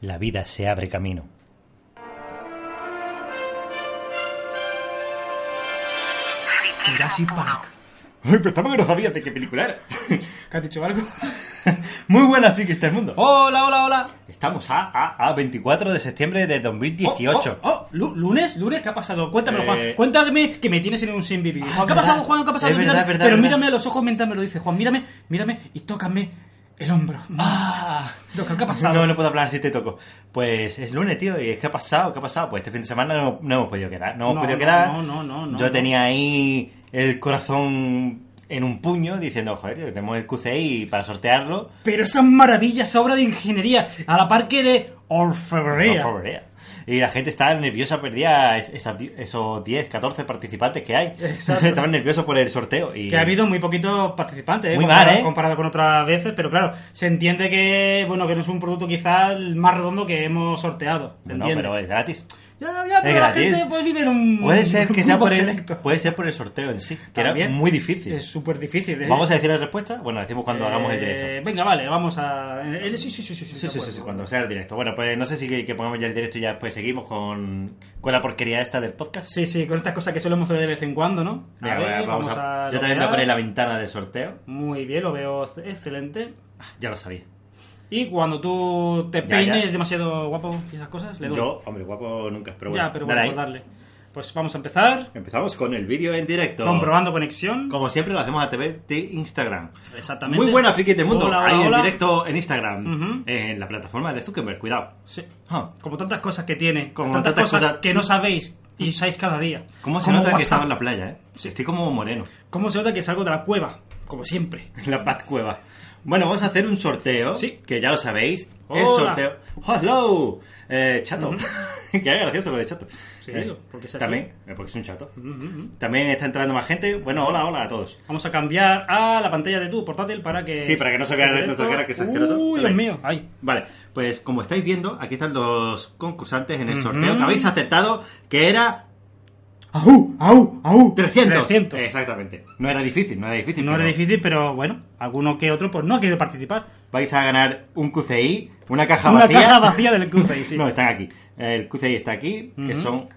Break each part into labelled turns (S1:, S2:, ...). S1: la vida se abre camino.
S2: Jurassic Park.
S1: Uy, pensaba que no sabías de qué película era.
S2: ¿Que has dicho algo?
S1: Muy buenas, frikis del mundo.
S2: Hola, hola, hola.
S1: Estamos a, a, a 24 de septiembre de 2018.
S2: Oh, oh, oh, lu- ¿Lunes? ¿Lunes? ¿Qué ha pasado? Cuéntamelo,
S1: Eh. Ah,
S2: Juan. Cuéntame que me tienes en un sin vivir. ¿Qué ha
S1: verdad.
S2: pasado, Juan? ¿Qué ha pasado?
S1: Es verdad,
S2: Mírame-
S1: verdad,
S2: Pero
S1: verdad.
S2: mírame a los ojos mientras me lo dice Juan. Mírame, mírame y tócame el hombro.
S1: Ah.
S2: Lo que- ¿Qué ha pasado?
S1: No, no puedo hablar si te toco. Pues es lunes, tío, y es que ha pasado, ¿qué ha pasado? Pues este fin de semana no, no hemos podido quedar. No hemos
S2: No,
S1: podido
S2: no,
S1: quedar.
S2: no, no, no, no,
S1: Yo
S2: no.
S1: tenía ahí el corazón en un puño diciendo, joder, tío, que tenemos el QCI para sortearlo.
S2: Pero esa maravilla, esa obra de ingeniería, a la par que de orfebrería.
S1: No, favorea. Y la gente estaba nerviosa, perdía es- esas di- esos 10, 14 participantes que hay.
S2: Exacto.
S1: Estaban nerviosos por el sorteo. Y...
S2: Que ha habido muy poquitos participantes, ¿eh?
S1: Muy
S2: comparado,
S1: mal, ¿eh?
S2: comparado con otras veces, pero claro, se entiende que bueno que no es un producto quizás el más redondo que hemos sorteado. ¿se
S1: No,
S2: entiende?
S1: pero es gratis.
S2: Ya, ya, pero la
S1: gratis.
S2: gente pues vive en un
S1: Puede ser que
S2: un
S1: sea
S2: grupo
S1: por el,
S2: selecto.
S1: puede ser por el sorteo en sí, que
S2: También.
S1: era muy difícil.
S2: Es súper difícil. ¿eh?
S1: ¿Vamos a decir la respuesta? Bueno, la decimos cuando
S2: Eh,
S1: hagamos el directo.
S2: Venga, vale, vamos a... eh, sí, sí, sí, sí, sí,
S1: Sí, sí,
S2: de
S1: sí,
S2: acuerdo.
S1: sí, cuando sea el directo. Bueno, pues no sé si que, que pongamos ya el directo y ya después seguimos con, con la porquería esta del podcast.
S2: Sí, sí, con estas cosas que solemos hacer de vez en cuando, ¿no? A
S1: Venga,
S2: ver,
S1: bueno, vamos a- yo también voy a
S2: loguear.
S1: poner la ventana del sorteo.
S2: Muy bien, lo veo c- excelente.
S1: Ah, Ya lo sabía.
S2: Y cuando tú te
S1: Ya,
S2: peines
S1: ya.
S2: demasiado guapo y esas cosas, le doy.
S1: Yo, hombre, guapo nunca, pero bueno.
S2: ya, pero
S1: dale
S2: bueno, por
S1: ahí.
S2: darle. Pues vamos a empezar
S1: Empezamos con el vídeo en directo.
S2: comprobando conexión.
S1: Como siempre lo hacemos a través de Instagram.
S2: Exactamente.
S1: Muy buena, friki de mundo.
S2: Hola, hola,
S1: Ahí en
S2: hola.
S1: directo en Instagram. Eh,
S2: Ujú.
S1: En la plataforma de Zuckerberg, cuidado.
S2: Sí.
S1: Ah,
S2: Como tantas cosas que tiene,
S1: Como
S2: tantas,
S1: tantas
S2: cosas,
S1: cosas-
S2: que no sabéis y usáis cada día.
S1: ¿Cómo se
S2: Como
S1: nota que
S2: WhatsApp.
S1: estaba en la playa, eh? Estoy como moreno.
S2: ¿Cómo se nota que salgo de la cueva? Como siempre.
S1: La Bat Cueva. Bueno, vamos a hacer un sorteo.
S2: Sí.
S1: Que ya lo sabéis. El
S2: Hola.
S1: sorteo. ¡Hello! Eh, chato. que es gracioso lo de chato.
S2: Sí,
S1: Eh,
S2: porque es así.
S1: También, eh, porque es un chato.
S2: Ujú, ujú.
S1: También está entrando más gente. Bueno, hola, hola a todos.
S2: Vamos a cambiar a la pantalla de tu portátil para que...
S1: Sí, para que no se vea
S2: el
S1: nuestra cara, que es asqueroso.
S2: Uy, Dios
S1: Dale.
S2: mío. Ay.
S1: Vale, pues como estáis viendo, aquí están los concursantes en el
S2: Ujú.
S1: sorteo que habéis acertado, que era
S2: ¡Au! ¡Au! ¡Au!
S1: 300.
S2: 300.
S1: Exactamente. No era difícil, no era difícil.
S2: No era
S1: pero
S2: difícil, pero bueno, alguno que otro pues no ha querido participar.
S1: Vais a ganar un QCI, una caja
S2: Una
S1: vacía.
S2: caja vacía del cruce, sí.
S1: No, están aquí. El QCI está aquí, que
S2: Ujú.
S1: son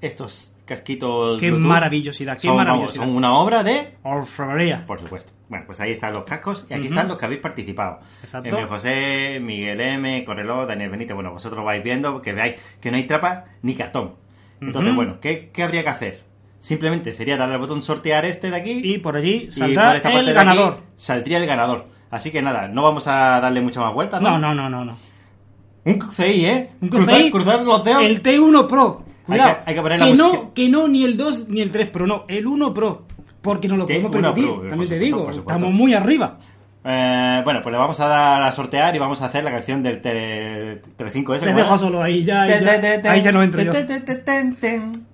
S1: estos casquitos.
S2: Qué
S1: Bluetooth.
S2: maravillosidad, qué
S1: son, vamos,
S2: maravillosidad.
S1: son una obra de.
S2: Orfebrería.
S1: Por supuesto. Bueno, pues ahí están los cascos y aquí
S2: Ujú.
S1: están los que habéis participado.
S2: Exacto.
S1: Emilio José, Miguel M, Correló, Daniel Benítez. Bueno, vosotros vais viendo que veáis que no hay trapa ni cartón. Entonces,
S2: Ujú.
S1: bueno, ¿qué, qué habría que hacer? Simplemente sería darle al botón sortear este de aquí
S2: Y por allí
S1: y
S2: saldrá el
S1: de aquí
S2: ganador.
S1: saldría el ganador. Así que nada, no vamos a darle mucha más vuelta, ¿no?
S2: No, no, no, no, no.
S1: Un QCI, ¿eh?
S2: Un
S1: Cruzar-
S2: CCI,
S1: cruzar los dedos.
S2: El T1 Pro. Cuidado.
S1: Hay que- hay que poner la música.
S2: no, que no, ni el 2 ni el 3 Pro, no. El 1 Pro. Porque no lo
S1: Que
S2: podemos
S1: uno
S2: permitir.
S1: Pro, eh, por
S2: también te
S1: supuesto,
S2: digo.
S1: por supuesto.
S2: Estamos muy arriba.
S1: Eh, bueno, pues le vamos a dar a sortear y vamos a hacer la canción del tele- Telecinco ese.
S2: Te
S1: ¿cómo
S2: dejo
S1: era?
S2: solo ahí ya. ahí
S1: Ten,
S2: ya-
S1: ten, ten, ten,
S2: Ahí ya no entro yo.
S1: ten, ten, ten, ten,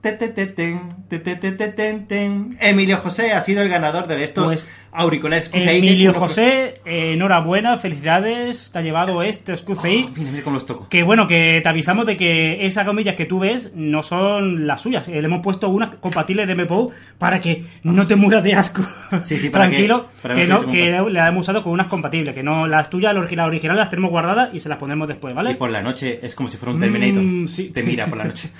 S1: ten, ten, ten, ten, ten, ten, ten, ten, ten, ten. Emilio José ha sido el ganador de estos
S2: Pues,
S1: auriculares QCI.
S2: Emilio
S1: Uno-
S2: José, eh, enhorabuena, felicidades. Te ha llevado este QCI.
S1: Ah, Mira, mira cómo los toco.
S2: Que bueno, que te avisamos de que esas gomillas que tú ves no son las suyas. Eh, Le hemos puesto unas compatibles de MPO para que no te mueras de asco.
S1: Sí, sí, para
S2: Tranquilo,
S1: que- para
S2: que,
S1: que no se
S2: no,
S1: te
S2: que
S1: muera.
S2: las hemos usado con unas compatibles, que no las tuyas, las origi- las originales las tenemos guardadas y se las ponemos después, ¿vale?
S1: Y por la noche es como si fuera un
S2: Mm,
S1: Terminator.
S2: sí.
S1: Te mira por la noche.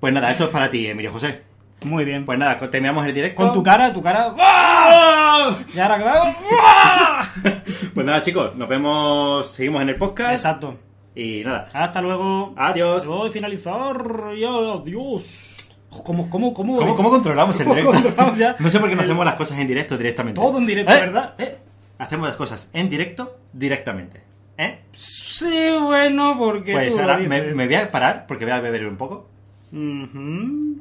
S1: Pues nada, esto es para ti, Emilio José.
S2: Muy bien.
S1: Pues nada, terminamos el directo.
S2: con tu cara, tu cara.
S1: ¡Ah!
S2: Y ahora que vamos-
S1: Pues nada, chicos, nos vemos, seguimos en el podcast.
S2: Exacto.
S1: Y nada,
S2: Hasta luego.
S1: adiós.
S2: Voy a finalizar. Y adiós. ¿Cómo, cómo, cómo?
S1: ¿Cómo, cómo controlamos el
S2: ¿Cómo
S1: directo?
S2: controlamos ya?
S1: No sé por qué no hacemos las cosas en directo directamente.
S2: Todo en directo,
S1: ¿Eh?
S2: ¿verdad? ¿Eh?
S1: Hacemos las cosas en directo directamente. ¿Eh?
S2: Sí, bueno, porque.
S1: Pues
S2: tú lo
S1: ahora me,
S2: dices.
S1: me voy a parar porque voy a beber un poco.
S2: Ujú.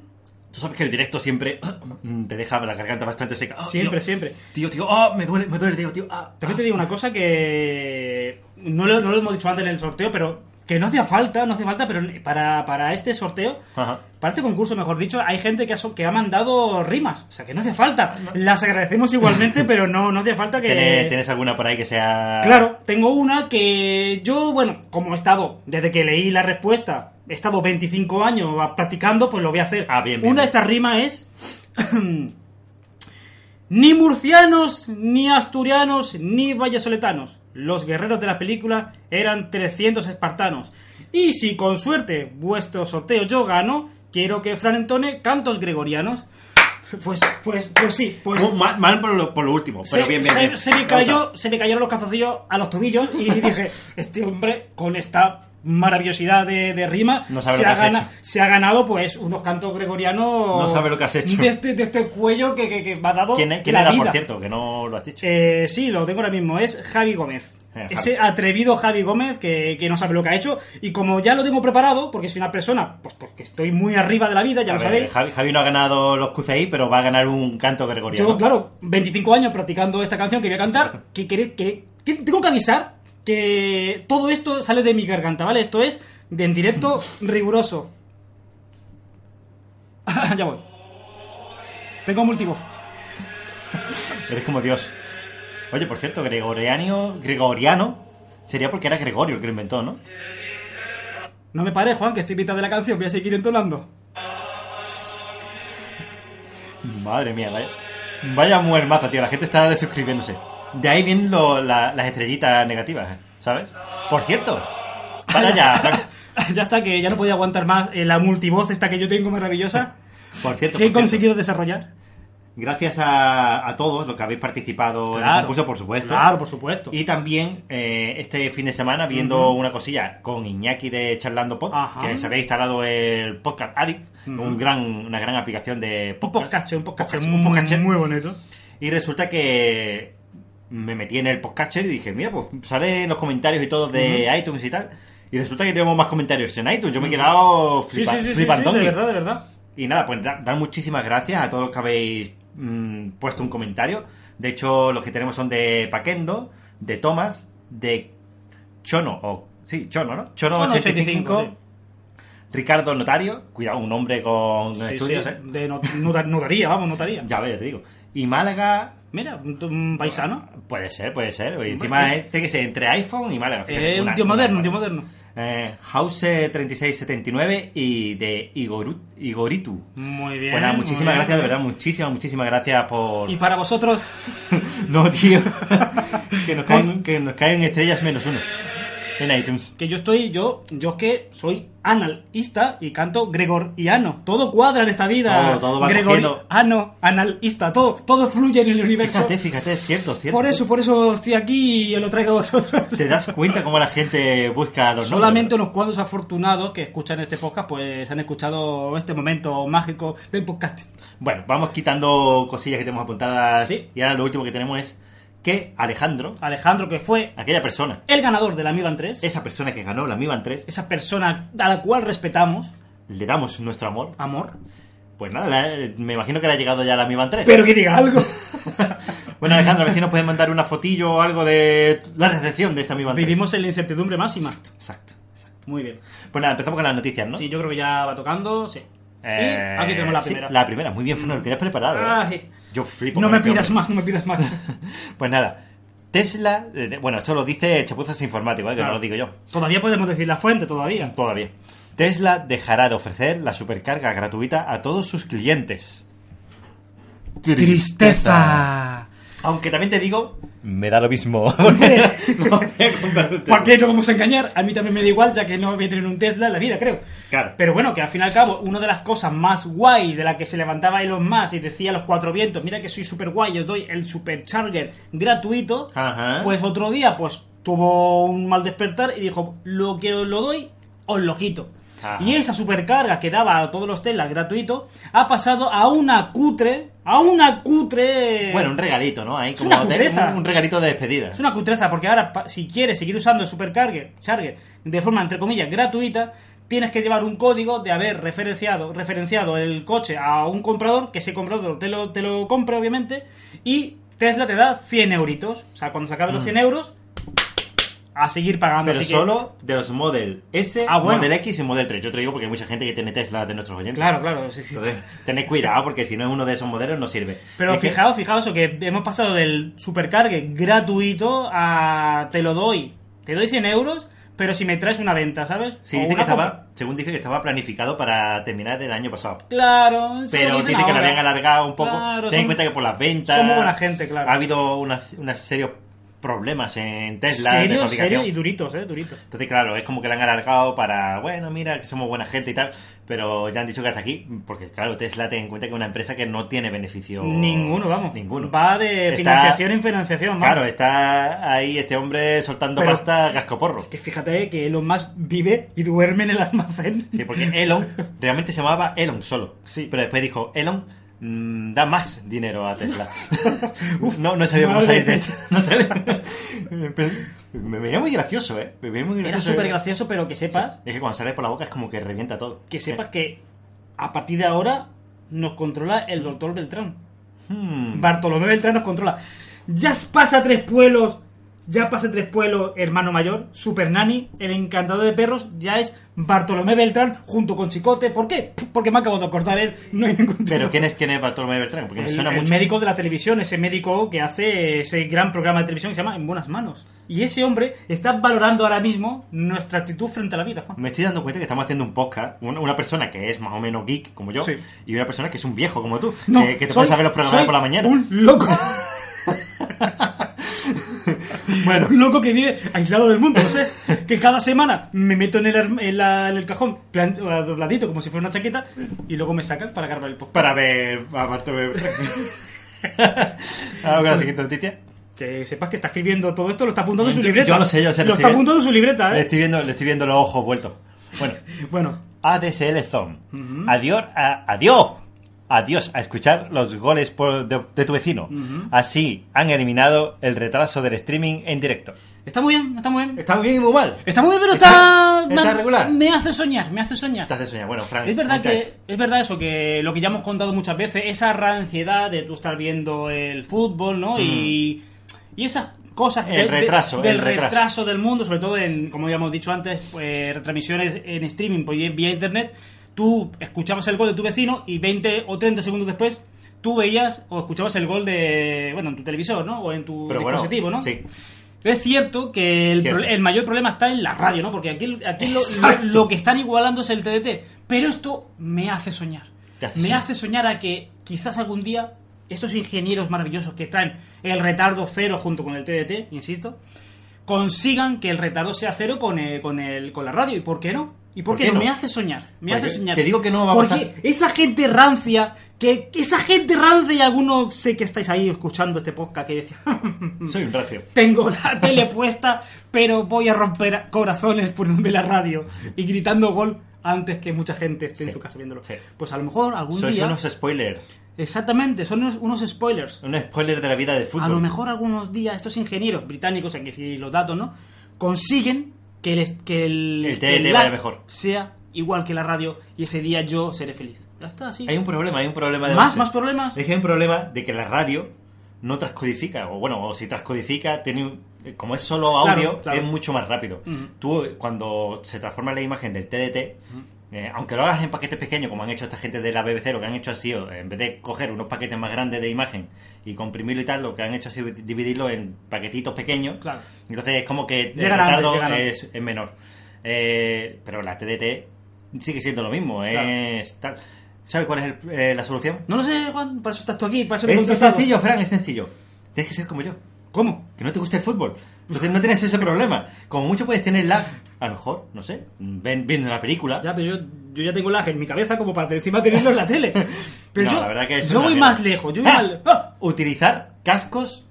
S1: Tú sabes que el directo siempre mm, te deja la garganta bastante seca. Oh,
S2: Siempre,
S1: tío,
S2: siempre.
S1: Tío, tío, oh, me duele, me duele el dedo, tío. Ah,
S2: También te digo una cosa que no lo, no lo hemos dicho antes en el sorteo, pero que no hacía falta, no hace falta, pero para, para este sorteo,
S1: Ajá.
S2: para este concurso, mejor dicho, hay gente que ha, so- que ha mandado rimas. O sea, que no hace falta. Las agradecemos igualmente, pero no, no hace falta que...
S1: ¿Tienes, tienes alguna por ahí que sea...?
S2: Claro, tengo una que yo, bueno, como he estado, desde que leí la respuesta, he estado 25 años practicando, pues lo voy a hacer.
S1: Ah, bien, bien,
S2: una
S1: bien.
S2: de estas rimas es... ni murcianos, ni asturianos, ni vallesoletanos. Los guerreros de la película eran 300 espartanos. Y si con suerte vuestro sorteo yo gano, quiero que Fran entone cantos gregorianos. Pues, pues, pues sí, pues.
S1: Uh, mal, mal por, lo, por lo último,
S2: Se,
S1: pero bien, bien,
S2: se-
S1: bien.
S2: se me cayó, se me cayeron los calzoncillos a los tobillos y dije, este hombre con esta maravillosidad de, de rima
S1: No sabe
S2: se,
S1: lo
S2: ha
S1: que has
S2: gana-
S1: hecho.
S2: se ha ganado pues unos cantos gregorianos
S1: No sabe lo que has hecho.
S2: de este, de este cuello que, que- que me ha dado
S1: ¿Quién, quién
S2: la
S1: era,
S2: vida.
S1: por cierto? Que no lo has dicho.
S2: Eh, sí, lo tengo ahora mismo, es Javi Gómez.
S1: Eh, Javi.
S2: Ese atrevido Javi Gómez que, que no sabe lo que ha hecho. Y como ya lo tengo preparado, porque soy una persona, pues porque estoy muy arriba de la vida, ya
S1: A
S2: lo
S1: ver,
S2: sabéis.
S1: Javi, Javi no ha ganado los QCI, pero va a ganar un canto gregoriano.
S2: Yo, claro, 25 años practicando esta canción que voy a cantar, que, queréis que, que tengo que avisar que todo esto sale de mi garganta, ¿vale? Esto es de en directo riguroso. ya voy. Tengo multivoz.
S1: Eres como Dios. Oye, por cierto, gregoriano, gregoriano sería porque era Gregorio el que lo inventó, ¿no?
S2: No me pare, Juan, que estoy mitad de la canción, voy a seguir entonando.
S1: Madre mía, vaya, vaya muermaza, tío. La gente está desuscribiéndose. De ahí vienen lo- la- las estrellitas negativas, ¿eh? ¿sabes? Por cierto, para ya, Frank.
S2: ya está, que ya no podía aguantar más eh, la multivoz esta que yo tengo maravillosa
S1: Por cierto,
S2: que he
S1: por cierto.
S2: conseguido desarrollar.
S1: gracias a, a todos los que habéis participado en el concurso, por supuesto.
S2: Claro, por supuesto.
S1: Y también eh, este fin de semana viendo una cosilla con Iñaki de Charlando Pod,
S2: Ajá.
S1: que se había instalado el Podcast Addict, un gran, una gran aplicación de
S2: un
S1: podcast.
S2: podcast, un podcast,
S1: Podcast,
S2: muy,
S1: un podcast.
S2: muy bonito.
S1: Y resulta que me metí en el podcatcher y dije, mira, pues sale en los comentarios y todo de iTunes y tal. Y resulta que tenemos más comentarios en iTunes. Yo me he quedado
S2: Sí,
S1: flipa,
S2: sí, sí, sí, sí,
S1: flipandón.
S2: de verdad, de verdad.
S1: Y nada, pues da- dar muchísimas gracias a todos los que habéis mm, puesto un comentario. De hecho, los que tenemos son de Paquendo, de Tomás, de Chono, o sí, Chono, ¿no? Chono85,
S2: Chono85,
S1: Ricardo Notario, cuidado, un hombre con
S2: Sí,
S1: estudios,
S2: sí,
S1: ¿eh?
S2: De no- nota- notaría, vamos, notaría.
S1: Ya ves, te digo. Y Málaga,
S2: Mira, un, un paisano.
S1: Puede ser, puede ser. Y encima este que se entre iPhone y Málaga. fíjate,
S2: Eh, un
S1: una-
S2: tío
S1: una-
S2: moderno, un tío moderno.
S1: Eh, House 3679 y de Igoru- Igoritu.
S2: Muy bien.
S1: Bueno,
S2: muy
S1: Pues muchísimas
S2: bien.
S1: gracias, de verdad, muchísimas, muchísimas gracias por...
S2: Y para vosotros,
S1: No, tío. que, nos caen, que nos caen estrellas menos uno en iTunes.
S2: que yo estoy, yo, yo es que soy analista y canto gregoriano. Todo cuadra en esta vida.
S1: Todo, todo va cogiendo.
S2: Gregoriano, analista, todo, todo fluye en el universo.
S1: Fíjate, fíjate, es cierto, es cierto.
S2: Por eso, por eso estoy aquí y os lo traigo a vosotros.
S1: ¿Se das cuenta cómo la gente busca los
S2: Solamente
S1: nombres?
S2: unos cuantos afortunados que escuchan este podcast, pues han escuchado este momento mágico del podcast.
S1: Bueno, vamos quitando cosillas que tenemos apuntadas.
S2: Sí.
S1: Y ahora lo último que tenemos es que Alejandro,
S2: Alejandro, que fue
S1: aquella persona,
S2: el ganador de la Milan 3,
S1: esa persona que ganó la Miban 3,
S2: esa persona a la cual respetamos,
S1: le damos nuestro amor.
S2: amor.
S1: Pues nada, la- me imagino que le ha llegado ya la Miban 3.
S2: Pero que diga algo.
S1: Bueno, Alejandro, a ver si nos puedes mandar una fotillo o algo de la recepción de esta Miban 3.
S2: Vivimos en la incertidumbre máxima.
S1: Exacto, exacto.
S2: Muy bien.
S1: Pues nada, empezamos con las noticias, ¿no?
S2: Sí, yo creo que ya va tocando, sí. Y
S1: Eh,
S2: aquí tenemos la
S1: sí,
S2: primera.
S1: la primera, muy bien, Fernando, lo tienes preparado. ¿eh?
S2: Ay.
S1: Yo flipo.
S2: No
S1: con
S2: me
S1: este
S2: pidas
S1: hombre.
S2: más, no me pidas más.
S1: Pues nada, Tesla. eh, de- Bueno, esto lo dice Chapuzas Informático, ¿eh? que
S2: Claro.
S1: no lo digo yo.
S2: Todavía podemos decir la fuente, todavía.
S1: Todavía. Tesla dejará de ofrecer la supercarga gratuita a todos sus clientes. Aunque también te digo, me da lo mismo. Porque no voy a comprar un Tesla.
S2: ¿Por qué no vamos a engañar? A mí también me da igual, ya que no voy a tener un Tesla en la vida, creo.
S1: Claro.
S2: Pero bueno, que al fin y al cabo, una de las cosas más guays de la que se levantaba Elon Musk y decía a los cuatro vientos, mira que soy super guay, os doy el supercharger gratuito,
S1: Ajá.
S2: pues otro día, pues tuvo un mal despertar y dijo, lo que os lo doy, os lo quito.
S1: Ajá.
S2: Y esa supercarga que daba a todos los Teslas gratuito ha pasado a una cutre, a una cutre...
S1: Bueno, un regalito, ¿no? Ahí como
S2: una
S1: de-
S2: cutreza.
S1: un, un regalito de despedida.
S2: Es una cutreza, porque ahora, pa- si quieres seguir usando el Supercarger Charger de forma, entre comillas, gratuita, tienes que llevar un código de haber referenciado, referenciado el coche a un comprador, que ese comprador te lo, te lo compre, obviamente, y Tesla te da 100 euritos. O sea, cuando se acaben los 100 euros, a seguir pagando.
S1: Mm. Pero
S2: así que-
S1: solo de los Model S,
S2: Ah, bueno.
S1: Model X y Model 3. Yo te digo porque hay mucha gente que tiene Tesla de nuestros oyentes.
S2: Claro, claro. sí, sí.
S1: Entonces, tened cuidado porque si no es uno de esos modelos no sirve.
S2: Pero
S1: Es que-
S2: fijaos, fijaos, eso, que hemos pasado del supercargue gratuito a te lo doy. Te doy 100 euros, pero si me traes una venta, ¿sabes?
S1: sí,
S2: O
S1: dice que
S2: una compra.
S1: estaba, según dice que estaba planificado para terminar el año pasado.
S2: Claro, eso
S1: Pero
S2: dicen
S1: dice que lo
S2: ahora.
S1: habían alargado un poco.
S2: Claro,
S1: Ten en
S2: son-
S1: cuenta que por las ventas.
S2: son muy buena gente, claro.
S1: Ha habido unas, unas serios problemas en Tesla. de
S2: Serio,
S1: fabricación.
S2: serio y duritos, eh, duritos.
S1: Entonces, claro, es como que la han alargado para, bueno, mira, que somos buena gente y tal, pero ya han dicho que hasta aquí, porque claro, Tesla ten en cuenta que es una empresa que no tiene beneficio.
S2: Ninguno, vamos.
S1: Ninguno.
S2: Va de
S1: Está-
S2: financiación en financiación, vamos.
S1: Claro, está ahí este hombre soltando
S2: Pero-
S1: pasta a cascoporro.
S2: Que fíjate que Elon Musk vive y duerme en el almacén.
S1: Sí, porque Elon realmente se llamaba Elon solo.
S2: Sí.
S1: Pero después dijo, Elon mm, da más dinero a Tesla. Uf, no, no sabía cómo
S2: madre.
S1: salir de esto. No sabía. Pero Me venía muy gracioso, ¿eh? Me venía muy
S2: Era
S1: gracioso.
S2: súper gracioso, pero que sepas
S1: Es que cuando sale por la boca es como que revienta todo.
S2: que sepas que a partir de ahora nos controla el doctor Beltrán.
S1: Hmm.
S2: Bartolomé Beltrán nos controla. Ya pasa tres pueblos. Ya pasa tres pueblos, hermano mayor, Super Nani, el encantador de perros, ya es Bartolomé Beltrán junto con Chicote. ¿Por qué? Porque me acabo de acordar él, no hay ningún tipo-
S1: Pero ¿quién es quién es Bartolomé Beltrán? Porque me
S2: el,
S1: suena
S2: el
S1: mucho.
S2: médico de la televisión, ese médico que hace ese gran programa de televisión que se llama En Buenas Manos. Y ese hombre está valorando ahora mismo nuestra actitud frente a la vida, Juan.
S1: Me estoy dando cuenta que estamos haciendo un podcast, una, una persona que es más o menos geek como yo,
S2: Sí.
S1: y una persona que es un viejo como tú,
S2: No,
S1: que, que te
S2: soy-
S1: puedes saber los programas
S2: soy
S1: por la mañana.
S2: Un loco. bueno, un loco que vive aislado del mundo, no sé. Que cada semana me meto en el, arm- en la- en el cajón, plan- eh, dobladito, como si fuera una chaqueta, y luego me sacan para grabar el podcast.
S1: Para ver a Bartolomé Beltrán. Vamos con la siguiente noticia.
S2: Que sepas que está escribiendo todo esto, lo está apuntando en su
S1: Yo-
S2: libreta.
S1: yo lo sé, yo lo sé, lo
S2: Lo
S1: estoy
S2: está
S1: viendo.
S2: apuntando en su libreta,
S1: Le
S2: ¿eh?
S1: estoy viendo, le estoy viendo los ojos vueltos. Bueno,
S2: Bueno,
S1: ADSL Zone. Adiós, a- adiós. Adiós a escuchar los goles por- de, de tu vecino. Así han eliminado el retraso del streaming en directo.
S2: está muy bien, está muy bien.
S1: Está muy bien y muy mal.
S2: Está muy bien, pero
S1: Está-
S2: está.
S1: está
S2: me-
S1: regular.
S2: Me hace soñar, me hace soñar.
S1: Estás de sueño. Bueno, Frank.
S2: Es verdad
S1: comenta
S2: que
S1: esto.
S2: es verdad eso que lo que ya hemos contado muchas veces, esa ranciedad de tú estar viendo el fútbol, ¿no? Y, y esas cosas
S1: Mm. El
S2: de- de-
S1: retraso,
S2: del
S1: el retraso.
S2: del mundo, sobre todo en como ya hemos dicho antes, pues, retransmisiones en streaming pues, vía internet, tú escuchabas el gol de tu vecino y 20 o 30 segundos después tú veías o escuchabas el gol de bueno, en tu televisor, ¿no? O en tu
S1: Pero bueno,
S2: dispositivo, ¿no?
S1: sí.
S2: Es cierto que el,
S1: Cierto.
S2: pro- el mayor problema está en la radio, ¿no? Porque aquí, aquí lo,
S1: Exacto.
S2: lo- lo que están igualando es el TDT. Pero esto me hace soñar.
S1: Te hace
S2: me
S1: soñar.
S2: hace soñar a que quizás algún día estos ingenieros maravillosos que están el retardo cero junto con el TDT, insisto, consigan que el retardo sea cero con el, con, el, con la radio. ¿Y por qué no? ¿Y por, qué, no? Me hace soñar. Me
S1: Pues
S2: hace
S1: yo
S2: soñar.
S1: te digo que no va a
S2: Porque
S1: pasar.
S2: esa gente rancia, que, que esa gente rancia, y algunos sé que estáis ahí escuchando este podcast que decía... Mm.
S1: Soy un racio.
S2: Tengo la tele puesta, pero voy a romper corazones poniéndome la radio y gritando gol antes que mucha gente esté
S1: Sí,
S2: en su casa viéndolo.
S1: sí.
S2: Pues a lo mejor algún
S1: Sois
S2: día.
S1: unos spoilers.
S2: Exactamente, son unos, unos spoilers.
S1: Un spoiler de la vida del fútbol.
S2: A lo mejor algunos días estos ingenieros británicos, hay que decir los datos, ¿no? Consiguen que el, que el,
S1: El
S2: que
S1: TNT
S2: lag
S1: vaya mejor.
S2: sea igual que la radio y ese día yo seré feliz. Ya está, así.
S1: Hay un problema, hay un problema de
S2: ¿Más?
S1: base.
S2: ¿Más problemas?
S1: Es que hay un problema de que la radio no transcodifica, o bueno, o si transcodifica, tiene un- como es solo
S2: Claro,
S1: audio,
S2: claro. Mm.
S1: es mucho más rápido.
S2: Ujú.
S1: Tú, cuando se transforma la imagen del TDT,
S2: Mm.
S1: eh, aunque lo hagas en paquetes pequeños, como han hecho esta gente de la BBC, lo que han hecho ha sido, en vez de coger unos paquetes más grandes de imagen y comprimirlo y tal, lo que han hecho ha sido dividirlo en paquetitos pequeños.
S2: Claro.
S1: Entonces es como que el
S2: Llegan antes,
S1: retardo
S2: llegan antes.
S1: es, es menor. Eh, pero la TDT sigue siendo lo mismo. Es tal. ¿Sabes cuál es el- eh, la solución?
S2: No lo sé, Juan, para eso estás tú aquí, para eso te
S1: Es, es
S2: contratamos.
S1: sencillo, Fran, es sencillo. Tienes que ser como yo,
S2: ¿Cómo?
S1: que no te gusta el fútbol. Entonces no tienes ese problema. Como mucho puedes tener lag, a lo mejor, no sé, ven, viendo una película.
S2: Ya, pero yo, yo ya tengo lag en mi cabeza como para encima tenerlo en la tele. Pero
S1: No,
S2: yo,
S1: la verdad que es
S2: yo
S1: una
S2: voy
S1: mierda.
S2: más lejos, yo voy más le- ¡Ah!
S1: Utilizar cascos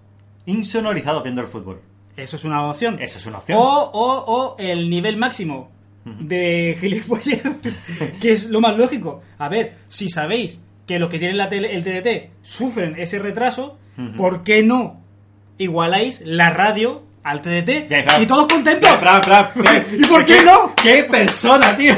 S1: insonorizados viendo el fútbol.
S2: Eso es una opción.
S1: Eso es una
S2: O,
S1: opción.
S2: o, o el nivel máximo de gilipollez, que es lo más lógico. A ver, si sabéis que los que tienen la tele, el TDT sufren ese retraso, ¿por qué no igualáis la radio al TDT?
S1: Bien, Fran.
S2: Y todos contentos.
S1: Bien, Fran, Fran, Fran.
S2: ¿Y por qué no?
S1: ¡Qué persona, tío!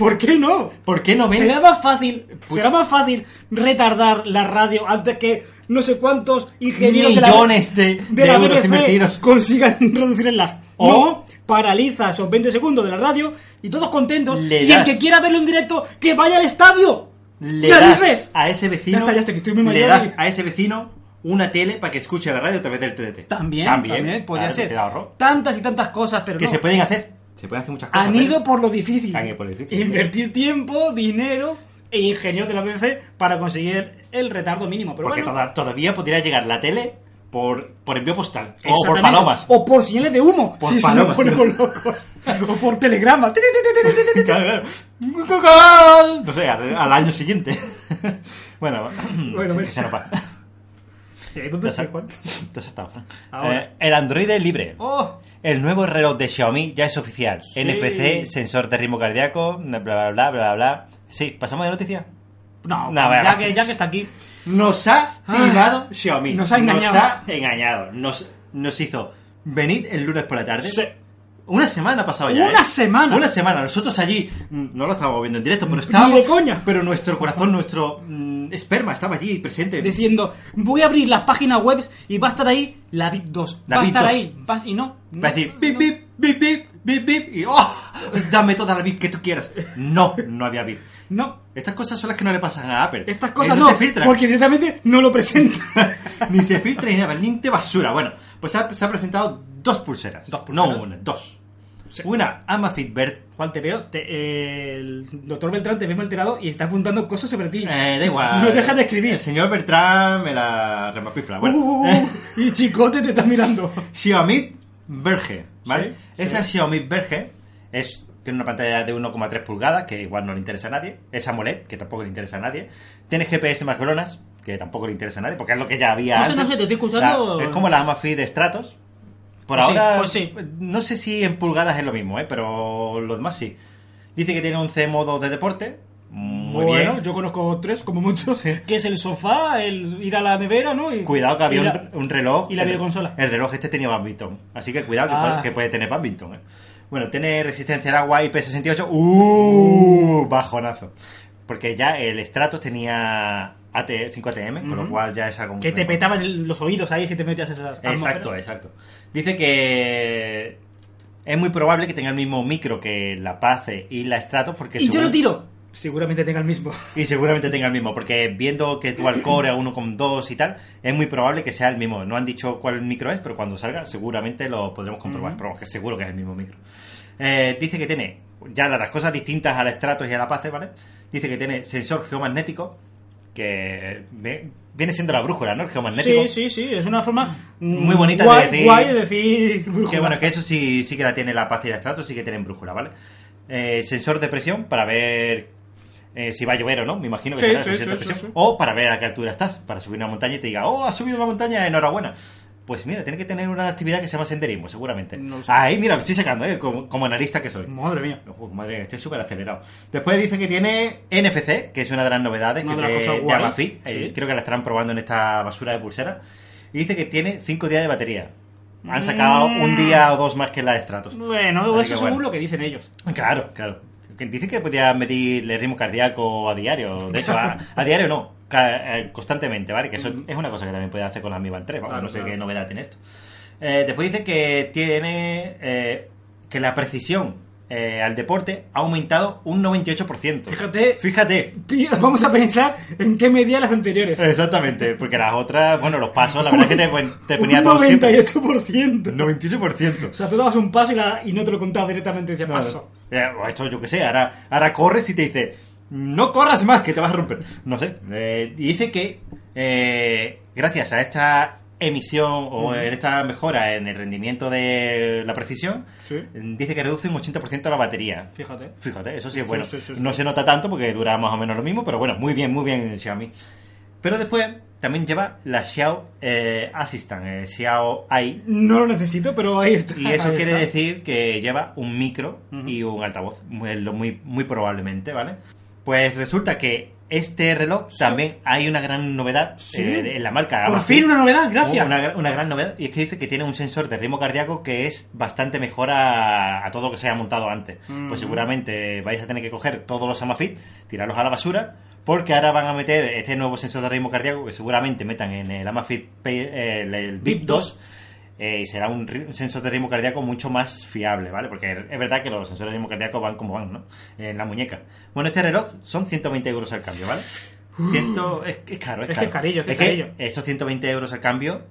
S2: ¿Por qué no?
S1: ¿Por qué no ven?
S2: Será más fácil,
S1: Pues
S2: será más fácil retardar la radio antes que no sé cuántos ingenieros
S1: Millones de-
S2: de, la,
S1: de
S2: la
S1: euros
S2: BBC
S1: invertidos.
S2: consigan reducir el lag.
S1: O-
S2: no, paraliza esos 20 segundos de la radio y todos contentos.
S1: Le
S2: y
S1: das-
S2: el que quiera verlo en directo, que vaya al estadio.
S1: Le
S2: ¡Narices!
S1: das a ese vecino.
S2: Ya está, ya está, que estoy muy
S1: le
S2: mayor
S1: das
S2: y-
S1: a ese vecino una tele para que escuche la radio a través del TDT.
S2: También, también, podría
S1: claro,
S2: ser.
S1: te da ahorro.
S2: Tantas y tantas cosas, pero
S1: Que
S2: no.
S1: se pueden hacer. Se pueden hacer muchas cosas. ¿eh?
S2: Han
S1: pero-
S2: ido por lo difícil.
S1: Han ido por lo difícil.
S2: Invertir tiempo, dinero e ingenio de la BBC para conseguir el retardo mínimo. Pero
S1: Porque
S2: bueno,
S1: toda- todavía podría llegar la tele por, por envío postal. O por palomas.
S2: O por señales de humo.
S1: Por
S2: Sí, se
S1: palomas,
S2: nos
S1: tío.
S2: ponemos locos. O por telegrama.
S1: Claro, claro. ¡Cucal! No sé, al, al año siguiente. bueno, sí,
S2: Bueno, pues. mira.
S1: que se nos va.
S2: Sí, ahí tú te
S1: Te has-
S2: sabes, Juan.
S1: te has saltado, Fran.
S2: Ahora.
S1: Eh, el Android es libre.
S2: ¡Oh!
S1: El nuevo reloj de Xiaomi ya es oficial.
S2: Sí.
S1: NFC, sensor de ritmo cardíaco, bla bla bla bla bla. Sí, pasamos de noticia.
S2: No,
S1: No,
S2: ya,
S1: venga.
S2: que, ya que está aquí.
S1: Nos ha timado Xiaomi.
S2: Ah, Nos ha engañado.
S1: Nos ha engañado. Nos, nos hizo venir el lunes por la tarde.
S2: Sí.
S1: Una semana ha pasado ya.
S2: Una
S1: ¿eh?
S2: semana.
S1: Una semana. Nosotros allí mm, no lo estábamos viendo en directo, pero estábamos.
S2: de coña.
S1: Pero nuestro corazón, nuestro mm, esperma estaba allí presente.
S2: Diciendo, voy a abrir las páginas web y va a estar ahí la VIP 2.
S1: La
S2: va a
S1: VIP
S2: estar
S1: 2.
S2: ahí. va- y no. no,
S1: Va a decir
S2: no,
S1: bip,
S2: no.
S1: bip, bip, bip, bip, bip. Y ¡oh! Dame toda la bip que tú quieras. No, no había bip.
S2: No.
S1: Estas cosas son las que no le pasan a Apple.
S2: Estas
S1: Eh,
S2: cosas no,
S1: se filtran.
S2: porque directamente no lo presenta.
S1: ni se filtra ni nada, ni de basura. Bueno, pues ha- se han presentado dos pulseras.
S2: Dos pulseras.
S1: No una, dos.
S2: Sí.
S1: Una Amazfit Bird.
S2: Juan, te veo, te- eh, el doctor Beltrán te veo alterado y está apuntando cosas sobre ti.
S1: Eh, da igual.
S2: No dejas de escribir.
S1: El señor Bertrand me la remapifla. Bueno,
S2: Uh, uh, uh,
S1: eh,
S2: y Chicote te está mirando.
S1: Xiaomi Verge, ¿vale?
S2: Sí,
S1: Esa
S2: sí.
S1: Xiaomi Verge es, tiene una pantalla de 1,3 pulgadas, que igual no le interesa a nadie. Es AMOLED, que tampoco le interesa a nadie. Tiene GPS más coronas, que tampoco le interesa a nadie, porque es lo que ya había
S2: No sé,
S1: antes.
S2: no sé, te estoy escuchando.
S1: La- es como la Amazfit de Stratos. Por
S2: Pues sí,
S1: ahora,
S2: pues sí.
S1: no sé si en pulgadas es lo mismo, ¿eh? pero los demás sí. Dice que tiene 11 modos de deporte. Muy
S2: bueno,
S1: bien.
S2: yo conozco tres, como mucho,
S1: Sí.
S2: que es el sofá, el ir a la nevera, ¿no? Y,
S1: Cuidado que había
S2: y la-
S1: un, un reloj.
S2: y la
S1: el-
S2: videoconsola.
S1: El reloj este tenía Badminton. Así que cuidado que,
S2: Ah.
S1: puede, que puede tener Badminton. ¿eh? Bueno, tiene resistencia al agua IP68. ¡Uh! Bajonazo. Porque ya el Stratos tenía AT, 5ATM, con lo
S2: Ujú.
S1: cual ya es algo mucho
S2: Que te
S1: mejor.
S2: petaban el- los oídos ahí si te metías esas
S1: Exacto, eh,
S2: atmósferas.
S1: exacto. Dice que es muy probable que tenga el mismo micro que la Pace y la Stratos porque
S2: Y yo
S1: según-
S2: lo tiro. Seguramente tenga el mismo.
S1: y seguramente tenga el mismo, porque viendo que Dual Core a 1.2 y tal, es muy probable que sea el mismo. No han dicho cuál micro es, pero cuando salga seguramente lo podremos comprobar,
S2: Ujú.
S1: pero vamos, que seguro que es el mismo micro. Eh, dice que tiene, ya las cosas distintas al Stratos y a la Pace, ¿vale? Dice que tiene sensor geomagnético, que ve- viene siendo la brújula, ¿no? El geomagnético.
S2: Sí, sí, sí, es una forma mm,
S1: Muy bonita de
S2: guay,
S1: decir-
S2: guay de decir brújula.
S1: Que bueno, que eso sí, sí que la tiene la paz y la estrato, sí que tienen brújula, ¿vale? Eh, sensor de presión para ver eh, si va a llover o no, me imagino que
S2: Sí,
S1: será
S2: sí,
S1: el sensor
S2: sí,
S1: de
S2: sí,
S1: presión.
S2: sí.
S1: O para ver a qué altura estás, para subir una montaña y te diga, oh, has subido la montaña, enhorabuena. Pues mira, tiene que tener una actividad que se llama senderismo, seguramente.
S2: No lo sé.
S1: Ahí, mira, lo estoy sacando, ¿eh? como, como analista que soy.
S2: Madre mía.
S1: Ujú, madre mía, estoy súper acelerado. Después dice que tiene NFC, que es una de las novedades
S2: Una
S1: que
S2: de las
S1: te-
S2: cosas
S1: de
S2: guays,
S1: Amazfit. Eh,
S2: sí.
S1: creo que la estarán probando en esta basura de pulsera. Y dice que tiene 5 días de batería. Han sacado
S2: Mm.
S1: un día o dos más que la de Stratos.
S2: Bueno,
S1: Así
S2: eso
S1: que
S2: es
S1: bueno.
S2: según lo que dicen ellos.
S1: Claro, claro. Que Dice que podía medir el ritmo cardíaco a diario. De hecho, a, a diario no, ca- eh, constantemente, ¿vale? Que eso es una cosa que también puede hacer con la Mi Band 3. vamos,
S2: Claro,
S1: no sé
S2: claro.
S1: qué novedad tiene esto. Eh, después dice que tiene eh, que la precisión eh, al deporte ha aumentado un 98%.
S2: Fíjate.
S1: Fíjate.
S2: Pi- Vamos a pensar en qué medía las anteriores.
S1: Eh, Exactamente, porque las otras, bueno, los pasos, la verdad es que te, pon- te
S2: Un
S1: ponía todo siempre.
S2: 98%.
S1: 98%.
S2: O sea, tú dabas un paso y, la- y no te lo contabas directamente, decía
S1: Claro.
S2: paso.
S1: Eh, o esto yo qué sé, ahora, ahora corres y te dice, no corras más, que te vas a romper. No sé. Eh, y dice que eh, gracias a esta emisión o en esta mejora en el rendimiento de la precisión,
S2: Sí.
S1: dice que reduce un 80% la batería.
S2: Fíjate.
S1: Fíjate, eso sí es
S2: Sí,
S1: bueno.
S2: sí, sí, sí.
S1: No se nota tanto porque dura más o menos lo mismo, pero bueno, muy bien, muy bien el Xiaomi. Pero después también lleva la Xiao eh, Assistant, el Xiao AI,
S2: No lo necesito, pero ahí está.
S1: y eso
S2: ahí
S1: quiere
S2: está.
S1: decir que lleva un micro
S2: Ujú.
S1: y un altavoz, muy, lo- muy, muy probablemente, ¿vale? Pues resulta que este reloj
S2: Sí.
S1: también hay una gran novedad
S2: Sí.
S1: eh, de- en la marca.
S2: Por
S1: Amazfit.
S2: fin una novedad, Ah, gracias.
S1: Una, gra- una gran novedad, y es que dice que tiene un sensor de ritmo cardíaco que es bastante mejor a, a todo lo que se haya montado antes.
S2: Ujú.
S1: Pues seguramente vais a tener que coger todos los Amafit, tirarlos a la basura, porque ahora van a meter este nuevo sensor de ritmo cardíaco que seguramente metan en el Amafit Pay- el, el
S2: Bip
S1: Bip 2. eh, y será un, ri- un sensor de ritmo cardíaco mucho más fiable, ¿vale? Porque es verdad que los sensores de ritmo cardíaco van como van, ¿no? En la muñeca. Bueno, este reloj son 120 euros al cambio, ¿vale? Ciento- es, que es caro, es
S2: Uh. Es que
S1: caro.
S2: es carillo, es que es carillo.
S1: estos 120 euros al cambio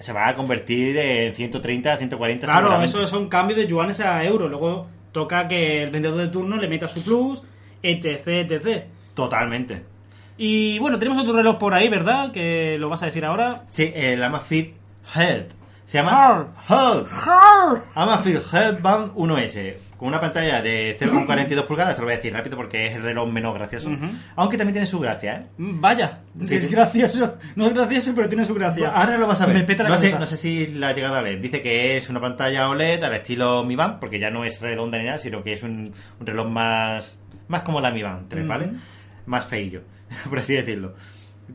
S1: se van a convertir en 130, 140
S2: Claro,
S1: seguramente.
S2: eso son cambios de yuanes a euros. Luego toca que el vendedor de turno le meta su plus, etc, etc.
S1: Totalmente.
S2: Y bueno, tenemos otro reloj por ahí, ¿verdad? Que lo vas a decir ahora.
S1: Sí, el Amazfit Health. Se llama Health. Amafil Healthbound 1S. Con una pantalla de 0,42 pulgadas, te lo voy a decir rápido porque es el reloj menos gracioso. Aunque también tiene su gracia, ¿eh?
S2: Mm, Vaya,
S1: Sí,
S2: es
S1: sí.
S2: gracioso. No es gracioso, pero tiene su gracia.
S1: Ahora lo vas a ver.
S2: Me peta la
S1: no, sé,
S2: cabeza.
S1: no sé si la ha llegado a leer. Dice que es una pantalla OLED al estilo Mi Band, porque ya no es redonda ni nada, sino que es un, un reloj más, más como la Mi Band 3, ¿vale?
S2: Ujú.
S1: Más feillo, por así decirlo.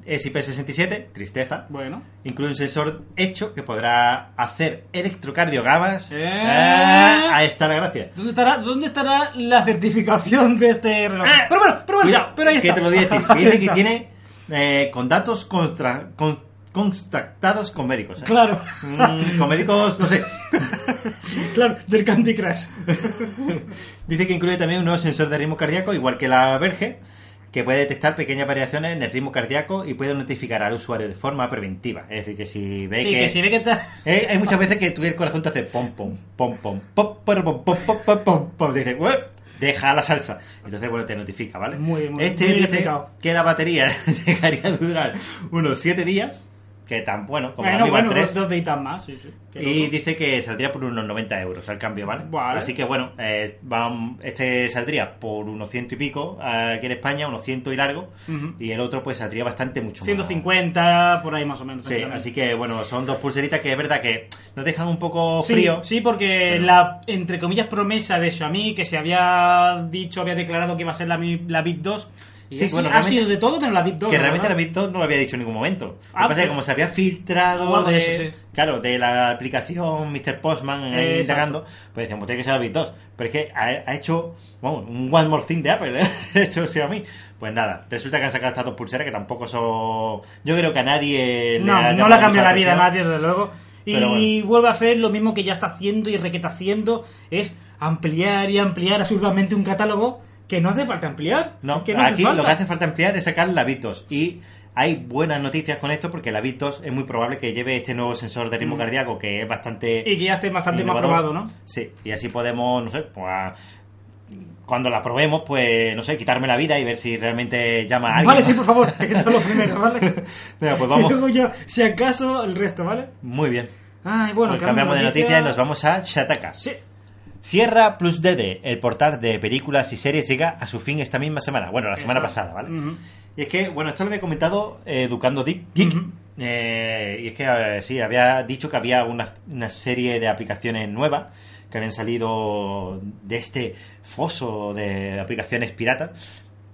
S1: Es IP67, tristeza.
S2: Bueno.
S1: Incluye un sensor hecho que podrá hacer electrocardiogramas.
S2: Eh.
S1: Ah, ahí está la gracia.
S2: ¿Dónde estará, ¿Dónde estará la certificación de este reloj?
S1: Eh,
S2: Pero bueno, pero bueno,
S1: Cuidado,
S2: pero ahí
S1: que
S2: está.
S1: te lo voy a decir.
S2: Ahí
S1: Dice que
S2: está.
S1: tiene eh, con datos contra- con- constatados con médicos. ¿eh?
S2: Claro,
S1: Mm, con médicos, no sé.
S2: claro, del Candy Crush.
S1: Dice que incluye también un nuevo sensor de ritmo cardíaco, igual que la Verge, que puede detectar pequeñas variaciones en el ritmo cardíaco y puede notificar al usuario de forma preventiva. Es decir, que si ve
S2: Sí,
S1: que...
S2: que si ve que está...
S1: Eh, hay muchas veces que tu el corazón te hace pom pom pom pom pom pom pom pom pom pom pom pom dice "Ué, deja la salsa entonces bueno te notifica vale
S2: Muy bien, muy bien.
S1: este
S2: Muy bien
S1: dice
S2: explicado.
S1: que la batería llegaría a durar unos 7 días que tan bueno como la
S2: Bueno,
S1: Mi
S2: bueno,
S1: Band
S2: dos,
S1: 3
S2: dos deditas más, sí, sí. Qué
S1: y
S2: loco.
S1: dice que saldría por unos 90 euros al cambio, ¿vale?
S2: Vale.
S1: Así que bueno, eh, vam- este saldría por unos ciento y pico eh, aquí en España, unos ciento y largo,
S2: Ujú.
S1: y el otro pues saldría bastante mucho más.
S2: 150, por ahí más o menos.
S1: Sí, así que bueno, son dos pulseritas que es verdad que nos dejan un poco
S2: Sí,
S1: frío.
S2: Sí, porque la, entre comillas, promesa de Xiaomi, que se había dicho, había declarado que iba a ser la, Mi- la VIP 2, y
S1: Sí,
S2: es-
S1: bueno,
S2: ha
S1: realmente-
S2: sido de todo menos la VIP 2.
S1: Que
S2: la
S1: realmente la
S2: verdad.
S1: Bit2 no lo había dicho en ningún momento. Lo que
S2: Ah,
S1: pasa es que
S2: pues-
S1: como se había filtrado
S2: O algo
S1: de,
S2: de eso, sí.
S1: claro, de la aplicación Mr. Postman ahí
S2: Eh,
S1: indagando, pues decíamos, tiene que ser la Bit2. Pero es que ha, ha hecho vamos, un One More Thing de Apple, ¿eh? ha hecho Xiaomi. Pues nada, resulta que han sacado estas dos pulseras que tampoco son... Yo creo que a nadie... le
S2: No, no
S1: llamado
S2: le ha cambiado
S1: mucho
S2: la vida a
S1: atención.
S2: nadie, desde luego.
S1: Pero
S2: Y
S1: bueno.
S2: vuelve a hacer lo mismo que ya está haciendo y requeta haciendo, es ampliar y ampliar absurdamente un catálogo que no hace falta ampliar.
S1: No,
S2: que
S1: aquí
S2: falta.
S1: lo que hace falta ampliar es sacar la Bit 2 Y hay buenas noticias con esto porque la Bit 2 es muy probable que lleve este nuevo sensor de ritmo
S2: Mm.
S1: cardíaco que es bastante...
S2: Y que ya esté bastante más
S1: innovador.
S2: probado, ¿no?
S1: Sí, y así podemos, no sé, pues, a- cuando la probemos, pues, no sé, quitarme la vida y ver si realmente llama a alguien.
S2: Vale,
S1: ¿no?
S2: sí, pues. por favor, que eso es lo primero, ¿vale?
S1: Venga, pues vamos.
S2: Y luego ya, si acaso, el resto, ¿vale?
S1: Muy bien.
S2: Ay, bueno,
S1: Pues cambiamos de noticia y nos vamos a Shataka.
S2: Sí.
S1: Cierra Plus DD, el portal de películas y series, llega a su fin esta misma semana. Bueno, la semana
S2: Exacto.
S1: pasada, ¿vale?
S2: Ujú.
S1: Y es que, bueno, esto lo había comentado eh, Educando Dick, Geek.
S2: Ujú.
S1: Eh, y es que, eh, sí, había dicho que había una, una serie de aplicaciones nuevas que habían salido de este foso de aplicaciones piratas.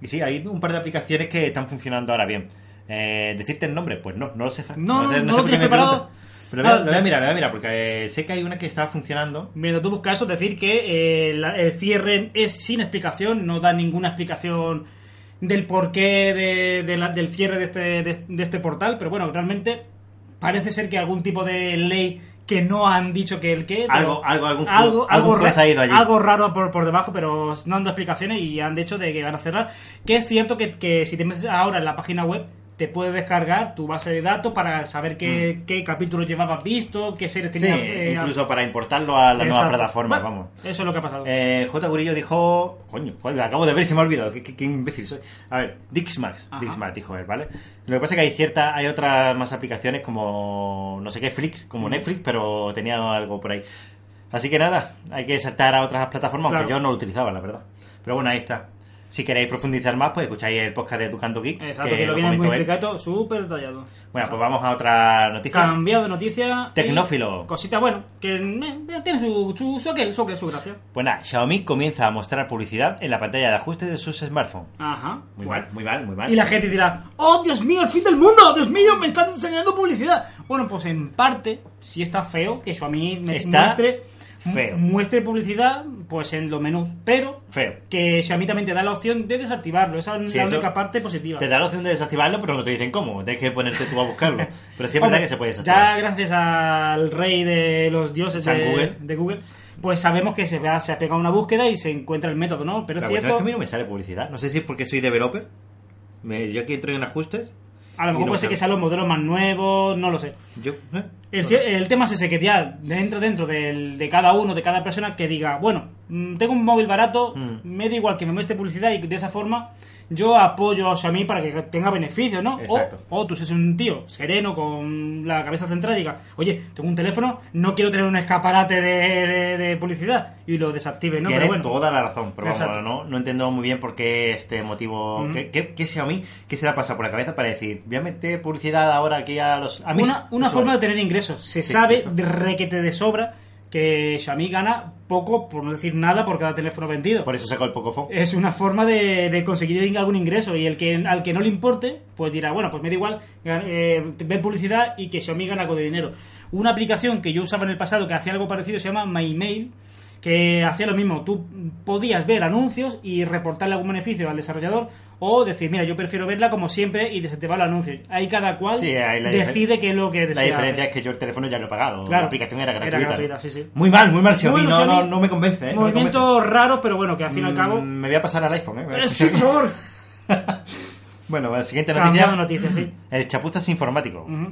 S1: Y sí, hay un par de aplicaciones que están funcionando ahora bien. Eh, ¿Decirte el nombre? Pues no, no lo sé. Fran.
S2: No,
S1: sé,
S2: no
S1: sé
S2: lo
S1: por qué
S2: tienes
S1: me
S2: preparado.
S1: preguntas. Pero lo voy, a,
S2: Ah,
S1: lo voy a mirar, lo voy a mirar, porque eh, sé que hay una que está funcionando.
S2: Mientras tú buscas eso, decir que eh, la- el cierre es sin explicación, no da ninguna explicación del porqué de, de la- del cierre de este, de- de este portal, pero bueno, realmente parece ser que algún tipo de ley que no han dicho que el qué. pero
S1: Algo, algo, algún, ju-
S2: algo, algo,
S1: algún juez
S2: ra-
S1: ha ido allí.
S2: algo raro por, por debajo, pero no han dado explicaciones y han dicho de que van a cerrar. Que es cierto que, que si te metes ahora en la página web, te puedes descargar tu base de datos para saber qué, qué capítulo llevabas visto, qué series
S1: Mm. Sí,
S2: tenías. eh,
S1: incluso para importarlo a las nuevas
S2: Exacto.
S1: plataformas,
S2: Bueno,
S1: vamos.
S2: Eso es lo que ha pasado.
S1: Eh, J. Gurillo dijo. Coño, joder, acabo de ver, y se me ha olvidado. Qué, qué- qué imbécil soy. A ver, Dixmax.
S2: Ajá.
S1: Dixmax dijo él, ¿vale? Lo que pasa es que hay cierta, hay otras más aplicaciones como. No sé qué, Flix, como Netflix, pero tenía algo por ahí. Así que nada, hay que saltar a otras plataformas,
S2: Claro.
S1: aunque yo no lo utilizaba, la verdad. Pero bueno, ahí está. Si queréis profundizar más, pues escucháis el podcast de Educando Geek.
S2: Exacto, que, lo viene
S1: comentó
S2: muy
S1: él.
S2: explicado, súper detallado.
S1: Bueno, pues vamos a otra noticia.
S2: Cambiado de noticia.
S1: Tecnófilo.
S2: y Cosita, bueno, que eh, tiene su, su, su, aquel, su, aquel, su gracia.
S1: Pues nada, Xiaomi comienza a mostrar publicidad en la pantalla de ajuste de sus smartphones.
S2: Ajá.
S1: Muy
S2: Bueno.
S1: mal, muy mal, muy mal.
S2: Y la gente dirá, oh Dios mío, el fin del mundo, Dios mío, me están enseñando publicidad. Bueno, pues en parte, sí está feo que eso a mí me
S1: Está
S2: muestre,
S1: feo.
S2: mu- muestre publicidad pues en los menús, pero
S1: Feo.
S2: que Xiaomi también te da la opción de desactivarlo, esa es
S1: Sí,
S2: la
S1: eso-
S2: única parte positiva.
S1: Te da la opción de desactivarlo, pero no te dicen cómo. Tienes que ponerte tú a buscarlo. Pero sí es
S2: Hombre,
S1: verdad que se puede
S2: Ya
S1: desactivar.
S2: gracias al rey de los dioses
S1: San
S2: de
S1: Google.
S2: de Google, pues sabemos que se, ha- se ha pegado una búsqueda y se encuentra el método, ¿no? Pero
S1: La
S2: es
S1: cuestión es
S2: cierto,
S1: que a mí no me sale publicidad. No sé si es porque soy developer. Me- yo aquí entro en ajustes.
S2: a lo
S1: y
S2: mejor
S1: no
S2: puede
S1: me
S2: ser que
S1: sale.
S2: sean los modelos más nuevos, no lo sé.
S1: Yo, eh,
S2: El, cie- el tema es ese que ya dentro dentro del- de cada uno, de cada persona que diga, bueno, mm, tengo un móvil barato,
S1: Mm.
S2: me da igual que me muestre publicidad y de esa forma yo apoyo o sea, a mí para que tenga beneficios, ¿no? O,
S1: Exacto.
S2: o tú seas un tío sereno con la cabeza centrada y diga, oye, tengo un teléfono, no quiero tener un escaparate de, de- de publicidad y lo desactive, ¿no?
S1: Tiene
S2: Pero bueno.
S1: toda la razón, pero vamos,
S2: Exacto.
S1: no, no entiendo muy bien por qué este motivo,
S2: Ujú.
S1: qué, qué, qué Xiaomi, qué se le ha pasado por la cabeza para decir, voy a meter publicidad ahora aquí a los... A mis
S2: una una
S1: usuarios"?
S2: forma de tener ingresos. Se
S1: Sí,
S2: sabe
S1: cierto.
S2: de requete de sobra que Xiaomi gana poco, por no decir nada, por cada teléfono vendido.
S1: Por eso sacó el Pocophone.
S2: Es una forma de, de conseguir algún ingreso y el que al que no le importe, pues dirá, bueno, pues me da igual, gan- eh, ve publicidad y que Xiaomi gana algo de dinero. Una aplicación que yo usaba en el pasado que hacía algo parecido se llama MyMail, que hacía lo mismo, tú podías ver anuncios y reportarle algún beneficio al desarrollador o decir, mira, yo prefiero verla como siempre y desactivar los anuncios. Ahí cada cual
S1: Sí, ahí la difer-
S2: decide qué es lo que
S1: la
S2: desea.
S1: diferencia es que yo el teléfono ya lo he pagado.
S2: Claro.
S1: la aplicación era
S2: Era
S1: gratuita.
S2: gratuita,
S1: ¿no?
S2: sí, sí.
S1: Muy mal, muy mal, Xiaomi.
S2: bueno,
S1: no,
S2: Xiaomi,
S1: no, no me convence, ¿eh? No me convence.
S2: Movimientos raros, pero bueno, que al fin y al cabo...
S1: Mm, Me voy a pasar al iPhone, ¿eh?
S2: Eh, sí, por favor.
S1: bueno, la siguiente noticia.
S2: Cambiando noticias, sí.
S1: El chapuzas informático.
S2: Ujú.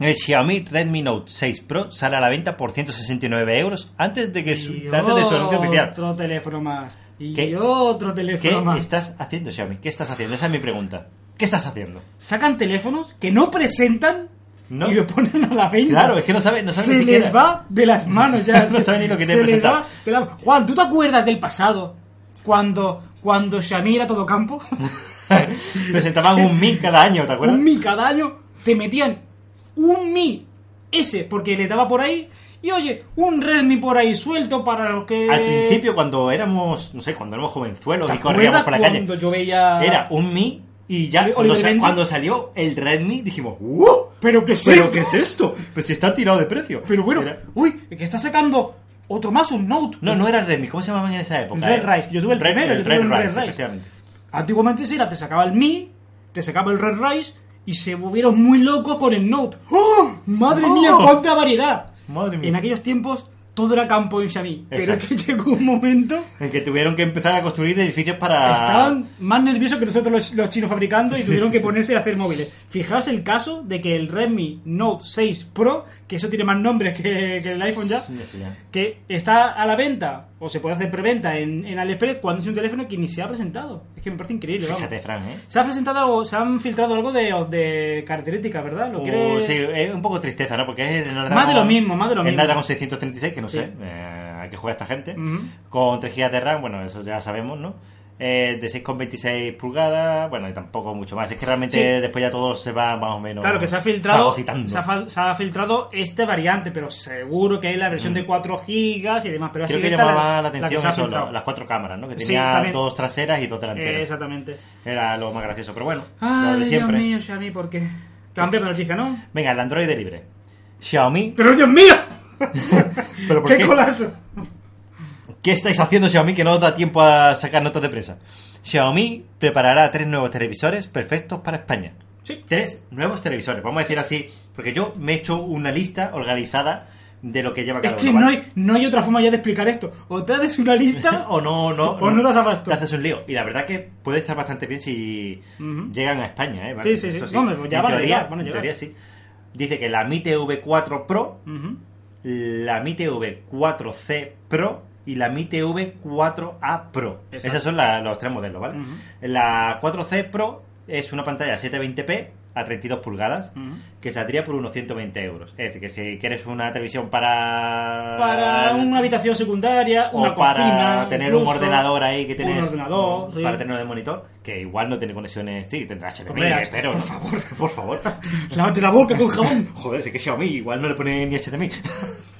S1: El Xiaomi Redmi Note 6 Pro sale a la venta por 169 euros antes de que su,
S2: Y
S1: antes de su anuncio oficial.
S2: Otro teléfono más. Y
S1: ¿Qué?
S2: otro
S1: ¿Qué
S2: teléfono más.
S1: estás haciendo, Xiaomi? ¿Qué estás haciendo? Esa es mi pregunta. ¿Qué estás haciendo?
S2: Sacan teléfonos que no presentan
S1: No.
S2: y lo ponen a la venta.
S1: Claro, es que no saben, no saben
S2: Se
S1: ni siquiera.
S2: les va de las manos ya.
S1: No saben ni lo que te
S2: Se
S1: he
S2: les
S1: presentado.
S2: va de la- Juan, ¿tú te acuerdas del pasado? Cuando, cuando Xiaomi era todo campo.
S1: Presentaban un Mi cada año, ¿te acuerdas?
S2: un mi cada año. Te metían un mi ese porque le daba por ahí. Y oye, un Redmi por ahí suelto para los que...
S1: Al principio, cuando éramos, no sé, cuando éramos jovenzuelos
S2: ¿Te
S1: y corríamos
S2: acuerdas
S1: por la calle,
S2: cuando yo veía...
S1: era un Mi y ya
S2: Oli-
S1: cuando,
S2: Oliver
S1: sa-
S2: Benji.
S1: cuando salió el Redmi dijimos, ¡Wow!
S2: ¿Pero qué es
S1: ¿Pero
S2: esto?
S1: qué es esto? Pues si está tirado de precio.
S2: Pero bueno,
S1: Era-
S2: uy, que está sacando otro más, un Note.
S1: No, no era Redmi, ¿cómo se llamaban en esa época?
S2: Red
S1: Era-
S2: Rice, yo tuve el primero, yo tuve el Red Rice.
S1: efectivamente.
S2: Antiguamente sí era, te sacaba el Mi, te sacaba el Red Rice y se volvieron muy locos con el Note. ¡Oh! ¡Madre
S1: ¡Oh!
S2: mía, cuánta variedad!
S1: Madre mía.
S2: En aquellos tiempos todo era campo en Xiaomi, pero es
S1: Exacto.
S2: que llegó un momento...
S1: En que tuvieron que empezar a construir edificios para...
S2: Estaban más nerviosos que nosotros los, los chinos fabricando y tuvieron que ponerse a hacer móviles. Fijaos el caso de que el Redmi Note 6 Pro, que eso tiene más nombres que, que el iPhone ya,
S1: Sí, sí, ya.
S2: que está a la venta o se puede hacer preventa en, en AliExpress cuando es un teléfono que ni se ha presentado. Es que me parece increíble. vamos.
S1: Fíjate, Fran, ¿eh?
S2: Se ha presentado algo, se han filtrado algo de, de características, ¿verdad? ¿Lo
S1: Uh,
S2: crees?
S1: sí, es un poco tristeza, ¿no? Porque es el Snapdragon-
S2: Más de lo mismo, más de lo
S1: el
S2: mismo.
S1: Snapdragon 636, que no
S2: Sí.
S1: sé eh, a qué juega esta gente.
S2: Ujú.
S1: Con 3 GB de RAM, bueno, eso ya sabemos, ¿no? Eh, de 6,26 pulgadas, bueno, y tampoco mucho más. Es que realmente
S2: Sí.
S1: después ya todo se va más o menos.
S2: Claro que se ha filtrado,
S1: fagocitando.
S2: se ha, fal- se ha filtrado este variante, pero seguro que hay la versión de 4 gigas y demás. Pero
S1: Mm. Creo
S2: así
S1: que
S2: esta
S1: llamaba la,
S2: que
S1: atención
S2: se ha
S1: eso,
S2: filtrado.
S1: la- las cuatro cámaras, ¿no? Que
S2: Sí,
S1: tenía
S2: también.
S1: dos traseras y dos
S2: Eh,
S1: delanteras.
S2: exactamente.
S1: Era lo más gracioso, pero bueno, lo
S2: Ay,
S1: de siempre.
S2: Dios mío, Xiaomi, ¿por qué? Cambiando de noticia, ¿no?
S1: Venga, el Android de libre. Xiaomi.
S2: ¡Pero Dios mío!
S1: ¿Pero por
S2: ¡Qué
S1: qué?
S2: colazo!
S1: ¿Qué estáis haciendo, Xiaomi, que no os da tiempo a sacar notas de prensa? Xiaomi preparará tres nuevos televisores perfectos para España.
S2: Sí.
S1: Tres nuevos televisores, vamos a decir así, porque yo me he hecho una lista organizada de lo que lleva
S2: Es
S1: cada
S2: que
S1: uno,
S2: no
S1: ¿vale?
S2: hay, no hay otra forma ya de explicar esto. O te haces una lista
S1: o no, no,
S2: o Pues no das abasto.
S1: te haces un lío. Y la verdad que puede estar bastante bien si
S2: Ujú.
S1: llegan a España, ¿eh?
S2: Sí, sí, sí.
S1: Esto
S2: No, hombre, pues ya
S1: en
S2: van a
S1: teoría,
S2: llegar, van a
S1: en
S2: llegar.
S1: teoría sí. Dice que la Mi TV4 Pro,
S2: Ujú.
S1: la Mi TV4C Pro y la Mi TV4A Pro.
S2: Exacto.
S1: Esos son la- los tres modelos, ¿vale?
S2: Ujú.
S1: La 4C Pro es una pantalla 720p a 32 pulgadas
S2: Ujú.
S1: que saldría por unos 120 euros. Es decir, que si quieres una televisión para...
S2: Para una habitación secundaria,
S1: o
S2: una
S1: para
S2: cocina,
S1: tener
S2: incluso.
S1: un ordenador ahí que tienes
S2: un ordenador, sí.
S1: para tenerlo de monitor que igual no tiene conexiones sí tendrá HDMI
S2: Hombre,
S1: espero
S2: por
S1: ¿no?
S2: favor.
S1: por favor
S2: Lávate la boca con jabón.
S1: Joder, sí que Xiaomi, igual no le pone ni HDMI.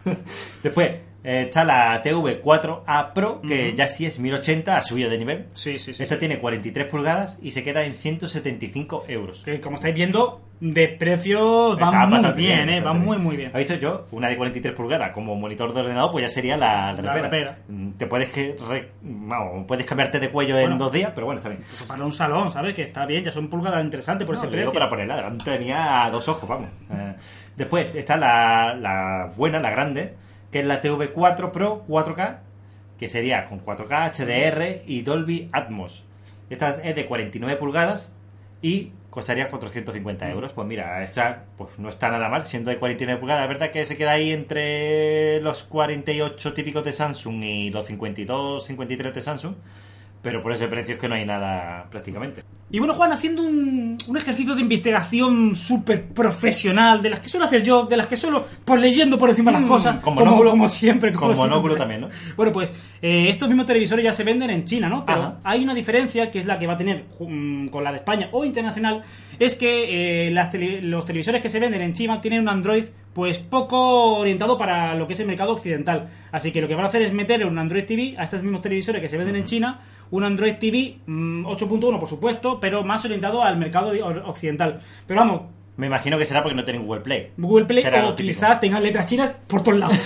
S1: Después eh, está la TV4A Pro, que
S2: Ujú.
S1: ya sí es 1080, ha subido de nivel.
S2: Sí, sí, sí.
S1: Esta tiene 43 pulgadas y se queda en 175 euros.
S2: Que como estáis viendo, de precios
S1: Está
S2: va muy
S1: bastante
S2: bien, eh. Va
S1: bastante
S2: muy, muy bien.
S1: ¿Has visto yo? Una de 43 pulgadas como monitor de ordenador, pues ya sería la,
S2: La repera.
S1: Mm, Te puedes que re- vamos, puedes cambiarte de cuello
S2: Bueno.
S1: en dos días, pero bueno, está bien.
S2: Eso para un salón, ¿sabes? Que está bien, ya son pulgadas interesantes por
S1: No,
S2: ese
S1: yo digo
S2: precio.
S1: para ponerla, delante tenía dos ojos, vamos. Eh, después está la, la buena, la grande, que es la TV4 Pro 4K, que sería con 4K HDR y Dolby Atmos. Esta es de 49 pulgadas y costaría 450 euros. Pues mira, esa pues no está nada mal, siendo de 49 pulgadas. La verdad que se queda ahí entre los 48 típicos de Samsung y los 52, 53 de Samsung. Pero por ese precio es que no hay nada prácticamente.
S2: Y bueno, Juan, haciendo un, un ejercicio de investigación súper profesional, de las que suelo hacer yo, de las que suelo, pues leyendo por encima las
S1: Mm,
S2: cosas,
S1: con
S2: como,
S1: monóculo.
S2: como siempre. Como
S1: Con
S2: siempre.
S1: monóculo también, ¿no?
S2: Bueno, pues eh, estos mismos televisores ya se venden en China, ¿no? Pero
S1: Ajá.
S2: hay una diferencia que es la que va a tener mm, con la de España o internacional, es que eh, las tele- los televisores que se venden en China tienen un Android pues poco orientado para lo que es el mercado occidental. Así que lo que van a hacer es meter un Android TV a estos mismos televisores que se venden en China, un Android TV mm, 8.1 por supuesto, pero más orientado al mercado de- o- occidental. Pero vamos,
S1: Me imagino que será porque no tienen Google Play.
S2: Google Play
S1: Será
S2: o
S1: lo típico.
S2: quizás tengan letras chinas por todos lados.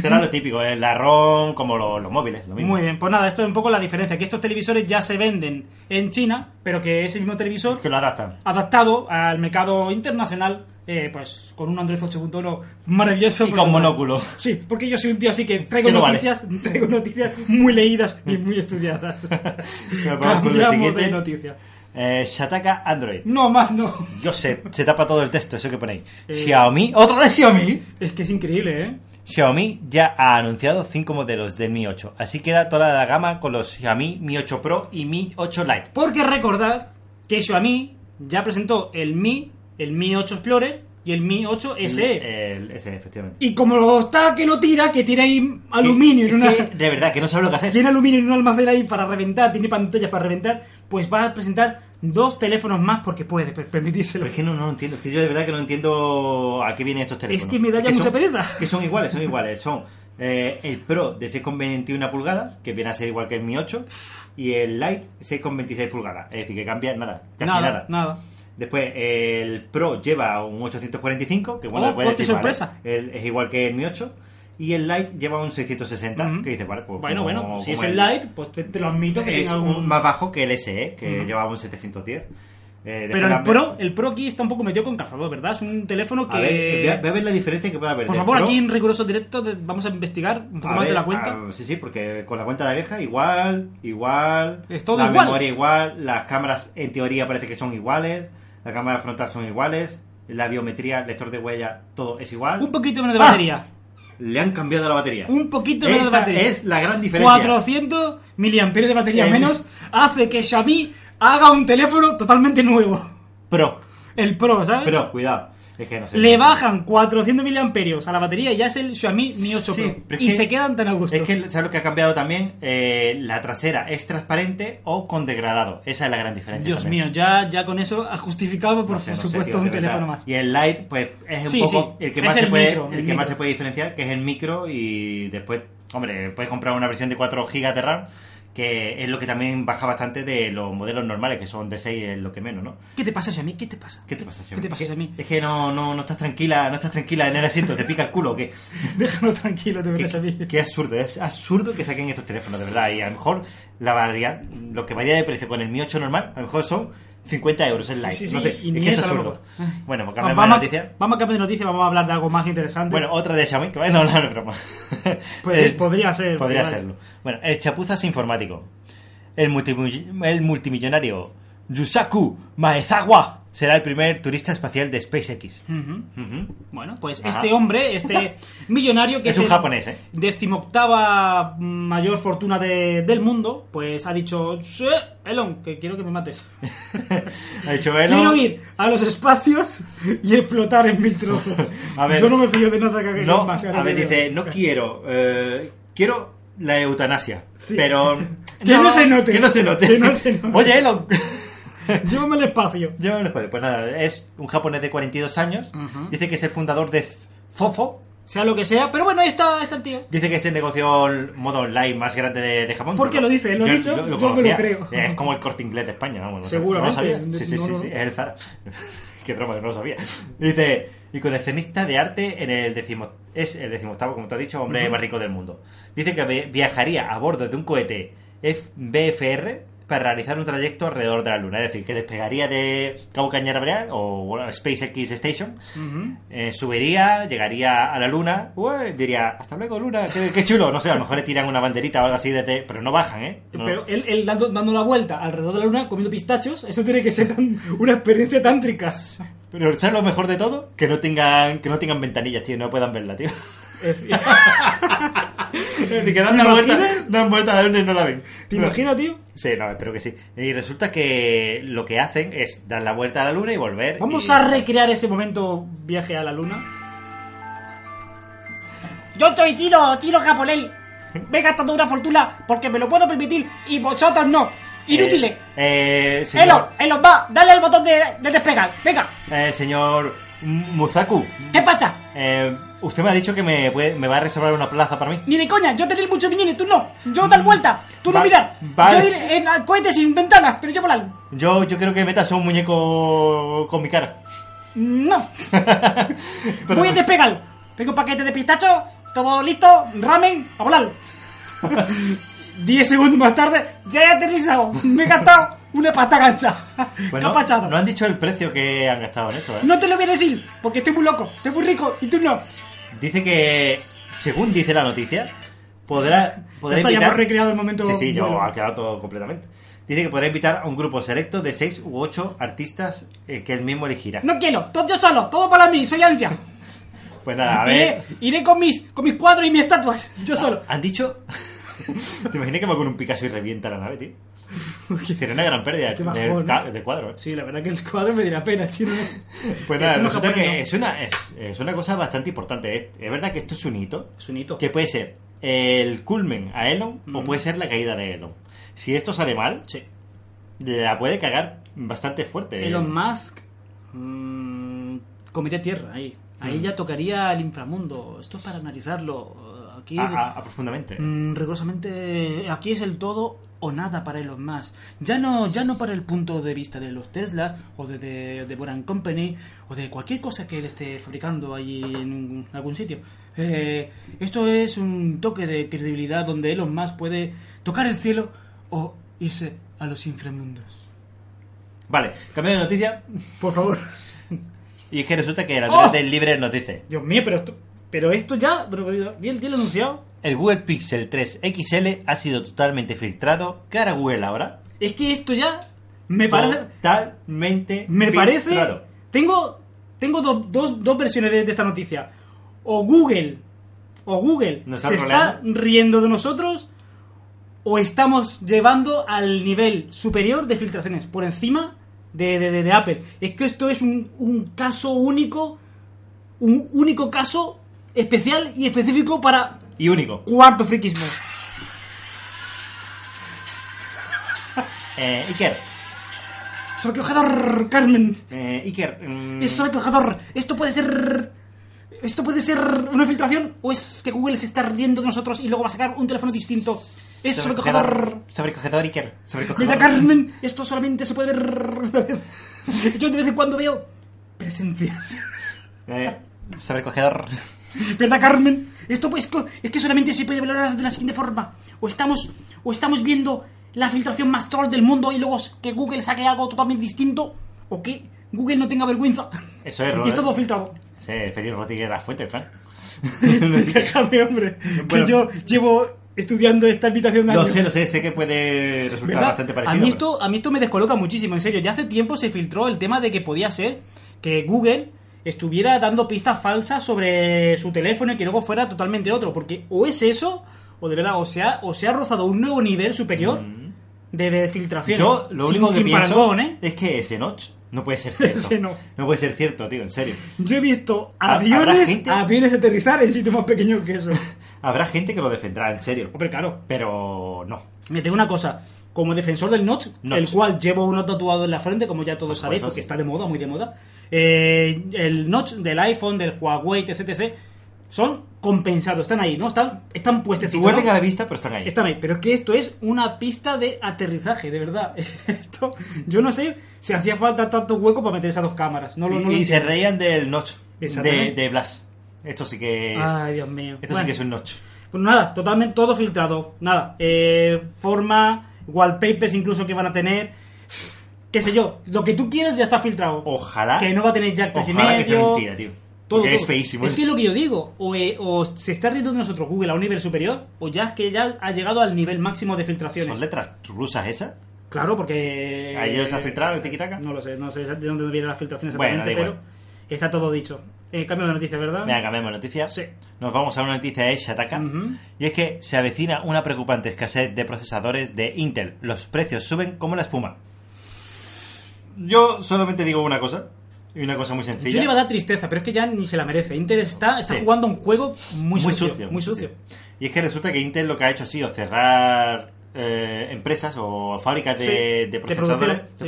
S1: Será lo típico, el arrón, como lo- los móviles, lo mismo.
S2: Muy bien, pues nada, esto es un poco la diferencia, que estos televisores ya se venden en China, pero que ese mismo televisor,
S1: Que lo adaptan.
S2: adaptado al mercado internacional, eh, pues con un Android 8.1 maravilloso.
S1: Y
S2: porque-
S1: con monóculo.
S2: Sí, porque yo soy un tío así que traigo
S1: Que no vale.
S2: noticias, traigo noticias muy leídas y muy estudiadas.
S1: Pero vamos con la
S2: Cambiamos de
S1: siguiente.
S2: noticia.
S1: Eh, Shataka Android.
S2: No más no.
S1: Yo sé, se tapa todo el texto, eso que ponéis.
S2: Eh.
S1: Xiaomi, otro de Xiaomi.
S2: Es que es increíble, ¿eh?
S1: Xiaomi ya ha anunciado 5 modelos del Mi 8, así queda toda la gama con los Xiaomi Mi 8 Pro y Mi 8 Lite.
S2: Porque recordad que Xiaomi ya presentó el Mi, el Mi 8 Explorer y el Mi E. 8 SE.
S1: El, ese, efectivamente.
S2: Y como lo está que lo tira, que tiene ahí aluminio
S1: Es
S2: en una.
S1: que, de verdad, que no sabe lo que hacer.
S2: Tiene aluminio en un almacén ahí para reventar, tiene pantallas para reventar, pues va a presentar dos teléfonos más porque puede per- permitírselo.
S1: Pero es que no, no lo entiendo, es que yo de verdad que no entiendo a qué vienen estos teléfonos.
S2: Es que me da ya
S1: son-
S2: mucha pereza.
S1: Que son iguales, son iguales. Son eh, el Pro de 6,21 pulgadas, que viene a ser igual que el Mi 8, y el Lite 6,26 pulgadas. Es decir, que cambia nada, casi nada.
S2: nada, nada.
S1: Después, el Pro lleva un 845, que bueno,
S2: Oh,
S1: le puedes
S2: coche
S1: decir, vale,
S2: sorpresa.
S1: el- es igual que el Mi 8. Y el Lite lleva un 660,
S2: Ujú.
S1: que dice, vale, pues...
S2: Bueno,
S1: como-
S2: bueno, si
S1: como
S2: es el Lite, pues te, te lo admito que
S1: Es
S2: tenga algún.
S1: un- más bajo que el SE, que
S2: Ujú.
S1: lleva un 710. Eh, después
S2: Pero el
S1: la-
S2: Pro, el Pro aquí está un poco metido con cazador, ¿verdad? Es un teléfono que.
S1: A ver, eh, voy a, voy a ver la diferencia que puede haber.
S2: Por
S1: del
S2: favor,
S1: Pro.
S2: aquí en riguroso directo de- vamos a investigar un poco
S1: A
S2: más de
S1: ver,
S2: la cuenta.
S1: ah, sí, sí, porque con la cuenta de abeja igual, igual.
S2: Es todo
S1: la
S2: igual.
S1: memoria igual, las cámaras en teoría parece que son iguales, la cámara frontal son iguales, la biometría, lector de huella, todo es igual.
S2: Un poquito menos de
S1: Ah.
S2: batería.
S1: Le han cambiado la batería.
S2: Un poquito menos de
S1: Esa
S2: batería.
S1: es la gran diferencia.
S2: 400 miliamperios de batería
S1: El-
S2: menos hace que Xiaomi haga un teléfono totalmente nuevo.
S1: Pro.
S2: El Pro, ¿sabes?
S1: Pero, cuidado. Es que no sé.
S2: Le bajan 400 miliamperios a la batería y ya es el Xiaomi Mi 8
S1: Sí,
S2: Pro.
S1: pero es
S2: Y
S1: que-
S2: se quedan tan a gusto.
S1: Es que, ¿sabes lo que ha cambiado también? Eh, la trasera es transparente o con degradado. Esa es la gran diferencia.
S2: Dios
S1: también.
S2: mío, ya, ya con eso ha justificado, por
S1: No sé, no sé,
S2: supuesto,
S1: tío,
S2: un
S1: de verdad.
S2: teléfono más.
S1: Y el Lite, pues es un
S2: Sí,
S1: poco
S2: sí,
S1: el que,
S2: es
S1: más,
S2: el
S1: se puede,
S2: micro,
S1: el
S2: el
S1: que más
S2: micro.
S1: se puede diferenciar, que es el micro. Y después, hombre, puedes comprar una versión de 4 GB de RAM, que es lo que también baja bastante de los modelos normales, que son de 6, es lo que menos, ¿no?
S2: ¿Qué te pasa, Xiaomi? ¿Qué te pasa?
S1: ¿Qué te pasa, Xiaomi?
S2: ¿Qué te pasa,
S1: Es que-
S2: Xiaomi?
S1: Es que no, no, no estás tranquila, no estás tranquila en el asiento, te pica el culo, que
S2: Déjalo tranquilo, te verdad, Xiaomi.
S1: Qué, qué absurdo, es absurdo que saquen estos teléfonos, de verdad. Y a lo mejor la variedad, lo que varía de precio con el Mi 8 normal, a lo mejor son 50 euros el
S2: Sí,
S1: Lite.
S2: sí,
S1: no
S2: sí,
S1: sé,
S2: y
S1: es
S2: ni
S1: que es
S2: eso a lo
S1: absurdo.
S2: mejor. Ay.
S1: Bueno, pues
S2: Ah, vamos,
S1: cambiamos de
S2: a-
S1: noticia.
S2: vamos a cambiar de noticia, vamos a hablar de algo más interesante.
S1: Bueno, otra de Xiaomi, que bueno, no, no, es broma.
S2: Pues,
S1: Eh,
S2: podría ser.
S1: podría
S2: vale.
S1: serlo. Bueno, el chapuzas informático. El, multimu- el multimillonario Yusaku Maezawa será el primer turista espacial de SpaceX.
S2: Ujú.
S1: Ujú.
S2: Bueno, pues
S1: Ajá.
S2: este hombre, este millonario que
S1: Es
S2: es,
S1: un
S2: el
S1: japonés, ¿eh?
S2: decimoctava mayor fortuna de- del mundo, pues ha dicho, "Sí, Elon, que quiero que me mates.
S1: Ha dicho Elon-
S2: Quiero ir a los espacios y explotar en mil trozos.
S1: A ver.
S2: Yo no me fío de nada que haga
S1: No,
S2: Elon Musk, ahora
S1: a ver,
S2: que veo.
S1: dice, no quiero, eh, quiero la eutanasia,
S2: Sí.
S1: pero...
S2: Que no se note.
S1: Que no se note.
S2: Que no se note.
S1: Oye, Elon,
S2: Llévame al espacio.
S1: llévame los padres. Pues nada, es un japonés de 42 años,
S2: Ujú.
S1: dice que es el fundador de Zozo,
S2: Sea lo que sea, pero bueno, ahí está, ahí está el tío.
S1: dice que es el negocio on- modo online más grande de, de Japón.
S2: ¿Por
S1: Yo
S2: qué
S1: no-
S2: lo dice? Lo ha dicho, yo me lo
S1: conocía.
S2: creo.
S1: Es como el corte inglés de España, vamos. No sab-
S2: Seguramente.
S1: No lo sabía. Sí, sí,
S2: No,
S1: sí,
S2: no,
S1: sí,
S2: no.
S1: es el Zara. Qué broma, que no lo sabía. Dice, y coleccionista de arte en el decimo, es el decimoctavo, como te has dicho, hombre más rico del mundo. Dice que vi- viajaría a bordo de un cohete F- BFR para realizar un trayecto alrededor de la Luna. Es decir, que despegaría de Cabo Cañaveral o bueno, SpaceX Station,
S2: Ujú.
S1: eh, subiría, llegaría a la Luna, ué, diría, hasta luego Luna, qué, qué chulo. No sé, a lo mejor le tiran una banderita o algo así, desde, pero no bajan, ¿eh? No.
S2: Pero él, él dando, dando la vuelta alrededor de la luna comiendo pistachos, eso tiene que ser tan- una experiencia tántrica.
S1: Pero ¿sabes lo mejor de todo? Que no tengan, que no tengan ventanillas, tío, no puedan verla, tío.
S2: Es-
S1: Es decir, que dan
S2: ¿Te
S1: la vuelta,
S2: imaginas?
S1: dan vuelta a la luna y no la ven.
S2: ¿Te
S1: No.
S2: imaginas, tío?
S1: Sí, no, espero que sí. Y resulta que lo que hacen es dar la vuelta a la luna y volver.
S2: Vamos
S1: y-
S2: a recrear ese momento viaje a la luna. Yo soy chino, chino japonés. Me he gastado una fortuna porque me lo puedo permitir y vosotros no. Inútiles.
S1: Eh, eh,
S2: Elon,
S1: señor,
S2: Elon, va, dale al botón de, de despegar. Venga,
S1: eh, señor Muzaku,
S2: ¿qué pasa?
S1: eh, usted me ha dicho que me, puede- me va a reservar una plaza para mí.
S2: Ni de coña, yo tenéis muchos millones, tú no. Yo dar vuelta, tú no
S1: Vale,
S2: mirar.
S1: Mm, vale.
S2: Yo ir en cohetes sin ventanas, pero yo volar.
S1: Yo, yo creo que metas un muñeco con mi cara.
S2: No.
S1: Pero-
S2: Voy a despegar. Tengo un paquete de pistacho, todo listo, ramen, a volar. Diez segundos más tarde, ya he aterrizado. Me he gastado una pasta gancha.
S1: Bueno,
S2: Capachado.
S1: no han dicho el precio que han gastado en esto, ¿eh?
S2: No te lo voy a decir, porque estoy muy loco, estoy muy rico y tú no.
S1: Dice que, según dice la noticia, podrá, podrá
S2: Esto ya
S1: invitar...
S2: hemos recreado el momento
S1: Sí, sí, yo
S2: bueno.
S1: ha quedado todo completamente. Dice que podrá invitar a un grupo selecto de 6 u 8 artistas eh, que él mismo elegirá.
S2: No quiero, todo yo solo, todo para mí, soy ansia.
S1: Pues nada, a ver... Ah.
S2: Iré, iré con, mis, con mis cuadros y mis estatuas, yo Eh, solo.
S1: ¿Han dicho...? ¿Te imaginas que va con un Picasso y revienta la nave, tío? Sería una gran pérdida
S2: Qué
S1: de,
S2: bajón.
S1: ca- de cuadro. ¿eh?
S2: Sí, la verdad que el cuadro me dirá pena, chino.
S1: Pues nada,
S2: Chino
S1: resulta
S2: japonés,
S1: que
S2: no.
S1: es una, es, es una cosa bastante importante. Es, es verdad que esto es un hito,
S2: Es un hito.
S1: que puede ser el culmen a Elon o
S2: Mm.
S1: puede ser la caída de Elon. Si esto sale mal,
S2: Sí.
S1: la puede cagar bastante fuerte.
S2: Elon Musk. mm, comité Tierra, ahí. Ahí ya tocaría el inframundo. Esto es para analizarlo. eh, Aquí.
S1: A, a- a profundamente.
S2: mm, rigurosamente. Aquí es el todo o nada para Elon Musk. Ya no, ya no para el punto de vista de los Teslas o de, de, de Boran Company o de cualquier cosa que él esté fabricando allí en un- algún sitio. Eh, esto es un toque de credibilidad donde Elon Musk puede tocar el cielo o irse a los inframundos.
S1: Vale, cambio de noticia.
S2: Por favor.
S1: Y es que resulta que el Andrés
S2: ¡Oh!
S1: del Libre nos dice:
S2: Dios mío, pero esto, pero esto ya, pero vi el, vi el anunciado.
S1: El Google Pixel 3 XL ha sido totalmente filtrado. ¿Qué hará Google ahora?
S2: Es que esto ya me parece,
S1: Totalmente
S2: me parece.
S1: filtrado.
S2: Tengo, tengo do- dos, dos versiones de, de esta noticia. O Google, o Google
S1: ¿Nos
S2: se
S1: está
S2: está
S1: troleando?
S2: riendo de nosotros, o estamos llevando al nivel superior de filtraciones por encima de, de- de- de Apple. Es que esto es un, un caso único, un único caso especial y específico para
S1: Y único.
S2: cuarto friquismo.
S1: Eh, Iker,
S2: Sobrecogedor, Carmen.
S1: eh, Iker, mm,
S2: Es sobrecogedor. Esto puede ser. Esto puede ser una filtración o es que Google se está riendo de nosotros y luego va a sacar un teléfono distinto. Es sobrecogedor.
S1: Sobrecogedor, Iker.
S2: Mira,
S1: Sobrecogedor.
S2: Carmen, esto solamente se puede ver. Yo de vez en cuando veo presencias.
S1: Eh, sobrecogedor.
S2: ¿Verdad, Carmen? Esto pues, co- es que solamente se puede valorar de la siguiente forma. O estamos, o estamos viendo la filtración más troll del mundo y luego s- que Google saque algo totalmente distinto. O que Google no tenga vergüenza.
S1: Eso es,
S2: Y es
S1: Robert.
S2: todo filtrado.
S1: Sí, Feliz Rodríguez de la Fuente, Fran.
S2: Déjame, hombre.
S1: Bueno.
S2: Que yo llevo estudiando esta invitación de
S1: Lo
S2: años.
S1: sé, lo sé, sé que puede resultar
S2: ¿Verdad?
S1: bastante parecido.
S2: a, mí
S1: pero-
S2: esto, a mí esto me descoloca muchísimo, en serio. Ya hace tiempo se filtró el tema de que podía ser que Google estuviera dando pistas falsas sobre su teléfono y que luego fuera totalmente otro. Porque o es eso, o de verdad, o se ha, o se ha rozado un nuevo nivel superior de, de
S1: Mm.
S2: filtración.
S1: Yo lo único que
S2: sin, sin
S1: pienso
S2: parangón, ¿eh?
S1: es que ese notch no puede ser cierto.
S2: Ese no.
S1: puede ser cierto, tío, en serio.
S2: Yo he visto
S1: ¿Habrá
S2: aviones,
S1: gente?
S2: aviones aterrizar en sitios más pequeños que eso.
S1: Habrá gente que lo defenderá, en serio.
S2: Hombre, claro.
S1: Pero no.
S2: Me tengo una cosa. Como defensor del Notch,
S1: Notch. Pues
S2: el cual llevo uno tatuado en la frente, como ya todos
S1: supuesto,
S2: sabéis, porque
S1: sí.
S2: está de moda, muy de moda, eh, el Notch del iPhone, del Huawei, etc, etc, son compensados, están ahí, ¿no? Están, están puestecitos.
S1: Duelen
S2: ¿no?
S1: a la vista, pero están ahí.
S2: Están ahí, pero es que esto es una pista de aterrizaje, de verdad. Esto, yo no sé si hacía falta tanto hueco para meter esas dos cámaras. No lo, no lo
S1: y y se
S2: entiendo.
S1: reían del notch de,
S2: Exactamente.
S1: de Blas. Esto sí que es,
S2: Ay, Dios mío.
S1: esto sí
S2: Ah, Bueno.
S1: que es un notch.
S2: Pues nada, totalmente todo filtrado. Nada, eh, forma, wallpapers incluso que van a tener. Qué sé yo, lo que tú quieras ya está filtrado.
S1: Ojalá.
S2: Que no va a tener jack 3 y
S1: Ojalá que sea
S2: medio.
S1: mentira, tío.
S2: Todo,
S1: Porque es
S2: todo.
S1: feísimo. ¿eh?
S2: Es que es lo que yo digo. O, eh, o se está riendo de nosotros Google a un nivel superior, o ya es que ya ha llegado al nivel máximo de
S1: ¿Son
S2: filtraciones.
S1: letras rusas esas?
S2: Claro, porque. eh,
S1: ¿Ayer se ha filtrado el tiquitaca?
S2: No lo sé, no sé de dónde vienen las filtraciones
S1: Bueno,
S2: exactamente,
S1: da igual.
S2: pero está todo dicho. Eh, cambio de noticia, ¿verdad?
S1: Venga, cambiamos noticias.
S2: Sí.
S1: Nos vamos a una noticia de Shataka.
S2: Ujú.
S1: Y es que se avecina una preocupante escasez de procesadores de Intel. Los precios suben como la espuma. Yo solamente digo una cosa. Y una cosa muy sencilla.
S2: Yo le iba a dar tristeza, pero es que ya ni se la merece. Inter está, está
S1: Sí.
S2: jugando un juego
S1: muy
S2: muy, sucio,
S1: sucio,
S2: Muy sucio.
S1: Y es que resulta que Intel lo que ha hecho ha sido cerrar eh, empresas o fábricas de,
S2: Sí,
S1: de
S2: de
S1: procesadores de
S2: producción, sí.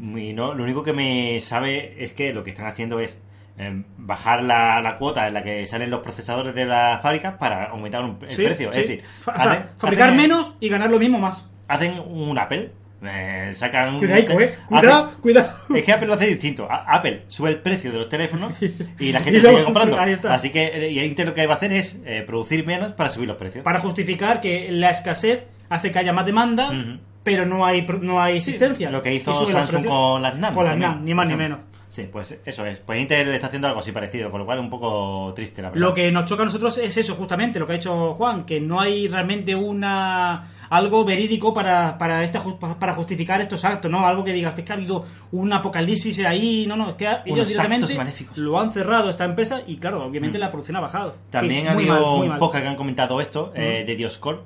S1: producción. Y no, lo único que me sabe es que lo que están haciendo es eh, bajar la, la cuota en la que salen los procesadores de las fábricas para aumentar un- el
S2: Sí,
S1: precio.
S2: sí.
S1: Es decir,
S2: Fa- o sea,
S1: hacen-
S2: fabricar
S1: hacen-
S2: menos y ganar lo mismo más.
S1: Hacen un Apple, eh, sacan un.
S2: Cuidado, eh.
S1: hacen-
S2: Cuidado, cuidado.
S1: es que Apple lo hace distinto. A- Apple sube el precio de los teléfonos y la gente
S2: Y
S1: lo sigue
S2: luego-
S1: comprando.
S2: ahí está.
S1: Así que eh, y Intel lo que va a hacer es eh, producir menos para subir los precios.
S2: Para justificar que la escasez hace que haya más demanda,
S1: Ujú.
S2: pero no hay, pro- no hay existencia.
S1: Lo que
S2: Y
S1: hizo
S2: sube los
S1: Samsung
S2: precios.
S1: con las NAM.
S2: Con las
S1: también,
S2: NAM, ni más
S1: por
S2: ni
S1: ejemplo.
S2: menos.
S1: Sí, pues eso es. Pues Intel está haciendo algo así parecido, con lo cual es un poco triste, la verdad.
S2: Lo que nos choca a nosotros es eso, justamente, lo que ha dicho Juan, que no hay realmente una algo verídico para, para, esta ju- para justificar estos actos, ¿no? Algo que digas, es que ha habido un apocalipsis ahí, no, no, es que ha- ellos
S1: Unos
S2: directamente
S1: actos maléficos.
S2: lo han cerrado esta empresa y claro, obviamente
S1: Mm.
S2: la producción ha bajado.
S1: También
S2: Sí,
S1: ha
S2: muy
S1: habido
S2: mal, muy
S1: un
S2: mal.
S1: podcast que han comentado esto, eh, de Dioscorp.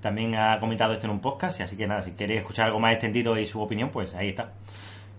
S1: También ha comentado esto en un podcast, y así que nada, si queréis escuchar algo más extendido y su opinión, pues ahí está.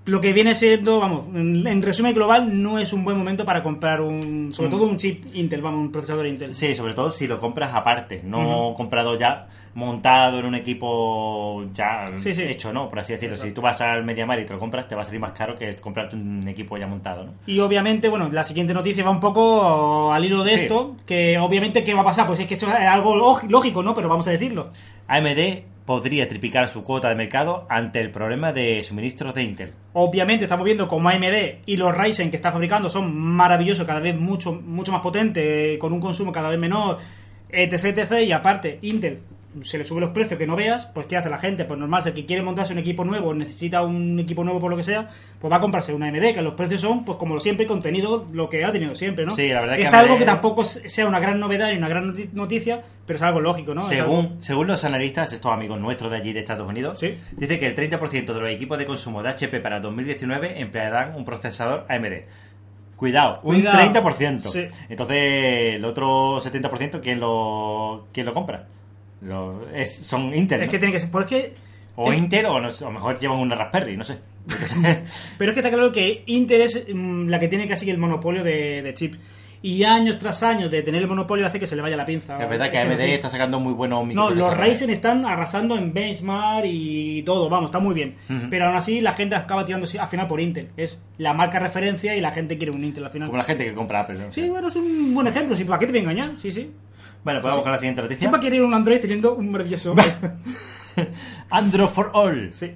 S2: Lo que viene siendo, vamos, en, en resumen global, no es un buen momento para comprar un, sobre
S1: Mm.
S2: todo un chip Intel, vamos, un procesador Intel.
S1: Sí, sobre todo si lo compras aparte, no comprado ya montado en un equipo ya
S2: Sí, sí.
S1: hecho, ¿no? Por así decirlo. Si tú
S2: Exacto.
S1: vas al MediaMar y te lo compras, te va a salir más caro que comprarte un equipo ya montado, ¿no?
S2: Y obviamente, bueno, la siguiente noticia va un poco al hilo de
S1: Sí.
S2: esto, que obviamente, ¿qué va a pasar? Pues es que esto es algo log- lógico, ¿no? Pero vamos a decirlo.
S1: AMD podría triplicar su cuota de mercado ante el problema de suministros de Intel.
S2: Obviamente estamos viendo como AMD y los Ryzen que está fabricando son maravillosos, cada vez mucho, mucho más potente, con un consumo cada vez menor, etc, etc. Y aparte, Intel se le sube los precios que no veas, pues ¿qué hace la gente? Pues normal, si el que quiere montarse un equipo nuevo, necesita un equipo nuevo por lo que sea, pues va a comprarse una AMD, que los precios son, pues como siempre, contenido, lo que ha tenido siempre, ¿no?
S1: Sí, la verdad
S2: es
S1: que
S2: algo
S1: AMD
S2: que tampoco sea una gran novedad y una gran noti- noticia, pero es algo lógico, ¿no? Ah, Es algo-
S1: según, según los analistas, estos amigos nuestros de allí de Estados Unidos,
S2: Sí.
S1: dice que el 30% de los equipos de consumo de HP para 2019 emplearán un procesador AMD. Cuidado, un
S2: Cuidado.
S1: 30%.
S2: Sí.
S1: Entonces, el otro 70%, ¿quién lo, quién lo compra? Lo- es- son Intel.
S2: Es
S1: ¿no?
S2: que tiene que ser, porque
S1: O Intel, o, no sé, o mejor llevan una Raspberry, no sé. Yo qué sé.
S2: Pero es que está claro que Intel es mm, la que tiene casi el monopolio de, de chip. Y años tras años de tener el monopolio hace que se le vaya la pinza.
S1: La verdad que
S2: Es
S1: AMD
S2: decir,
S1: está sacando muy buenos
S2: No, los
S1: microprocesadores.
S2: Ryzen están arrasando en benchmark y todo, vamos, está muy bien.
S1: Ujú.
S2: Pero aún así la gente acaba tirándose al final por Intel. Es la marca referencia y la gente quiere un Intel al final.
S1: Como la gente que compra Apple. ¿no?
S2: Sí, bueno, es un buen ejemplo. Si, ¿Para qué te voy a engañar? Sí, sí.
S1: Bueno, pues vamos con la siguiente
S2: Yo
S1: noticia.
S2: para querer un Android teniendo un maravilloso...
S1: Android for All.
S2: sí.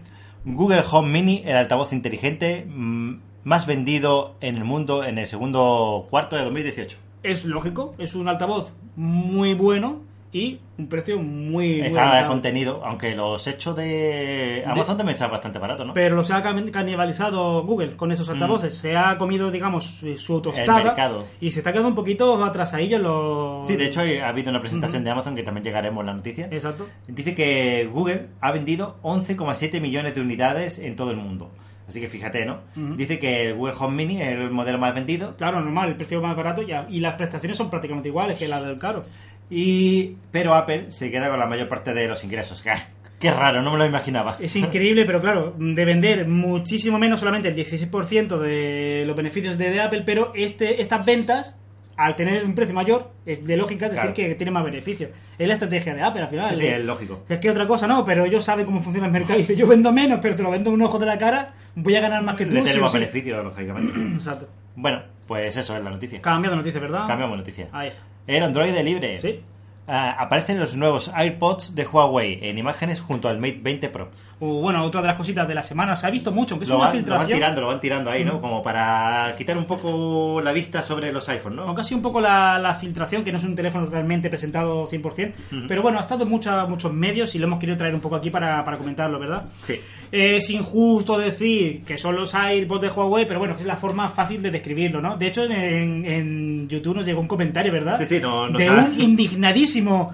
S1: Google Home Mini, el altavoz inteligente mm, más vendido en el mundo en el segundo cuarto de 2018.
S2: Es lógico, es un altavoz muy bueno y un precio muy... muy
S1: Está
S2: adecuado.
S1: contenido, aunque los hechos de Amazon también están bastante barato, ¿no?
S2: Pero los ha can- canibalizado Google con esos altavoces. Se ha comido, digamos, su su
S1: Mm. El mercado.
S2: tostada. Y se está quedando un poquito atrasadillo en los.
S1: Sí, de hecho ha habido una presentación de Amazon que también llegaremos a la noticia.
S2: Exacto.
S1: Dice que Google ha vendido 11,7 millones de unidades en todo el mundo. Así que fíjate, ¿no?
S2: Ujú.
S1: Dice que el Google Home Mini es el modelo más vendido,
S2: Claro, normal, el precio más barato y, a- y las prestaciones son prácticamente iguales que las del caro.
S1: y pero Apple se queda con la mayor parte de los ingresos. Qué raro, no me lo imaginaba.
S2: Es increíble, pero claro, de vender muchísimo menos, solamente el 16% de los beneficios de, de Apple, pero este, estas ventas, al tener un precio mayor, es de lógica decir
S1: Claro.
S2: que tiene más beneficios. Es la estrategia de Apple al final.
S1: Ah, Sí, sí, es lógico.
S2: Es que otra cosa no, pero ellos saben cómo funciona el mercado. Y dice, yo vendo menos, pero te lo vendo un ojo de la cara, voy a ganar más que tú.
S1: Le
S2: sí o
S1: tenemos
S2: sí.
S1: beneficios, lógicamente.
S2: Exacto.
S1: bueno, pues eso es la noticia.
S2: Cambiando noticias, ¿verdad?
S1: Cambiamos noticia.
S2: Ahí está.
S1: El Android libre.
S2: Ah. Sí.
S1: ah, aparecen los nuevos AirPods de Huawei en imágenes junto al Mate 20 Pro.
S2: O Uh, bueno, otra de las cositas de la semana se ha visto mucho, aunque es
S1: Lo van,
S2: una
S1: lo van
S2: filtración. Mm.
S1: tirando, lo van tirando ahí, ¿no? Como para quitar un poco la vista sobre los iPhones, ¿no?
S2: Aunque ha sido un poco la, la filtración, que no es un teléfono realmente presentado 100%, pero bueno, ha estado en mucha- muchos medios y lo hemos querido traer un poco aquí para, para comentarlo, ¿verdad?
S1: Sí.
S2: Eh, Es injusto decir que son los AirPods de Huawei, pero bueno, es la forma fácil de describirlo, ¿no? De hecho, en, en YouTube nos llegó un comentario, ¿verdad?
S1: Sí, sí, no- nos
S2: De
S1: ha-
S2: un indignadísimo,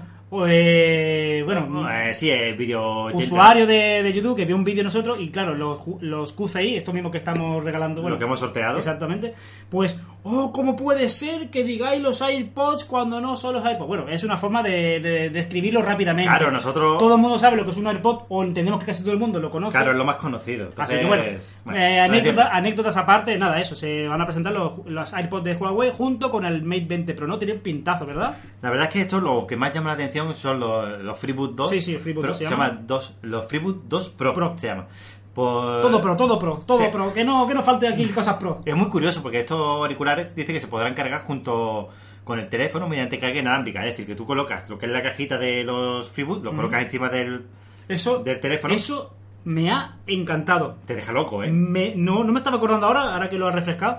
S2: eh, bueno,
S1: Eh, sí, eh, vídeo... oyente.
S2: usuario de, de YouTube que vio un vídeo de nosotros y claro, los, ju- los QCI, esto mismo que estamos regalando, bueno,
S1: Lo que hemos sorteado.
S2: Exactamente. Pues, oh, ¿cómo puede ser que digáis los AirPods cuando no son los AirPods? Bueno, es una forma de, de- de describirlo rápidamente.
S1: Claro, nosotros-
S2: Todo el mundo sabe lo que es un AirPod o entendemos que casi todo el mundo lo conoce.
S1: Claro, es lo más conocido.
S2: Así
S1: Entonces,
S2: que Ah, bueno,
S1: bueno,
S2: eh,
S1: entonces,
S2: anécdota- anécdotas aparte, nada, eso, se van a presentar los, los AirPods de Huawei junto con el Mate 20 Pro, ¿no? Tiene un pintazo, ¿verdad?
S1: La verdad es que esto lo que más llama la atención son los, los Freeboot 2.
S2: Sí, sí, Freeboot
S1: Pro-
S2: 2 se
S1: se
S2: llama.
S1: llama dos, los Freeboot 2 Pro,
S2: Pro.
S1: se llama. Por-
S2: Todo pro, todo pro, todo
S1: Sí.
S2: pro, que no, que no falte aquí cosas pro.
S1: Es muy curioso porque estos auriculares dice que se podrán cargar junto con el teléfono mediante carga inalámbrica. Es decir, que tú colocas lo que es la cajita de los Freeboot, lo
S2: Mm.
S1: colocas encima del...
S2: Eso,
S1: Del teléfono.
S2: Eso me ha encantado.
S1: Te deja loco, ¿eh?
S2: Me- no, no me estaba acordando ahora, ahora que lo has refrescado.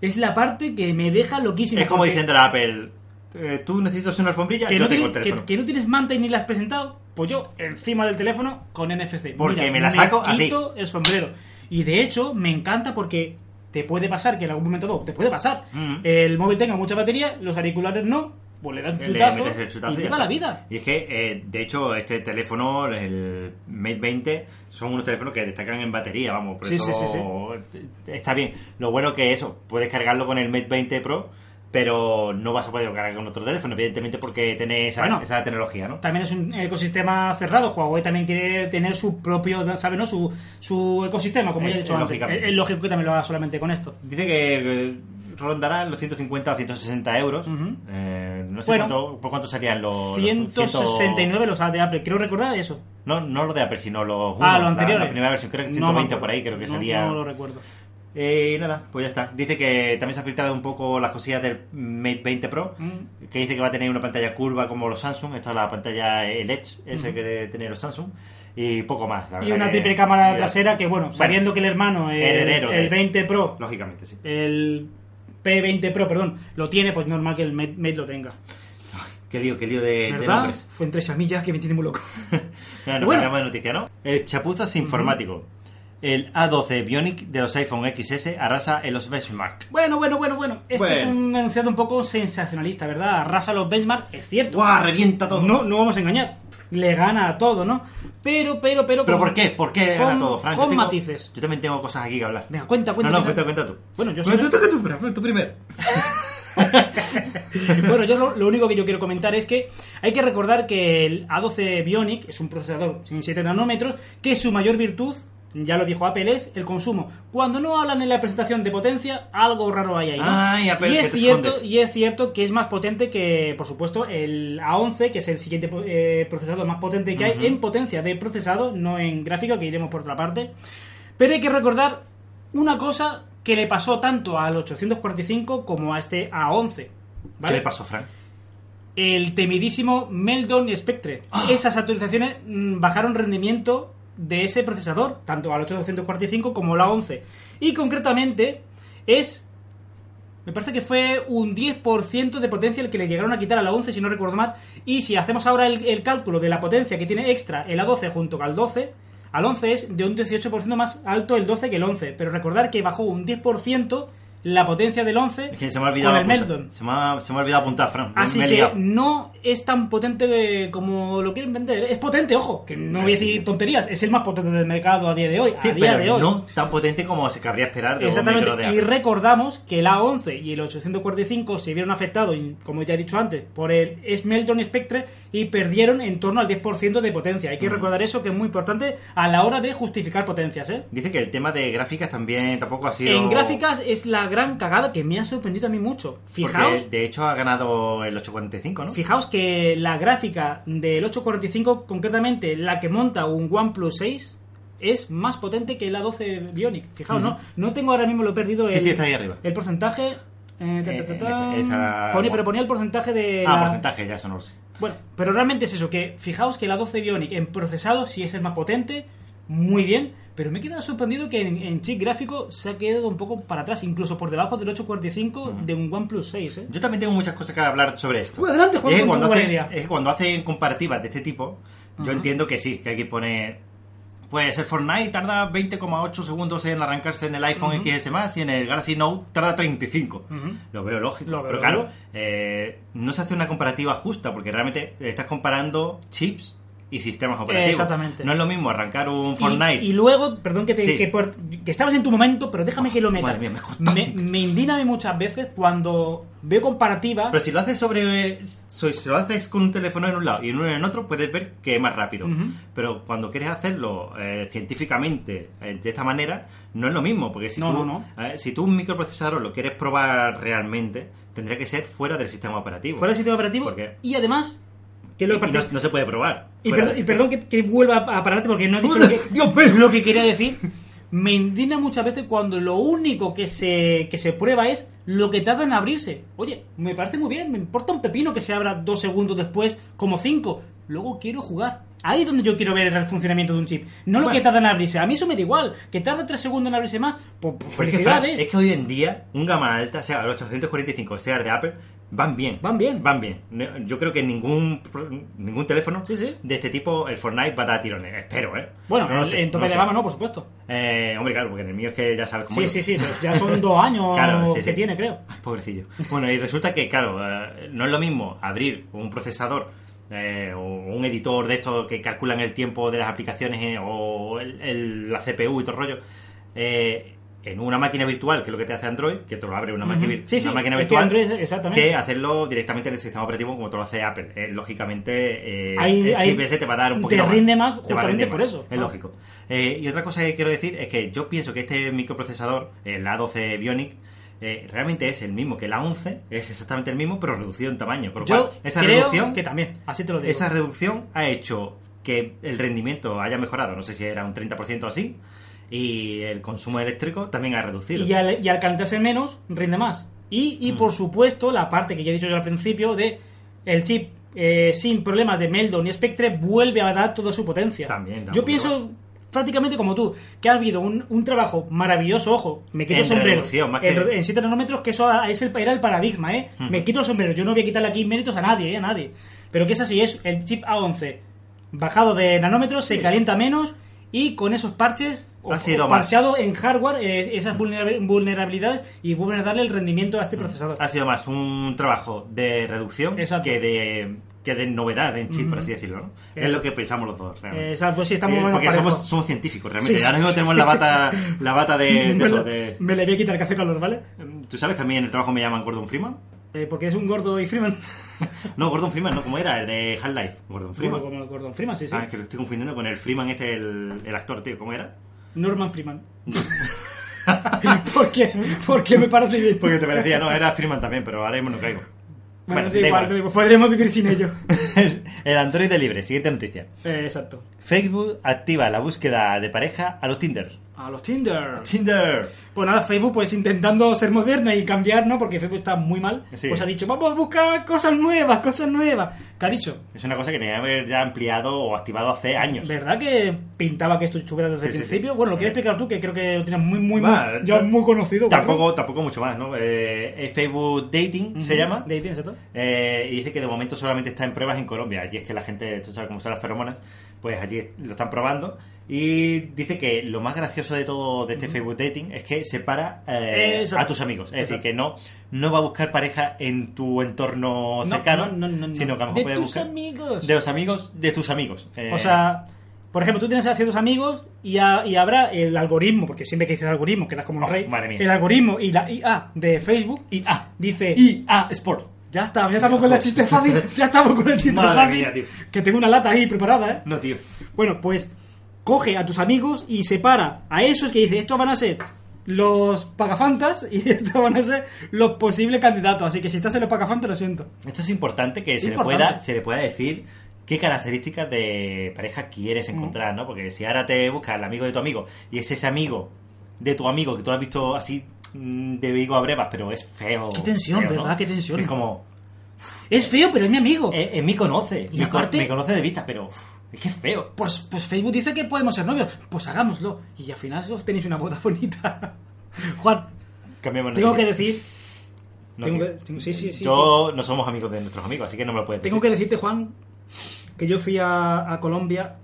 S2: Es la parte que me deja loquísimo.
S1: Es como
S2: porque
S1: diciendo la Apple, eh, tú necesitas una alfombrilla,
S2: que
S1: yo
S2: no,
S1: tengo el
S2: tiene-
S1: teléfono.
S2: que- que no tienes manta y ni la has presentado. Pues yo, encima del teléfono, con NFC.
S1: Porque
S2: Mira,
S1: me la saco así.
S2: quito el sombrero. Y de hecho, me encanta porque te puede pasar que en algún momento dado, te puede pasar,
S1: Mm.
S2: el móvil tenga mucha batería, los auriculares no, pues le das un
S1: Le
S2: chutazo,
S1: metes el chutazo ya
S2: y te da
S1: está.
S2: la vida.
S1: Y es que, eh, de hecho, este teléfono, el Mate 20, son unos teléfonos que destacan en batería, vamos. Por
S2: Sí,
S1: eso
S2: sí, sí,
S1: Está bien. Lo bueno que eso, puedes cargarlo con el Mate 20 Pro, pero no vas a poder cargar con otro teléfono, evidentemente, porque tenés esa,
S2: Bueno.
S1: esa tecnología, ¿no?
S2: También es un ecosistema cerrado. Huawei también quiere tener su propio, ¿sabes? No? Su, su ecosistema, como
S1: Es-
S2: ya he dicho antes. Es,
S1: lógicamente.
S2: es lógico que también lo haga solamente con esto.
S1: Dice que eh, rondará los 150 o 160 euros.
S2: Ujú.
S1: Eh, no sé
S2: Bueno.
S1: cuánto, por cuánto serían los... los
S2: 169 los de Apple. Creo recordar eso.
S1: No, no los de Apple, sino los...
S2: ah,
S1: unos,
S2: lo
S1: Oh, la-
S2: anterior.
S1: La, primera versión, creo que 120 por ahí, creo que sería...
S2: No, lo recuerdo.
S1: Eh, nada, pues ya está. Dice que también se ha filtrado un poco las cosillas del Mate 20 Pro,
S2: Mm.
S1: que dice que va a tener una pantalla curva como los Samsung. Esta es la pantalla, el Edge, ese que de- tenían los Samsung. Y poco más, la
S2: Y
S1: verdad
S2: una
S1: que-
S2: triple cámara
S1: que-
S2: trasera que, bueno, sabiendo que el hermano, el,
S1: Heredero de-
S2: el 20 Pro,
S1: Lógicamente, sí.
S2: el P20 Pro, perdón, lo tiene, pues normal que el Mate, Mate lo tenga.
S1: Qué lío, qué lío Eh, de, de
S2: ¿Verdad?
S1: nombres.
S2: Fue entre semillas que me tiene muy loco.
S1: Nada, nos
S2: Bueno.
S1: cambiamos de noticia, ¿no? El chapuzas informático. El A12 Bionic de los iPhone XS arrasa en los benchmark.
S2: Bueno, bueno, bueno, bueno. Esto
S1: Bueno.
S2: es un enunciado un poco sensacionalista, ¿verdad? Arrasa los benchmarks, es cierto.
S1: ¡Guau! Revienta todo.
S2: No, no vamos a engañar. Le gana a todo, ¿no? Pero, pero, pero.
S1: ¿Pero
S2: con-
S1: por qué? ¿Por qué
S2: con-
S1: gana todo, Fran? Yo
S2: Con
S1: tengo-
S2: matices.
S1: Yo también tengo cosas aquí que hablar.
S2: Venga, cuenta, cuenta.
S1: no, no,
S2: cuenta.
S1: cuenta, cuenta tú.
S2: Bueno, yo
S1: Bueno,
S2: soy-
S1: tú, tú, tú, Fran, tú primero.
S2: bueno, yo lo, lo único que yo quiero comentar es que hay que recordar que el A12 Bionic es un procesador sin 7 nanómetros que su mayor virtud, ya lo dijo Apple, es el consumo. Cuando no hablan en la presentación de potencia, algo raro hay ahí. ¿no?
S1: Ay, Apple,
S2: y,
S1: que
S2: es
S1: te
S2: cierto,
S1: escondes.
S2: y es cierto que es más potente que, por supuesto, el A11, que es el siguiente eh, procesador más potente que hay en potencia de procesado, no en gráfica, que iremos por otra parte. Pero hay que recordar una cosa que le pasó tanto al 845 como a este A11. ¿vale?
S1: ¿Qué le pasó, Fran?
S2: el temidísimo Meldon Spectre.
S1: ¡Ah!
S2: Esas actualizaciones mm, bajaron rendimiento de ese procesador, tanto al 8245 como la 11. Y concretamente es... Me parece que fue un 10% de potencia el que le llegaron a quitar a la 11, si no recuerdo mal. Y si hacemos ahora el, el cálculo de la potencia que tiene extra el A12 junto al 12, al 11 es de un 18% más alto el 12 que el 11. Pero recordar que bajó un 10% la potencia del 11
S1: Es que se me ha olvidado.
S2: con el
S1: apuntar.
S2: Meldon.
S1: Se me ha, se me ha olvidado apuntar, Fran.
S2: Así
S1: Pues Me he
S2: que
S1: liado.
S2: no es tan potente eh, como lo quieren vender. Es potente, ojo, que no voy a decir tonterías. Es el más potente del mercado a día de hoy.
S1: Sí,
S2: a día
S1: pero
S2: de hoy.
S1: no tan potente como se cabría esperar de un micro de
S2: Exactamente. Y
S1: Apple.
S2: recordamos que el A11 y el 845 se vieron afectados, y, como ya he dicho antes, por el Smelton Spectre y perdieron en torno al 10% de potencia. Hay que
S1: Mm.
S2: recordar eso que es muy importante a la hora de justificar potencias, ¿eh?
S1: Dice que el tema de gráficas también tampoco ha sido.
S2: En gráficas es la gran cagada que me ha sorprendido a mí mucho. Fijaos.
S1: Porque de hecho ha ganado el 845, ¿no?
S2: Fijaos que la gráfica del 845, concretamente la que monta un OnePlus 6, es más potente que la 12 Bionic. Fijaos, ¿no? No tengo ahora mismo, lo he perdido
S1: Sí,
S2: el,
S1: sí, está ahí arriba.
S2: el porcentaje. Eh, ta, ta, ta, ta.
S1: Eh, esa-
S2: Ponía- pero ponía el porcentaje de.
S1: Ah,
S2: la-
S1: porcentaje, ya eso no lo sé.
S2: Bueno, pero realmente es eso, que fijaos que la 12 Bionic en procesado sí es el más potente, muy bien, pero me he quedado sorprendido que en, en chip gráfico se ha quedado un poco para atrás, incluso por debajo del 845 de un OnePlus 6, ¿eh?
S1: Yo también tengo muchas cosas que hablar sobre esto.
S2: Pues adelante, Juan,
S1: es, que
S2: con
S1: cuando
S2: tu
S1: hacen,
S2: galería.
S1: es que cuando hacen comparativas de este tipo, yo entiendo que sí, que hay que poner. Pues el Fortnite tarda 20,8 segundos en arrancarse en el iPhone XS más y en el Galaxy Note tarda 35.
S2: Ujú.
S1: Lo veo lógico.
S2: Lo veo
S1: pero claro,
S2: lógico.
S1: eh, no se hace una comparativa justa porque realmente estás comparando chips y sistemas operativos.
S2: Exactamente.
S1: No es lo mismo arrancar un
S2: Y-
S1: Fortnite.
S2: Y, luego, perdón que te
S1: Sí. Ah,
S2: que, por- que estabas en tu momento, pero déjame que lo meta.
S1: madre mía, me he cortado.
S2: me, me indigna a mí muchas veces cuando veo comparativas.
S1: Pero si lo haces sobre. so- Si lo haces con un teléfono en un lado y en uno en otro, puedes ver que es más rápido.
S2: Ujú.
S1: Pero cuando quieres hacerlo eh, científicamente eh, de esta manera, no es lo mismo. Porque si,
S2: No,
S1: tú,
S2: no, no.
S1: eh, si tú un microprocesador lo quieres probar realmente, tendría que ser fuera del sistema operativo.
S2: fuera del sistema operativo.
S1: ¿Por qué?
S2: Y además, que lo
S1: Y no, no se puede probar.
S2: Y,
S1: Fuera
S2: perdón-
S1: del
S2: y perdón que, que vuelva a pararte porque no he dicho lo que,
S1: Dios mío.
S2: lo que quería decir. Me indigna muchas veces cuando lo único que se, que se prueba es lo que tarda en abrirse. Oye, me parece muy bien, me importa un pepino que se abra dos segundos después, como cinco. Luego quiero jugar. Ahí es donde yo quiero ver el funcionamiento de un chip. No lo
S1: Bueno.
S2: que tarda en abrirse. A mí eso me da igual. Que tarda tres segundos en abrirse más, pues, pues,
S1: Pero es que, Fran,
S2: felicidades.
S1: es que hoy en día un gama alta, sea el 845, sea el de Apple, van bien.
S2: Van bien.
S1: Van bien. No- Yo creo que ningún pro- ningún teléfono
S2: Sí, sí.
S1: de este tipo, el Fortnite, va a dar tirones. Espero, ¿eh?
S2: Bueno,
S1: No lo sé,
S2: en
S1: no
S2: tope
S1: lo
S2: de
S1: sé.
S2: gama no, por supuesto.
S1: Eh, hombre, claro, porque en el mío es que ya sabes cómo
S2: Sí,
S1: es.
S2: sí, sí. pero Ya son dos años
S1: Claro, sí,
S2: que
S1: sí.
S2: tiene, creo.
S1: Ay, Pobrecillo. Bueno, y resulta que, claro, eh, no es lo mismo abrir un procesador eh, o un editor de estos que calculan el tiempo de las aplicaciones eh, o el- el- la CPU y todo el rollo eh, en una máquina virtual, que es lo que te hace Android, que te lo abre una, máquina,
S2: Ujú.
S1: vir-
S2: Sí, sí,
S1: una máquina
S2: es que
S1: virtual,
S2: Android, exactamente.
S1: que hacerlo directamente en el sistema operativo como te lo hace Apple. Eh, lógicamente, eh,
S2: Ahí-
S1: el chip
S2: ahí
S1: ese te va a dar un
S2: te
S1: poquito
S2: rinde más
S1: Te va a
S2: justamente
S1: rendir
S2: por
S1: más.
S2: eso.
S1: Es
S2: Ah.
S1: lógico. Eh, y otra cosa que quiero decir es que yo pienso que este microprocesador, el A12 Bionic, eh, realmente es el mismo que el A11, es exactamente el mismo, pero reducido en tamaño. Por lo
S2: Yo
S1: cual, esa
S2: creo
S1: reducción,
S2: que también, así te lo digo.
S1: esa reducción ha hecho que el rendimiento haya mejorado, no sé si era un 30% o así, y el consumo eléctrico también ha reducido.
S2: Y al, y al calentarse menos, rinde más. Y,
S1: Mm.
S2: y, por supuesto, la parte que ya he dicho yo al principio de el chip eh, sin problemas de Meldon y Spectre vuelve a dar toda su potencia.
S1: También, da
S2: yo
S1: un poquito
S2: pienso prácticamente como tú, que ha habido un, un trabajo maravilloso, ojo, me quito
S1: En
S2: el sombrero.
S1: reducción, más
S2: en,
S1: que-
S2: re- en 7 nanómetros, que eso a- es el, era el paradigma, ¿eh?
S1: Ujú.
S2: Me quito el sombrero, yo no voy a quitarle aquí méritos a nadie, ¿eh? A nadie. Pero que es así, es el chip A11 bajado de nanómetros, se calienta menos y con esos parches o-
S1: Ha sido
S2: o
S1: más.
S2: parcheado en hardware eh, esas vulnerabil- vulnerabilidades y vuelven a darle el rendimiento a este procesador.
S1: Ha sido más un trabajo de reducción
S2: Exacto.
S1: que de, que de novedad en chip, por así decirlo. ¿no? Es
S2: Eso.
S1: lo que pensamos los dos, realmente.
S2: Eh, o sea, pues sí, estamos
S1: Eh,
S2: más o menos
S1: porque somos,
S2: parejos.
S1: somos científicos, realmente.
S2: Sí,
S1: Ahora
S2: sí,
S1: mismo
S2: sí.
S1: tenemos la bata, la bata eh, de, de
S2: me,
S1: eso,
S2: la-
S1: de-
S2: me la voy a quitar que hace calor, ¿vale?
S1: ¿Tú sabes que a mí en el trabajo me llaman Gordon Freeman?
S2: Eh, porque es un gordo y Freeman.
S1: No, Gordon Freeman, no, ¿cómo era? El de Half-Life. Gordon Freeman.
S2: Como, como Gordon Freeman, sí, sí.
S1: Ah, es que lo estoy confundiendo con el Freeman este, el, el actor, tío. ¿Cómo era?
S2: Norman Freeman. porque, porque me parece bien.
S1: Porque te parecía, no, era Freeman también, pero ahora mismo no caigo.
S2: Bueno, da
S1: da
S2: igual,
S1: igual.
S2: da igual, podremos vivir sin ello.
S1: el, el Android de libre, siguiente noticia.
S2: Eh, exacto.
S1: Facebook activa la búsqueda de pareja a los Tinder.
S2: A los Tinder.
S1: Tinder.
S2: Pues nada, Facebook pues intentando ser moderna y cambiar, ¿no? Porque Facebook está muy mal.
S1: Sí.
S2: Pues ha dicho, vamos a buscar cosas nuevas, cosas nuevas. ¿Qué ha dicho?
S1: Es una cosa que tenía que haber ya ampliado o activado hace años.
S2: ¿Verdad que pintaba que esto estuviera desde
S1: Sí,
S2: el
S1: sí,
S2: principio?
S1: sí. Eh.
S2: Bueno, lo quieres explicar tú, que creo que lo tienes muy, muy,
S1: Va,
S2: muy, ya
S1: ta-
S2: muy conocido. ¿verdad?
S1: Tampoco, tampoco mucho más, ¿no? Eh, es Facebook Dating se llama.
S2: De ahí tienes, ¿cierto?
S1: Eh, y dice que de momento solamente está en pruebas en Colombia. Allí es que la gente, tú sabes cómo son las feromonas, pues allí lo están probando. Y dice que lo más gracioso de todo de este Facebook Dating es que separa eh,
S2: Exacto.
S1: a tus amigos. Es decir,
S2: Exacto.
S1: que no, no va a buscar pareja en tu entorno
S2: No,
S1: cercano,
S2: no, no, no, no.
S1: sino que a lo mejor
S2: De
S1: puede
S2: tus
S1: buscar
S2: amigos.
S1: de los amigos de tus amigos. Eh,
S2: O sea, por ejemplo, tú tienes a ciertos amigos y, a- y habrá el algoritmo, porque siempre que dices algoritmo quedas como un
S1: Oh,
S2: rey.
S1: madre mía.
S2: El algoritmo y la IA de Facebook
S1: y A,
S2: dice...
S1: y A Sport.
S2: Ya está, ya estamos con el chiste fácil. Ya estamos con el chiste
S1: Madre
S2: fácil.
S1: mía, tío.
S2: Que tengo una lata ahí preparada, ¿eh?
S1: No, tío.
S2: Bueno, pues coge a tus amigos y separa a esos que dice, estos van a ser los pagafantas y estos van a ser los posibles candidatos. Así que si estás en los pagafantas, lo siento.
S1: Esto es importante que se,
S2: Importante.
S1: Le pueda, se le pueda decir qué características de pareja quieres
S2: Mm.
S1: encontrar, ¿no? Porque si ahora te buscas el amigo de tu amigo y es ese amigo de tu amigo que tú has visto así mm, de Vigo a Brevas, pero es feo.
S2: Qué tensión,
S1: feo,
S2: ¿verdad? Qué tensión.
S1: Es como.
S2: Es feo, pero es mi amigo.
S1: Eh, eh, me conoce.
S2: Y
S1: me, co-
S2: aparte-
S1: me conoce de vista, pero. uf, Es que es feo.
S2: Pues, pues Facebook dice que podemos ser novios. Pues hagámoslo. Y al final os tenéis una boda bonita. Juan,
S1: Cambiamos de
S2: tengo que
S1: noticia.
S2: decir.
S1: No,
S2: tengo
S1: tío.
S2: que- tengo- sí, sí, sí,
S1: Yo no somos amigos de nuestros amigos, así que no me lo puedes
S2: Tengo que
S1: decir.
S2: decirte, Juan, que yo fui a, a Colombia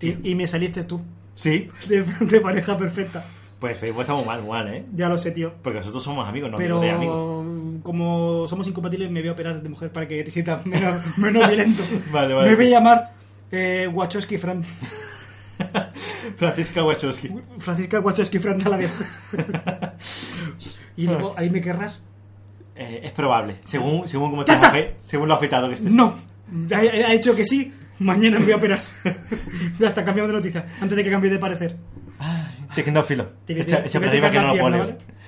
S2: y, y me saliste tú.
S1: Sí,
S2: De, de pareja perfecta.
S1: pues Facebook estamos mal, mal, ¿eh?
S2: Ya lo sé, tío.
S1: Porque nosotros somos amigos, no
S2: Pero
S1: amigos de amigos.
S2: como somos incompatibles, me voy a operar de mujer para que te sientas menos, menos violento.
S1: Vale, vale.
S2: Me voy a llamar eh, Wachowski Fran.
S1: Francisca Wachowski.
S2: Francisca Wachowski Fran a la vez. y luego, ¿ahí me querrás?
S1: Eh, es probable, según, según cómo
S2: ¡Ya
S1: estás
S2: está!
S1: afe- según lo afectado que este estés.
S2: No. Ha, ha hecho que sí. Mañana me voy a operar. ya está, cambiamos de noticia. Antes de que cambie de parecer.
S1: Tecnófilo.
S2: Te voy a-
S1: Echa,
S2: te
S1: echa para
S2: voy a
S1: arriba que
S2: tocar
S1: no
S2: la
S1: lo puedo
S2: pierna,
S1: leer.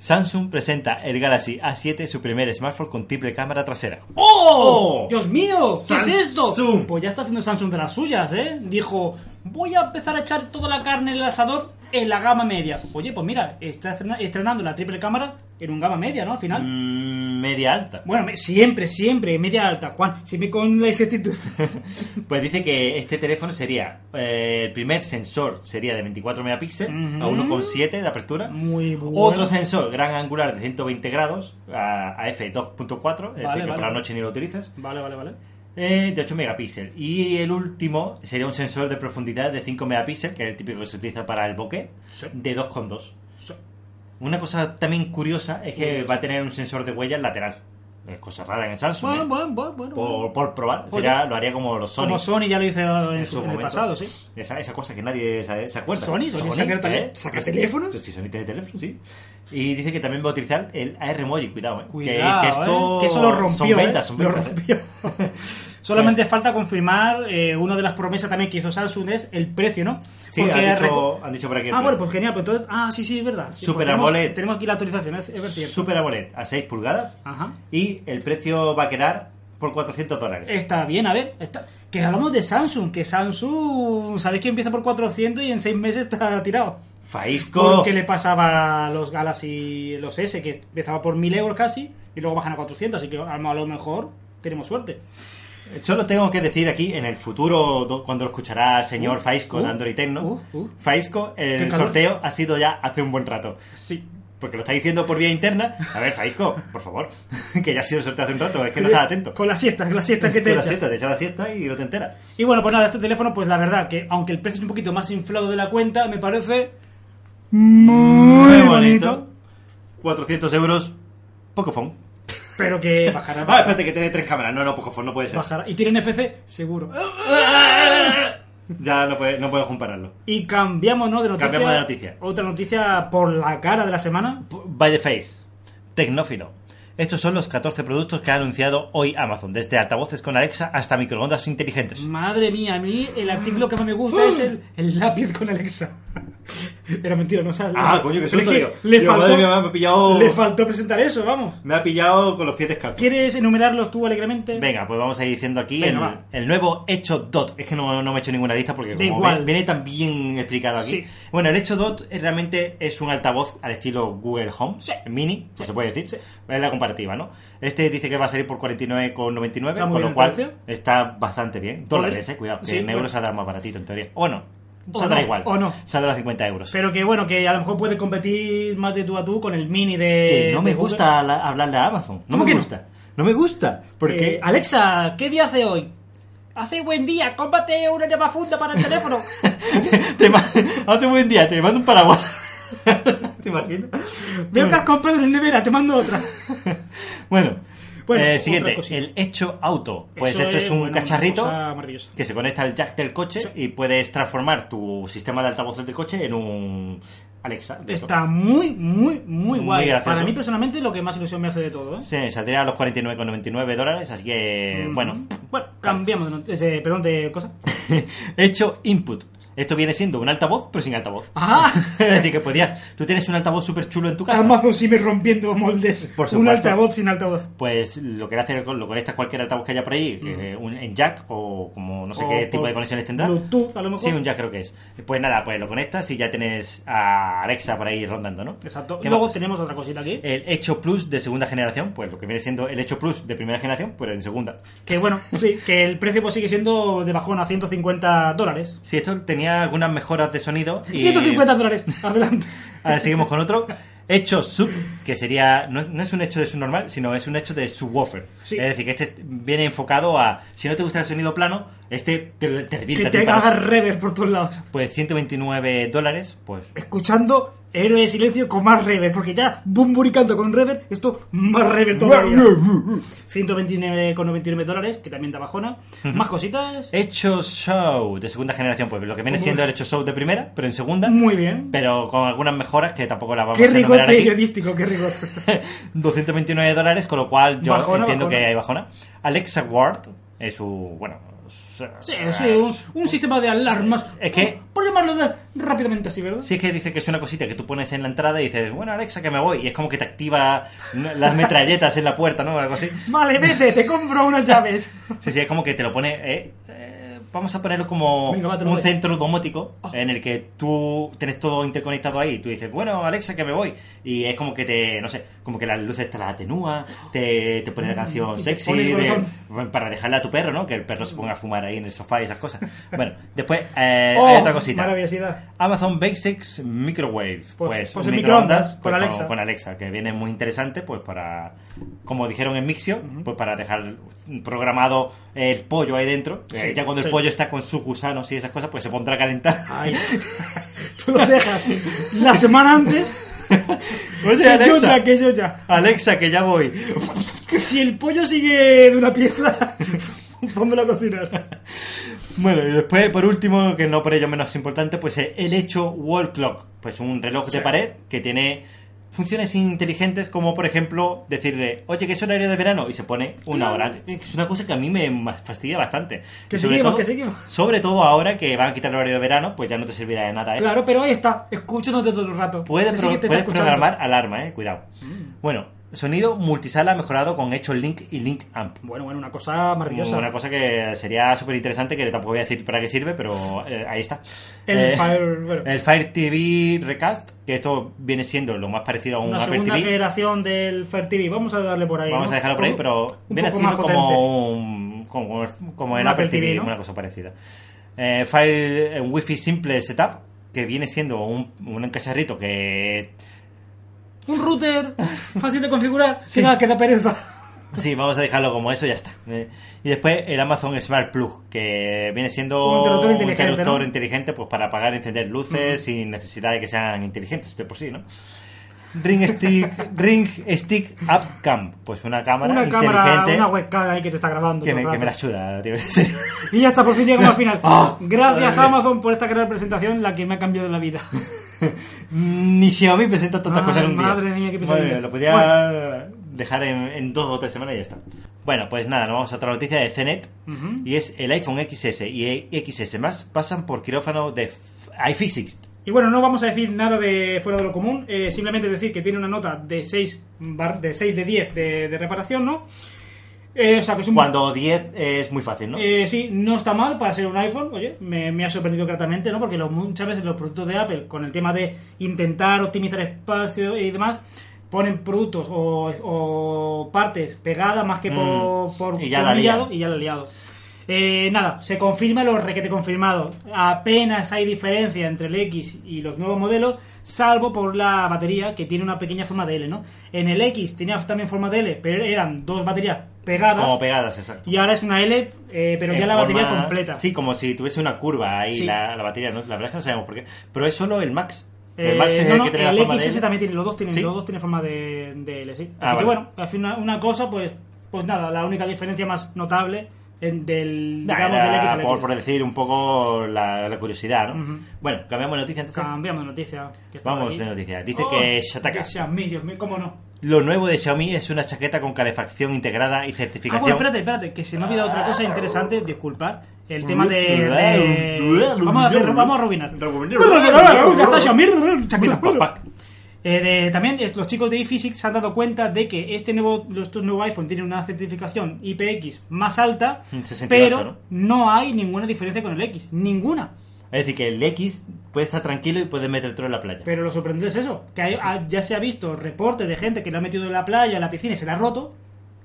S1: Samsung presenta el Galaxy A7, su primer smartphone con triple cámara trasera.
S2: ¡Oh!
S1: ¡Oh!
S2: ¡Dios mío! ¿Qué
S1: Samsung.
S2: es esto? Pues ya está haciendo Samsung de las suyas, ¿eh? Dijo, voy a empezar a echar toda la carne en el asador en la gama media. Oye, pues mira, está estrena- estrenando la triple cámara en un gama media, ¿no? Al final.
S1: Mm, media alta.
S2: Bueno, me- siempre, siempre, media alta, Juan. Siempre con la exactitud.
S1: Pues dice que este teléfono sería. eh, el primer sensor sería de 24 megapíxeles a
S2: Ujú.
S1: 1,7 de apertura.
S2: Muy bueno.
S1: Otro sensor gran angular de 120 grados a, a f2.4, es decir,
S2: Vale,
S1: que
S2: vale.
S1: por la noche ni lo utilizas,
S2: Vale, vale, vale.
S1: eh, de 8 megapíxeles. Y el último sería un sensor de profundidad de 5 megapíxeles, que es el típico que se utiliza para el bokeh,
S2: Sí.
S1: de 2,2.
S2: So-
S1: Una cosa también curiosa es que
S2: Curiosa.
S1: va a tener un sensor de huellas lateral. Es cosa rara en el Samsung.
S2: Bueno,
S1: ¿eh?
S2: bueno, bueno, bueno.
S1: Por, por probar,
S2: Oye.
S1: Será, lo haría como los Sony.
S2: Como Sony ya lo hizo en,
S1: en
S2: su-
S1: su
S2: en el
S1: momento.
S2: pasado, sí.
S1: Esa, esa cosa que nadie se, se acuerda. ¿eh? Pues
S2: Sony, Sony saca el tele- saca teléfonos.
S1: Sí, Sony tiene teléfono, sí. Y dice que también va a utilizar el AR Emoji, cuidado, eh. Que-
S2: Cuidado,
S1: que,
S2: ¿eh?
S1: esto.
S2: Que eso lo
S1: Son
S2: rompió.
S1: ventas,
S2: ¿eh?
S1: son
S2: Lo
S1: ventas. eh.
S2: rompió. Solamente falta confirmar eh, una de las promesas también que hizo Samsung es el precio, ¿no?
S1: Sí,
S2: Porque
S1: han
S2: reco-
S1: dicho, han dicho por aquí.
S2: Ah, bueno, pues genial. Pues entonces... Ah, sí, sí, es verdad. Sí,
S1: Super
S2: pues tenemos-
S1: AMOLED.
S2: Tenemos aquí la actualización, es, es cierto.
S1: Super AMOLED a 6 pulgadas.
S2: Ajá.
S1: Y el precio va a quedar por 400 dólares.
S2: Está bien, a ver. Está... Que hablamos de Samsung, que Samsung, sabéis que empieza por 400 y en 6 meses está tirado.
S1: Faisco.
S2: Porque le pasaba a los Galaxy, los S, que empezaba por 1000 euros casi y luego bajan a 400, así que a lo mejor tenemos suerte.
S1: Solo tengo que decir aquí, en el futuro, do- cuando lo escuchará el señor
S2: Uh,
S1: Faisco
S2: uh,
S1: de Android Tecno,
S2: uh, uh.
S1: Faisco,
S2: Qué
S1: el
S2: calor.
S1: sorteo ha sido ya hace un buen rato.
S2: Sí.
S1: Porque lo está diciendo por vía interna. A ver, Faisco, por favor. Que ya ha sido el sorteo hace un rato, es que no estás atento.
S2: Con la siesta, con la siesta que te
S1: Con la
S2: echa.
S1: siesta, te echa la siesta y no te enteras.
S2: Y bueno, pues nada, este teléfono, pues la verdad que aunque el precio es un poquito más inflado de la cuenta, me parece muy bonito.
S1: 400 euros, Pocophone.
S2: Pero que bajará.
S1: Ah, espérate, que tiene tres cámaras. No, no, Pocophone, no puede ser.
S2: bajará. Y tiene NFC, seguro.
S1: Ya no puedes no puedes compararlo.
S2: Y cambiamos, ¿no? De noticia.
S1: Cambiamos de noticia.
S2: Otra noticia por la cara de la semana.
S1: By the Face, Tecnófilo. Estos son los 14 productos que ha anunciado hoy Amazon, desde altavoces con Alexa hasta microondas inteligentes.
S2: Madre mía, a mí el artículo que más me gusta es el, el lápiz con Alexa. Era mentira, no sabes.
S1: Ah, coño, qué
S2: Pero es
S1: susto,
S2: que
S1: digo.
S2: Le
S1: Digo,
S2: faltó,
S1: madre mía, me ha pillado-
S2: le faltó presentar eso, vamos.
S1: Me ha pillado con los pies descalzos.
S2: ¿Quieres enumerarlos tú alegremente?
S1: Venga, pues vamos a ir diciendo aquí
S2: Venga,
S1: el,
S2: va.
S1: el nuevo hecho DOT. Es que no, no me he hecho ninguna lista porque
S2: Da
S1: como
S2: igual.
S1: ve- viene tan bien explicado aquí.
S2: Sí.
S1: Bueno, el hecho DOT es- realmente es un altavoz al estilo Google Home,
S2: Sí.
S1: mini,
S2: Sí.
S1: pues se puede decir.
S2: Sí.
S1: Es la comparativa, ¿no? Este dice que va a salir por 49,99,
S2: Está
S1: con
S2: muy bien
S1: lo
S2: el
S1: cual
S2: precio.
S1: está bastante bien. Dólares, eh, cuidado, que
S2: Sí,
S1: en
S2: bueno.
S1: euros saldrá más baratito en teoría. O no,
S2: O
S1: saldrá
S2: no,
S1: igual.
S2: o no.
S1: Saldrá 50 euros.
S2: Pero que bueno, que a lo mejor puede competir más de tú a tú con el mini de.
S1: que no me
S2: de Google.
S1: gusta la- hablarle a Amazon. No
S2: eh, ¿Cómo
S1: me
S2: que no?
S1: gusta. No me gusta. Porque...
S2: Eh, Alexa, ¿qué día hace hoy? Hace buen día, cómprate una llama funda para el teléfono.
S1: te ma- Hazte buen día, te mando un paraguas. ¿Te imaginas?
S2: Veo que has comprado en nevera, te mando otra.
S1: Bueno,
S2: Bueno,
S1: eh,
S2: otra
S1: siguiente,
S2: cosita.
S1: el hecho auto. Pues
S2: Eso
S1: esto es, un
S2: bueno, una
S1: cacharrito
S2: cosa maravillosa.
S1: que se conecta al jack del coche y puedes transformar tu sistema de altavoces del coche en un Alexa. de eso.
S2: Está muy, muy, muy
S1: Muy
S2: guay.
S1: gracioso.
S2: Para mí personalmente es lo que más ilusión me hace de todo. ¿eh?
S1: Se saldría a los 49,99 dólares, así que
S2: Mm.
S1: bueno.
S2: eh, Bueno, cambiamos de, not- eh, perdón, de cosa.
S1: hecho input. Esto viene siendo un altavoz, pero sin altavoz.
S2: ¡Ah!
S1: es decir, que podías. Tú tienes un altavoz súper chulo en tu casa.
S2: Amazon sigue rompiendo moldes.
S1: Por
S2: un
S1: supuesto.
S2: altavoz sin altavoz.
S1: Pues lo que hacer con- lo conectas cualquier altavoz que haya por ahí, eh, un, en jack o como no sé
S2: O
S1: qué tipo
S2: por
S1: de conexiones tendrá.
S2: Bluetooth, a lo mejor.
S1: Sí, un jack creo que es. Pues nada, pues lo conectas y ya tienes a Alexa por ahí rondando, ¿no?
S2: Exacto.
S1: ¿Qué
S2: Luego
S1: más? Eh.
S2: tenemos otra cosita aquí.
S1: el Hecho Plus de segunda generación, pues lo que viene siendo el Hecho Plus de primera generación, pues en segunda.
S2: Que bueno, sí, que el precio pues sigue siendo de bajón a 150 dólares.
S1: Si esto tenía algunas mejoras de sonido. y-
S2: 150 dólares, adelante.
S1: A ver, seguimos con otro. Hecho sub, que sería. No, no es un hecho de subnormal, sino es un hecho de subwoofer.
S2: Sí.
S1: Es decir, que este viene enfocado a. Si no te gusta el sonido plano, este te, te revienta
S2: que
S1: a ti
S2: te
S1: para-
S2: hagas rever por todos lados.
S1: Pues 129 dólares, pues.
S2: Escuchando Héroe de Silencio con más rever, porque ya Bumburi canta con rever, esto más rever todavía. 129,99 dólares, que también da bajona. Más cositas.
S1: Hecho show de segunda generación, pues lo que viene
S2: Uy.
S1: siendo el hecho show de primera, pero en segunda.
S2: Muy bien.
S1: Pero con algunas mejoras que tampoco las vamos
S2: Qué
S1: a
S2: rigor
S1: enumerar aquí.
S2: periodístico, qué rigor.
S1: 229 dólares, con lo cual yo
S2: Bajona,
S1: entiendo
S2: bajona.
S1: que hay bajona. Alexa Ward es su. Bueno. su-
S2: Sí, sí, un, un sistema de alarmas.
S1: Es que-
S2: Por llamarlo de- rápidamente así, ¿verdad?
S1: Sí, es que dice que es una cosita que tú pones en la entrada y dices, bueno, Alexa, que me voy. Y es como que te activa las metralletas en la puerta, ¿no? Algo así.
S2: Vale, vete, te compro unas llaves.
S1: Sí, sí, es como que te lo pone. eh, eh, vamos a ponerlo como
S2: Venga, va, te lo
S1: un
S2: doy.
S1: centro domótico
S2: Oh.
S1: en el que tú tienes todo interconectado ahí. Tú dices, bueno, Alexa, que me voy. Y es como que te, no sé, como que las luces te las atenúa, te, te pone la
S2: Mm, Y
S1: canción
S2: te
S1: sexy
S2: pone el
S1: de-
S2: corazón.
S1: para dejarle a tu perro, ¿no? Que el perro se ponga a fumar ahí en el sofá y esas cosas. Bueno, después eh,
S2: Oh,
S1: hay otra cosita.
S2: Maravillosidad.
S1: Amazon Basics Microwave.
S2: Pues-
S1: Pues,
S2: pues
S1: un
S2: el
S1: microondas,
S2: microondas, con
S1: pues, con,
S2: Alexa.
S1: con Alexa, que viene muy interesante, pues para, como dijeron en Mixio, pues para dejar programado el pollo ahí dentro.
S2: Sí,
S1: Eh, ya cuando
S2: sí.
S1: el pollo está con sus gusanos y esas cosas, pues se pondrá a calentar.
S2: Ay. Tú lo dejas la semana antes.
S1: Oye,
S2: Que yo
S1: Alexa,
S2: ya, que yo ya.
S1: Alexa, que ya voy.
S2: Si el pollo sigue de una pieza, pónmelo a cocinar.
S1: bueno, y después, por último, que no por ello menos importante, pues eh, el hecho wall clock, pues un reloj
S2: Sí.
S1: de pared que tiene funciones inteligentes como por ejemplo decirle oye que es horario de verano y se pone una hora antes. es una cosa que a mí me fastidia bastante
S2: Que
S1: Y sobre
S2: seguimos,
S1: todo-
S2: que seguimos.
S1: sobre todo ahora que van a quitar el horario de verano pues ya no te servirá de nada ¿eh?
S2: Claro, pero ahí está, escuchándote todo el rato.
S1: Puedes,
S2: Así
S1: pro-
S2: que te está
S1: puedes
S2: escuchando. Mm.
S1: programar alarma, eh, cuidado. Bueno, sonido multisala mejorado con hecho link y link amp.
S2: Bueno, bueno, una cosa maravillosa.
S1: Una cosa que sería súper interesante, que tampoco voy a decir para qué sirve, pero eh, ahí está.
S2: El
S1: Eh,
S2: Fire, bueno,
S1: el Fire TV Recast, que esto viene siendo lo más parecido a un
S2: una
S1: Apple
S2: segunda
S1: TV.
S2: generación del Fair TV. Vamos a darle por ahí.
S1: Vamos
S2: ¿no?
S1: a dejarlo por ahí, pero
S2: un
S1: viene
S2: poco más
S1: siendo
S2: potente.
S1: como, un, como, como en
S2: Un Apple
S1: Apple TV,
S2: ¿no?
S1: una cosa parecida. Eh, Fire eh, Wi-Fi Simple Setup, que viene siendo un, un cacharrito que
S2: Un router fácil de configurar. Sí. nada, que da pereza.
S1: Sí, vamos a dejarlo como eso, ya está. Eh, Y después el Amazon Smart Plug, que viene siendo
S2: Un interruptor inteligente,
S1: interruptor
S2: ¿no?
S1: inteligente, pues para apagar y encender luces sin necesidad de que sean inteligentes de por sí, ¿no? Ring Stick, Ring Stick App Cam, pues una cámara
S2: Una
S1: inteligente
S2: cámara, una webcam ahí que te está grabando.
S1: que, me,
S2: todo el
S1: que me
S2: rato.
S1: la suda, tío. Sí.
S2: Y ya está, por fin llegamos al final.
S1: Ah,
S2: Gracias
S1: madre mía.
S2: Amazon por esta gran presentación, la que me ha cambiado la vida.
S1: Ni Xiaomi presenta tantas
S2: Ay,
S1: cosas en un día.
S2: madre mía, qué pesadilla.
S1: Madre mía, Lo podía dejar en, en dos o tres semanas y ya está. Bueno, pues nada, nos vamos a otra noticia de CNET.
S2: Ujú.
S1: Y es el iPhone XS y XS más pasan por quirófano de f- iPhysics.
S2: Y bueno, no vamos a decir nada de fuera de lo común, eh, simplemente decir que tiene una nota de 6 bar- de, 6 de 10 de, de reparación, ¿no? Eh, o sea, que es un...
S1: Cuando 10 es muy fácil, ¿no?
S2: Eh, sí, no está mal para ser un iPhone, oye, me, me ha sorprendido gratamente, ¿no? Porque lo- muchas veces los productos de Apple, con el tema de intentar optimizar espacio y demás, ponen productos o, o partes pegadas más que por,
S1: Mm,
S2: por
S1: y ya
S2: por
S1: la lían.
S2: liado, y ya la he liado. Eh, nada, se confirma lo requete confirmado. Apenas hay diferencia entre el X y los nuevos modelos, salvo por la batería que tiene una pequeña forma de L, ¿no? En el X tenía también forma de L, pero eran dos baterías pegadas.
S1: Como pegadas, exacto.
S2: Y ahora es una L, eh, pero ya
S1: En
S2: la batería
S1: forma-
S2: completa.
S1: Sí, como si tuviese una curva ahí
S2: Sí.
S1: la, la batería. ¿no? La verdad es que no sabemos por qué. Pero es solo el Max.
S2: Eh,
S1: El Max es
S2: no,
S1: el
S2: no,
S1: que tiene la
S2: el
S1: forma
S2: XS
S1: de...
S2: también tiene, los dos tienen,
S1: ¿Sí?
S2: los dos tienen forma de, de L, sí. Así
S1: Ah,
S2: que
S1: vale.
S2: bueno, al final una cosa, pues, pues nada, la única diferencia más notable en- del,
S1: Nah,
S2: digamos,
S1: era
S2: del X al
S1: por,
S2: X.
S1: por decir un poco la, la curiosidad, ¿no?
S2: Ujú.
S1: Bueno, cambiamos de noticia entonces.
S2: Cambiamos de noticia. que estaba
S1: Vamos
S2: aquí.
S1: de noticia. Dice
S2: Oh,
S1: que Shataka.
S2: que Xiaomi, Dios mío, cómo no. Ah,
S1: Lo nuevo de Xiaomi es una chaqueta con calefacción integrada y
S2: Ah,
S1: certificación.
S2: bueno, espérate, espérate, que se me ha olvidado otra cosa interesante, disculpar. El tema de. de- vamos, a hacer- vamos a rubinar. Ya está, Xiaomi, chaqueta. Eh, de- también es- los chicos de ePhysics se han dado cuenta de que este nuevo, los dos nuevos iPhone tienen una certificación IPX más alta,
S1: Mm, 68,
S2: pero ¿no? hay ninguna diferencia con el X, ninguna.
S1: Es decir, que el X puede estar tranquilo y puede meterte en la playa.
S2: Pero lo sorprendente es eso, que hay- ha- ya se ha visto reportes de gente que lo ha metido en la playa, en la piscina y se la ha roto,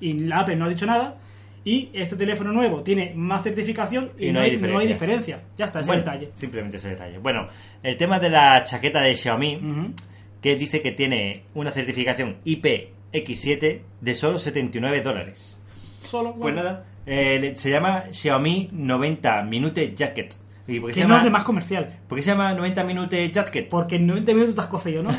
S2: y la Apple no ha dicho nada, y este teléfono nuevo tiene más certificación y, no, hay, no hay diferencia. Ya está, ese
S1: Bueno,
S2: detalle.
S1: Simplemente ese detalle. Bueno, el tema de la chaqueta de Xiaomi,
S2: Ujú.
S1: que dice que tiene una certificación IPX7 de solo 79 dólares.
S2: Solo,
S1: Pues
S2: bueno,
S1: nada, eh, le- se llama Xiaomi 90 Minute Jacket. ¿Y por qué, se
S2: que no
S1: llama,
S2: es de más comercial,
S1: por qué se llama 90 Minute Jacket?
S2: porque en 90 minutos te has cocido, ¿no?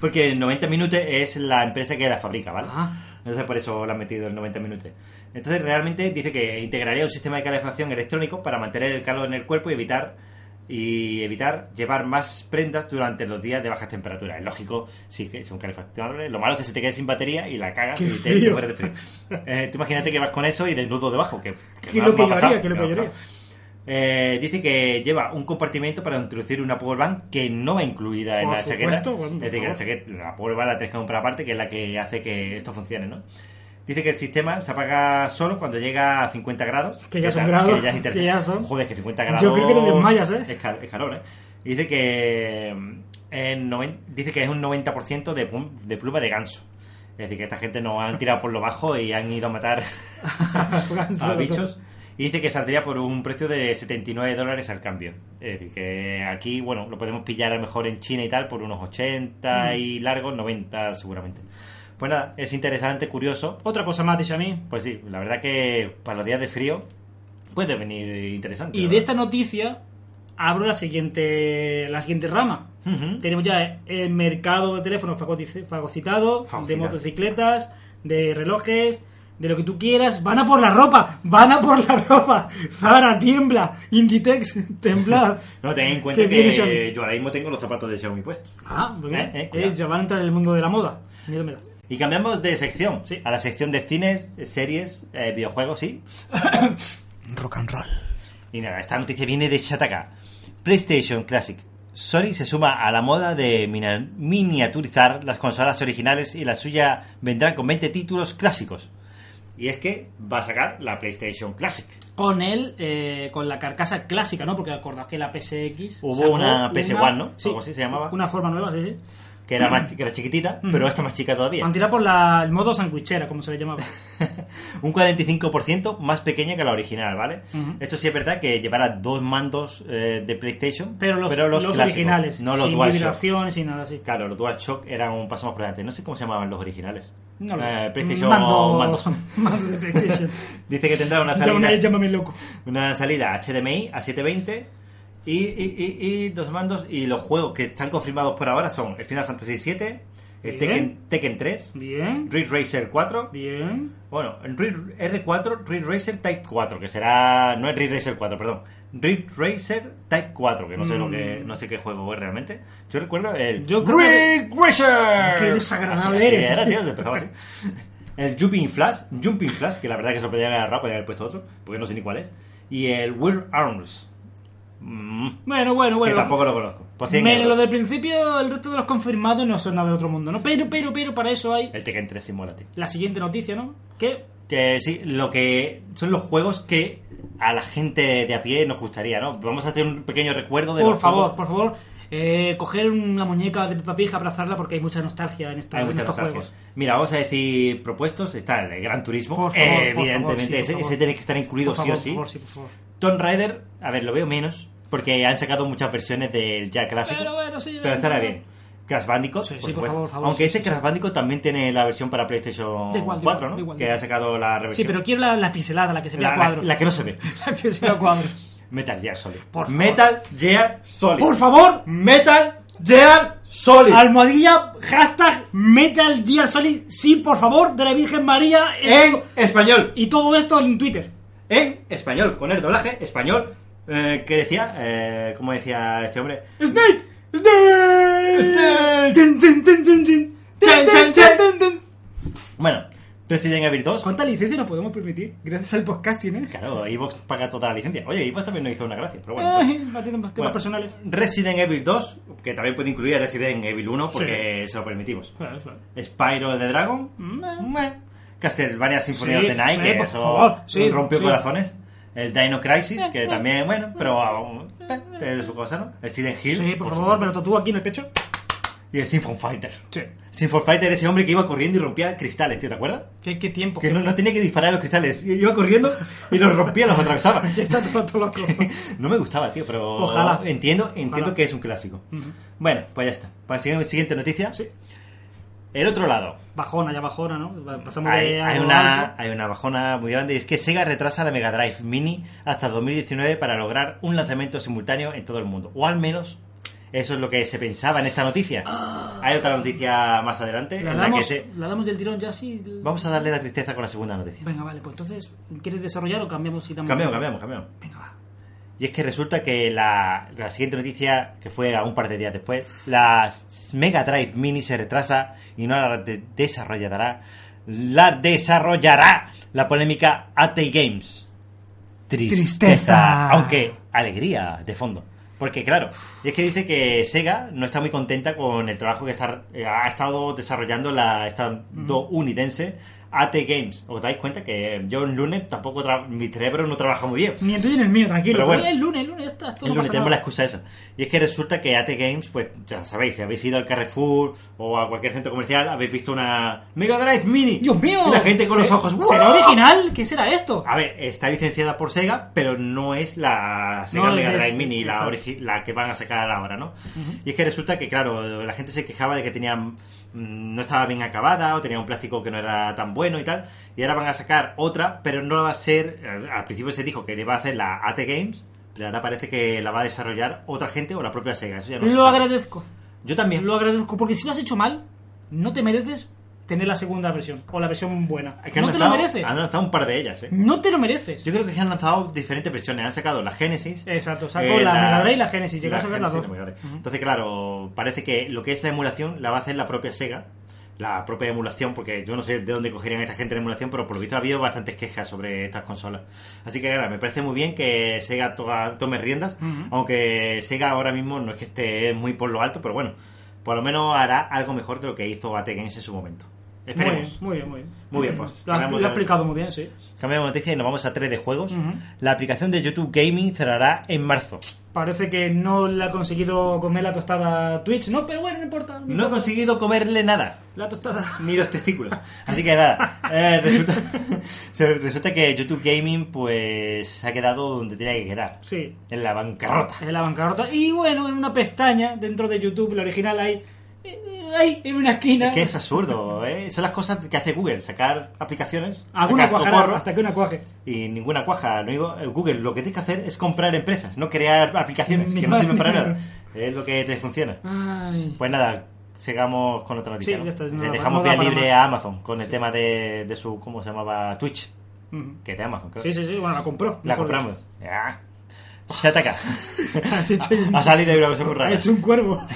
S1: Porque 90 Minute es la empresa que la fabrica, ¿vale?
S2: Ah.
S1: Entonces por eso la han metido en 90 minutos. Entonces realmente dice que integraría un sistema de calefacción electrónico para mantener el calor en el cuerpo y evitar y evitar llevar más prendas durante los días de bajas temperaturas. Es lógico, sí que son calefaccionables. Lo malo es que se te quede sin batería y la cagas
S2: ¡Qué
S1: y te- te,
S2: frío!
S1: mueres de frío. Eh, tú imagínate que vas con eso y desnudo debajo. Que,
S2: Que
S1: va-
S2: lo que
S1: va a
S2: yo
S1: pasar.
S2: haría, que lo que yo haría.
S1: Eh, dice que lleva un compartimento para introducir una power bank que no va incluida en
S2: Por
S1: la chaqueta.
S2: supuesto, bueno,
S1: es
S2: por
S1: decir, que la
S2: favor.
S1: chaqueta, la power bank la tienes que comprar aparte, que es la que hace que esto funcione, ¿no? Dice que el sistema se apaga solo cuando llega a 50 grados.
S2: Que ya son
S1: ta-
S2: grados,
S1: Que ya es internet.
S2: que ya son.
S1: Joder, que 50 grados.
S2: Yo creo que te desmayas, ¿eh?
S1: Es, cal- es calor, ¿eh? Y Dice que, mm, en noven- dice que es un 90% de, pum- de pluma de ganso. Es decir, que esta gente no han tirado por lo bajo y han ido a matar a bichos. Y dice que saldría por un precio de 79 dólares al cambio. Es decir, que aquí, bueno, lo podemos pillar a lo mejor en China y tal por unos 80
S2: Mm.
S1: y largos, 90 seguramente. Pues nada, es interesante, curioso.
S2: Otra cosa más, dicho a mí.
S1: Pues sí, la verdad que para los días de frío puede venir interesante.
S2: Y
S1: ¿no?
S2: de esta noticia abro la siguiente, la siguiente rama.
S1: Ujú.
S2: Tenemos ya el mercado de teléfonos fagotice- fagocitado, de
S1: Fagocitado.
S2: motocicletas, de relojes, de lo que tú quieras. Van a por la ropa, van a por la ropa. Zara, tiembla, Inditex, temblad.
S1: No, ten en cuenta
S2: Que viene
S1: que,
S2: Xiaomi.
S1: yo ahora mismo tengo los zapatos de Xiaomi puestos.
S2: Ah, pues mira,
S1: Eh, eh,
S2: eh,
S1: cuidado.
S2: ya van a entrar en el mundo de la moda. Miedo me da.
S1: Y cambiamos de sección
S2: Sí.
S1: a la sección de cines, series, eh, videojuegos, sí.
S2: Rock and roll.
S1: Y nada, esta noticia viene de Shataka. PlayStation Classic. Sony se suma a la moda de mina- miniaturizar las consolas originales y la suya vendrán con 20 títulos clásicos. Y es que va a sacar la PlayStation Classic.
S2: Con él, eh, con la carcasa clásica, ¿no? Porque acordás que la PSX.
S1: Hubo
S2: sacó
S1: una PS1, ¿no?
S2: Sí,
S1: Algo así se llamaba.
S2: Una forma nueva, sí, sí.
S1: Que era,
S2: Mm.
S1: más, que era chiquitita,
S2: Ujú.
S1: pero esta más chica todavía.
S2: Han tirado por la, el modo sandwichera, como se le llamaba.
S1: Un 45% más pequeña que la original, ¿vale?
S2: Ujú.
S1: Esto sí es verdad que llevará dos mandos eh, de PlayStation,
S2: Pero los, los
S1: clásicos,
S2: originales,
S1: no los
S2: sin
S1: DualShock.
S2: vibración, sin nada así.
S1: Claro, los DualShock eran un paso más por delante. No sé cómo se llamaban los originales.
S2: No lo
S1: Eh,
S2: sé.
S1: PlayStation
S2: mando,
S1: mandos.
S2: mando de PlayStation.
S1: Dice que tendrá una
S2: Ya una
S1: salida,
S2: vez llámame loco.
S1: una salida HDMI a 720 y, y- y- y dos mandos. Y los juegos que están confirmados por ahora son el Final Fantasy VII, el
S2: Bien.
S1: Tekken, Tekken 3,
S2: Bien,
S1: Ridge Racer 4.
S2: bien.
S1: Bueno, el Ridge- R4, Ridge Racer Type 4, que será. No es Ridge Racer 4, perdón. Ridge Racer Type 4, que no sé, lo que,
S2: Mm.
S1: no sé qué juego es realmente. Yo recuerdo el.
S2: Yo creo
S1: Ridge Racer!
S2: Qué desagradable
S1: Así- así
S2: eres.
S1: era, tío, se empezaba así. El Jumping Flash, Jumping Flash, que la verdad que se lo podían agarrar, podían haber puesto otro, porque no sé ni cuál es. Y el Weird Arms, mm,
S2: Bueno, bueno,
S1: que
S2: bueno.
S1: tampoco lo conozco. Por 100
S2: Menos lo
S1: euros.
S2: del principio, el resto de los confirmados no son nada del otro mundo, ¿no? Pero, pero, pero, para eso hay
S1: El Tekken 3 Simulator.
S2: la siguiente noticia, ¿no? Que
S1: Que sí, lo que son los juegos que a la gente de a pie nos gustaría, ¿no? Vamos a hacer un pequeño recuerdo de
S2: Por
S1: los
S2: favor,
S1: juegos.
S2: por favor, eh, coger una muñeca de Peppa Pig, abrazarla porque hay mucha nostalgia en, esta,
S1: Hay
S2: en
S1: muchas
S2: estos
S1: nostalgias.
S2: juegos.
S1: Mira, vamos a decir propuestos. Está el Gran Turismo.
S2: Por favor, por
S1: evidentemente,
S2: favor, sí, por
S1: ese,
S2: favor.
S1: ese tiene que estar incluido
S2: por
S1: sí
S2: favor,
S1: o sí.
S2: por favor, sí, por favor.
S1: Tomb Raider, a ver, lo veo menos, porque han sacado muchas versiones del ya clásico.
S2: Pero bueno, sí.
S1: pero estará bien. Crash Bandicoot,
S2: Sí,
S1: por
S2: sí, por
S1: supuesto.
S2: favor, por favor,
S1: Aunque
S2: sí,
S1: ese
S2: sí,
S1: Crash Bandicoot también tiene la versión para PlayStation
S2: Da igual, da
S1: 4, ¿no?
S2: igual, da igual, da
S1: que ha
S2: igual.
S1: sacado la
S2: Sí,
S1: reversión.
S2: pero quiero la, la pincelada, la que se vea
S1: la,
S2: a
S1: la-
S2: cuadros.
S1: la que no se ve.
S2: La que se vea a cuadros.
S1: Metal Gear Solid.
S2: Por favor.
S1: Metal Gear Solid.
S2: Por favor,
S1: Metal Gear Solid.
S2: almohadilla, hashtag Metal Gear Solid, sí, por favor, de la Virgen María.
S1: En
S2: esto-
S1: español.
S2: Y todo esto en Twitter.
S1: En español. Con el doblaje español. Eh, ¿Qué decía? Eh, ¿Cómo decía este hombre?
S2: ¡Snake! ¡Snake!
S1: Snake.
S2: ¡Tin, tin, tin, tin, tin!
S1: Chan, chan, chan. Bueno, Resident Evil 2.
S2: ¿Cuántas licencias nos podemos permitir? Gracias al podcasting, ¿eh?
S1: Claro, Evox paga toda la licencia. Oye, Evox también nos hizo una gracia, pero bueno. pues,
S2: Ay, batiendo Eh, temas
S1: Bueno,
S2: personales.
S1: Resident Evil 2, que también puede incluir a Resident Evil 1 porque se lo permitimos.
S2: Claro, claro.
S1: Spyro the Dragon.
S2: Mm.
S1: Meh. Castlevania Symphony of
S2: Sí,
S1: the Night,
S2: sí,
S1: que
S2: por
S1: eso
S2: favor, sí,
S1: rompió
S2: sí. Eh,
S1: corazones. El Dino Crisis, que también, bueno, pero aún, eh, tiene su cosa, ¿no? El Silent Hill.
S2: Sí, por favor,
S1: supuesto.
S2: pero tatúa aquí en el pecho.
S1: Y el Symphone Fighter.
S2: Sí.
S1: Symphone Fighter, ese hombre que iba corriendo y rompía cristales, tío, ¿te acuerdas?
S2: ¿Qué, qué tiempo?
S1: Que no, no tenía que disparar a los cristales. I- Iba corriendo y los rompía, los atravesaba.
S2: Ya está todo, todo loco.
S1: No me gustaba, tío, pero
S2: Ojalá.
S1: entiendo, entiendo
S2: Ojalá.
S1: que es un clásico.
S2: Ujú.
S1: Bueno, pues ya está. Para la siguiente noticia.
S2: Sí.
S1: El otro lado.
S2: Bajona, ya bajona, ¿no? Pasamos
S1: Hay,
S2: de
S1: hay
S2: algo
S1: una,
S2: alto.
S1: hay una bajona muy grande y es que Sega retrasa la Mega Drive Mini hasta 2019 para lograr un lanzamiento simultáneo en todo el mundo. O al menos eso es lo que se pensaba en esta noticia. Hay otra noticia más adelante
S2: La
S1: en la que
S2: damos,
S1: se...
S2: la damos del tirón ya así.
S1: Vamos a darle la tristeza con la segunda noticia.
S2: Venga, vale, pues entonces, ¿quieres desarrollar o cambiamos y damos?
S1: Cambiamos, cambiamos, cambiamos.
S2: Venga, va.
S1: Y es que resulta que la, la siguiente noticia, que fue a un par de días después, la Mega Drive Mini se retrasa y no la de- desarrollará. La desarrollará la polémica AT Games. Tristeza.
S2: Tristeza.
S1: Aunque alegría de fondo. Porque claro, y es que dice que Sega no está muy contenta con el trabajo que está, eh, ha estado desarrollando la estadounidense AT Games. ¿Os dais cuenta que yo en lunes tampoco tra- mi cerebro no trabaja muy bien?
S2: Ni el tuyo ni el mío, tranquilo.
S1: Pero
S2: Pero
S1: bueno.
S2: el lunes, el lunes, ya está, esto
S1: El
S2: no
S1: lunes
S2: pasa
S1: tenemos la
S2: nada.
S1: excusa esa. Y es que resulta que AT Games, pues ya sabéis, si habéis ido al Carrefour o a cualquier centro comercial, habéis visto una Mega Drive Mini.
S2: ¡Dios mío!
S1: Y la gente con los
S2: ¿Se-
S1: ojos.
S2: ¿Será
S1: ¡Wow! Ah,
S2: original? ¿Qué será esto?
S1: A ver, está licenciada por Sega, pero no es la Sega
S2: No,
S1: Mega
S2: es-
S1: Drive Mini, la,
S2: exacto.
S1: origi- la que van a sacar ahora, ¿no? Y es que resulta que, claro, la gente se quejaba de que tenía, mm, no estaba bien acabada o tenía un plástico que no era tan bueno y tal. Y ahora van a sacar otra, pero no va a ser. eh, Al principio se dijo que le iba a hacer la AT Games, pero ahora parece que la va a desarrollar otra gente o la propia Sega. Eso ya no se
S2: Lo
S1: sabe.
S2: agradezco.
S1: Yo también.
S2: Lo agradezco, porque si lo has hecho mal, no te mereces tener la segunda versión o la versión buena.
S1: Es que han
S2: No te lo
S1: lanzado-
S2: mereces.
S1: Han lanzado un par de ellas, ¿eh?
S2: No te lo mereces.
S1: Yo creo que han lanzado diferentes versiones. Han sacado la Genesis.
S2: Exacto, sacó
S1: Eh,
S2: la Mega Drive y la Genesis, llegó
S1: la
S2: a sacar las
S1: Genesis
S2: dos.
S1: y la Mega Drive.
S2: Ujú.
S1: Entonces, claro, parece que lo que es la emulación la va a hacer la propia Sega, la propia emulación, porque yo no sé de dónde cogerían esta gente la emulación, pero por lo visto ha habido bastantes quejas sobre estas consolas. Así que, claro, me parece muy bien que Sega to- tome riendas,
S2: Ujú.
S1: aunque Sega ahora mismo no es que esté muy por lo alto, pero bueno, por lo menos hará algo mejor de lo que hizo AT Games en su momento.
S2: Muy bien,
S1: Esperemos.
S2: muy bien, muy bien.
S1: Muy bien, pues.
S2: Lo has-
S1: Hablamos
S2: lo
S1: de-
S2: has explicado muy bien, sí.
S1: Cambiamos de noticia y nos vamos a 3 de juegos.
S2: Ujú.
S1: La aplicación de YouTube Gaming cerrará en marzo.
S2: Parece que no le ha conseguido comer la tostada a Twitch, ¿no? Pero bueno, no importa. no
S1: No he conseguido comerle nada.
S2: La tostada.
S1: ni los testículos. Así que nada, eh, resulta, se- resulta que YouTube Gaming pues se ha quedado donde tenía que quedar,
S2: Sí.
S1: en la bancarrota.
S2: En la bancarrota. Y bueno, en una pestaña dentro de YouTube, la original, hay. eh, Hay en una esquina.
S1: Es que es absurdo, ¿eh? son las cosas que hace Google, sacar aplicaciones
S2: Alguna
S1: a casco
S2: cuajará,
S1: porro,
S2: hasta que una cuaje.
S1: y ninguna cuaja. Lo único- eh, Google lo que tienes que hacer es comprar empresas, no crear aplicaciones
S2: Ni
S1: que no
S2: más
S1: sirven
S2: ni
S1: para nada.
S2: menos.
S1: Es lo que te funciona.
S2: Ay.
S1: Pues nada, sigamos con otra noticia.
S2: Sí,
S1: ¿no?
S2: ya está, no
S1: Le
S2: da-
S1: dejamos
S2: no da
S1: vía
S2: para
S1: libre
S2: más.
S1: a Amazon con el tema de, de su, ¿cómo se llamaba? Twitch,
S2: Ujú.
S1: que es de Amazon, creo.
S2: Sí, sí, sí. Bueno, la compró.
S1: La
S2: mejor
S1: compramos. Ah. Ya. Se ataca.
S2: dicho. Has hecho un-
S1: Ha salido una cosa muy
S2: has
S1: rara.
S2: hecho un cuervo.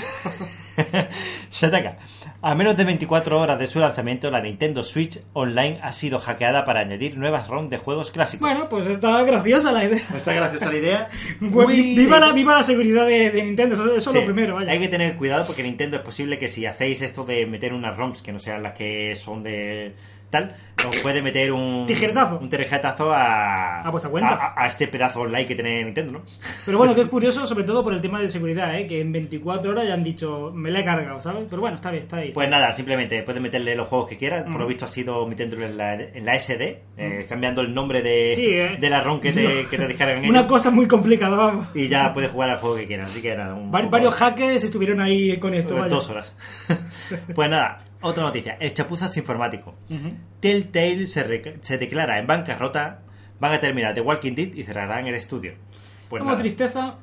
S1: Se ataca. A menos de 24 horas de su lanzamiento, la Nintendo Switch Online ha sido hackeada para añadir nuevas ROM de juegos clásicos.
S2: Bueno, pues está graciosa la idea.
S1: está graciosa la idea.
S2: Vi- Viva la, viva la seguridad de, de Nintendo, eso, eso es lo primero, vaya.
S1: Hay que tener cuidado porque Nintendo es posible que si hacéis esto de meter unas ROMs que no sean las que son de tal, os puede meter un
S2: Tijeretazo.
S1: un tijeretazo a,
S2: A vuestra cuenta.
S1: a- a este pedazo online que tiene Nintendo, ¿no?
S2: Pero bueno, que es curioso, sobre todo por el tema de seguridad, ¿eh? que en 24 horas ya han dicho, me la he cargado, ¿sabes? Pero bueno, está bien, está ahí. está
S1: Pues
S2: bien.
S1: nada, simplemente puedes meterle los juegos que quieras. Por lo
S2: Mm.
S1: visto ha sido metiéndolo en la, en la SD, eh, cambiando el nombre de,
S2: Sí, eh.
S1: de la ROM que te, que te descargan
S2: Una
S1: ellos.
S2: cosa muy complicada, vamos.
S1: Y ya puedes jugar al juego que quieras. Así que nada, un
S2: Va-
S1: poco-
S2: Varios hackers estuvieron ahí con esto, vaya.
S1: dos horas. pues nada, otra noticia. El chapuzas informático.
S2: Ujú.
S1: Telltale se, re- se declara en bancarrota. Van a terminar The Walking Dead y cerrarán el estudio. Pues
S2: Como
S1: nada.
S2: tristeza,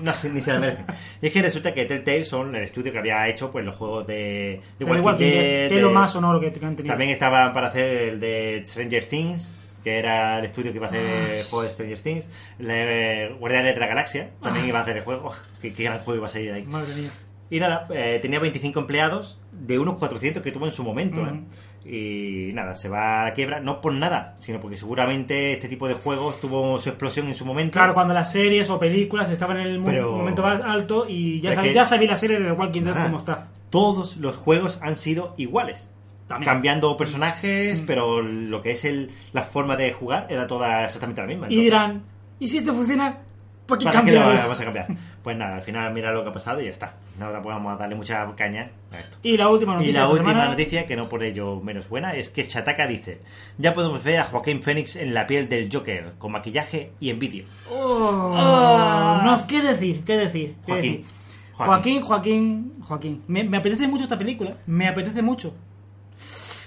S1: No sé, ni se la merece. Y es que resulta que Telltale son el estudio que había hecho pues los juegos de, de
S2: pero igual que, que
S1: de-
S2: lo más sonoro que, que han tenido.
S1: También estaban para hacer el de Stranger Things, que era el estudio que iba a hacer
S2: Ah,
S1: el juego de Stranger Things.
S2: Ah.
S1: El de Guardianes de la Galaxia, también iba a hacer el juego. Uf, qué, qué gran juego iba a salir ahí.
S2: Madre mía.
S1: Y nada, eh, tenía 25 empleados de unos 400 que tuvo en su momento. ¿eh? Y nada, se va a la quiebra, no por nada, sino porque seguramente este tipo de juegos tuvo su explosión en su momento.
S2: Claro, cuando las series o películas estaban en el mu-
S1: Pero-
S2: momento más alto y ya,
S1: Pero
S2: sab-
S1: es que-
S2: ya sabía la serie de The Walking Dead
S1: Ajá.
S2: cómo está.
S1: Todos los juegos han sido iguales.
S2: También. Mm.
S1: Cambiando personajes, pero lo que es el, la forma de jugar era toda exactamente la misma.
S2: Y
S1: Entonces,
S2: dirán, ¿y si esto funciona? ¿Para qué
S1: ¿Para qué lo
S2: cambiarlo?
S1: vamos a cambiar? Pues nada, al final mira lo que ha pasado y ya está. No tampoco vamos a darle mucha caña a esto.
S2: Y la última noticia
S1: Y la
S2: de esta
S1: última
S2: semana,
S1: noticia, que no por ello menos buena, es que Chataka dice: Ya podemos ver a Joaquín Phoenix en la piel del Joker, con maquillaje y en vídeo.
S2: Oh,
S1: Ah.
S2: no, ¿qué decir? ¿Qué decir? ¿Qué
S1: Joaquín.
S2: decir? Joaquín, Joaquín, Joaquín. Me, me apetece mucho esta película. Me apetece mucho.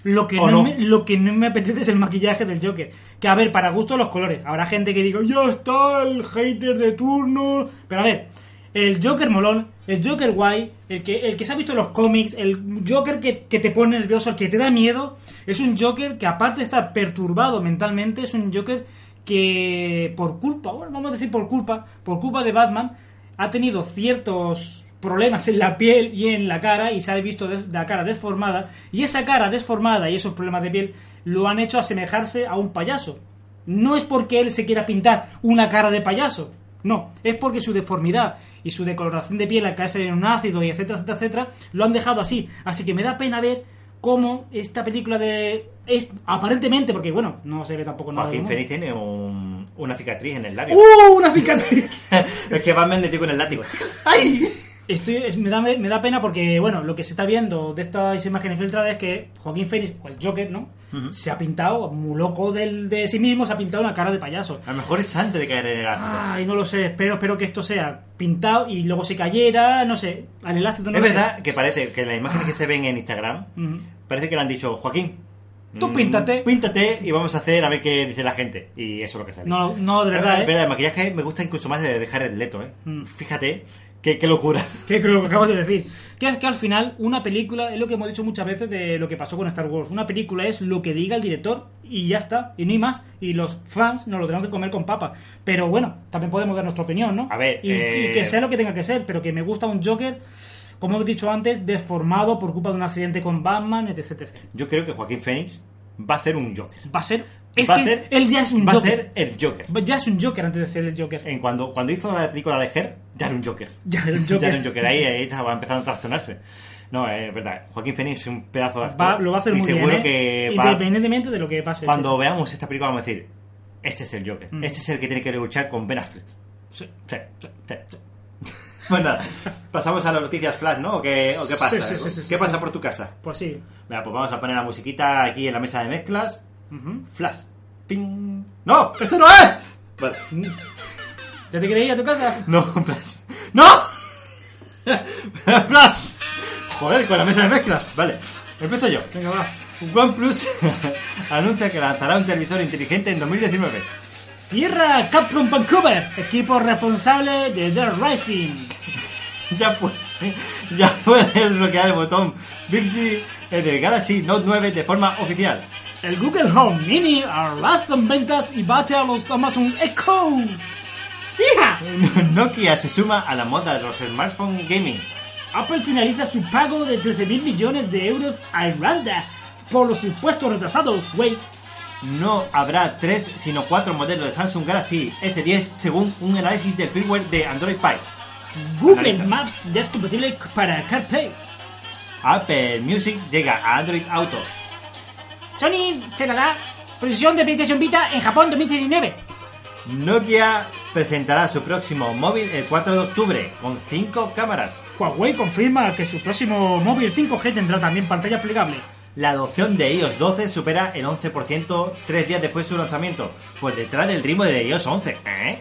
S2: Lo que,
S1: ¿O
S2: no,
S1: no?
S2: Me, lo que no me apetece es el maquillaje del Joker. Que a ver, para gusto los colores. Habrá gente que diga, ya está el hater de turno. Pero a ver, el Joker molón, el Joker guay, el que, el que se ha visto en los cómics, el Joker que, que te pone nervioso, el que te da miedo, es un Joker que aparte de estar perturbado mentalmente, es un Joker que por culpa, bueno, vamos a decir por culpa, por culpa de Batman, ha tenido ciertos problemas en la piel y en la cara y se ha visto de- la cara deformada y esa cara deformada y esos problemas de piel lo han hecho asemejarse a un payaso. No es porque él se quiera pintar una cara de payaso, no, es porque su deformidad y su decoloración de piel al caerse en un ácido y etcétera, etcétera, etcétera, lo han dejado así. Así que me da pena ver cómo esta película de... Es, aparentemente, porque bueno, no se ve tampoco nada.
S1: Joaquín
S2: del
S1: Phoenix tiene un- una cicatriz en el labio.
S2: mundo. ¡Uh! Una cicatriz.
S1: es que Batman le digo en el látigo. ¡Ay!
S2: Estoy, es- me, da, me da pena porque, bueno, lo que se está viendo de estas imágenes filtradas es que Joaquín Phoenix, o el Joker, ¿no? Se ha pintado, muy loco del, de sí mismo, se ha pintado una cara de payaso.
S1: A lo mejor es antes de caer en el ácido.
S2: Ay, no lo sé, espero, espero que esto sea pintado y luego se cayera, no sé, al enlace de
S1: es verdad que parece que las imágenes que se ven en Instagram,
S2: Ujú.
S1: parece que le han dicho, Joaquín.
S2: Tú
S1: mm,
S2: píntate".
S1: Píntate y vamos a hacer a ver qué dice la gente. Y eso es lo que sale.
S2: No, no, de verdad,
S1: Es
S2: ¿eh?
S1: el maquillaje me gusta incluso más de dejar el leto, ¿eh?
S2: Mm.
S1: Fíjate, qué, qué locura.
S2: Que que lo que acabas de decir. Que, que al final una película es lo que hemos dicho muchas veces de lo que pasó con Star Wars. Una película es lo que diga el director y ya está, y no hay más. Y los fans nos lo tenemos que comer con papa. Pero bueno, también podemos dar nuestra opinión, ¿no?
S1: A ver,
S2: y,
S1: eh,
S2: y que sea lo que tenga que ser, pero que me gusta un Joker, como hemos dicho antes, deformado por culpa de un accidente con Batman, etc. etc.
S1: Yo creo que Joaquín Phoenix va a ser un Joker.
S2: Va a ser... Es
S1: Va a
S2: que
S1: ser-
S2: él ya es un
S1: va a
S2: Joker.
S1: ser el Joker.
S2: Ya es un Joker antes de ser el Joker.
S1: En cuando, cuando hizo la película de Her, ya era un Joker.
S2: Ya era un
S1: Ya
S2: Joker.
S1: era un Joker. Ahí, ahí estaba empezando a trastornarse. No, es verdad. Joaquín Phoenix es un pedazo de actor.
S2: Va- lo va a hacer
S1: y
S2: muy
S1: seguro
S2: bien, ¿eh?
S1: que va-
S2: Independientemente de lo que pase.
S1: cuando veamos esta película vamos a decir, este es el Joker.
S2: Mm.
S1: Este es el que tiene que luchar con Ben Affleck.
S2: sí. Sí.
S1: Sí, sí, sí, sí. Pues nada, pasamos a las noticias flash, ¿no? ¿O qué, o qué pasa?
S2: Sí, sí, sí, sí,
S1: ¿Qué
S2: sí,
S1: pasa
S2: sí.
S1: por tu casa?
S2: Pues sí.
S1: Venga, pues vamos a poner la musiquita aquí en la mesa de mezclas.
S2: Ujú.
S1: Flash. Ping. ¡No! ¡Esto no es! Vale.
S2: Mm. ¿Ya te quería ir a tu casa?
S1: No, Flash. ¡No! ¡Flash! Joder, con la mesa de mezclas. Vale, empiezo yo.
S2: Venga, va.
S1: OnePlus anuncia que lanzará un televisor inteligente en 2019.
S2: Cierra Capcom Vancouver, equipo responsable de The Rising.
S1: Ya, pu- ya puedes desbloquear el botón Bixby en el Galaxy Note 9 de forma oficial.
S2: El Google Home Mini arrasan ventas y bate a los Amazon Echo. ¡Hija!
S1: Nokia se suma a la moda de los smartphones gaming.
S2: Apple finaliza su pago de 13.000 millones de euros a Irlanda por los supuestos retrasados, güey.
S1: No habrá 3 sino 4 modelos de Samsung Galaxy S10 según un análisis del firmware de Android Pie.
S2: Google
S1: Analiza.
S2: Maps ya es compatible para CarPlay.
S1: Apple Music llega a Android Auto.
S2: Sony te dará posición de PlayStation Vita en Japón 2019.
S1: Nokia presentará su próximo móvil el 4 de octubre con 5 cámaras.
S2: Huawei confirma que su próximo móvil 5G tendrá también pantalla plegable.
S1: La adopción de iOS 12 supera el 11% 3 días después de su lanzamiento, por detrás del ritmo de iOS 11. ¿eh?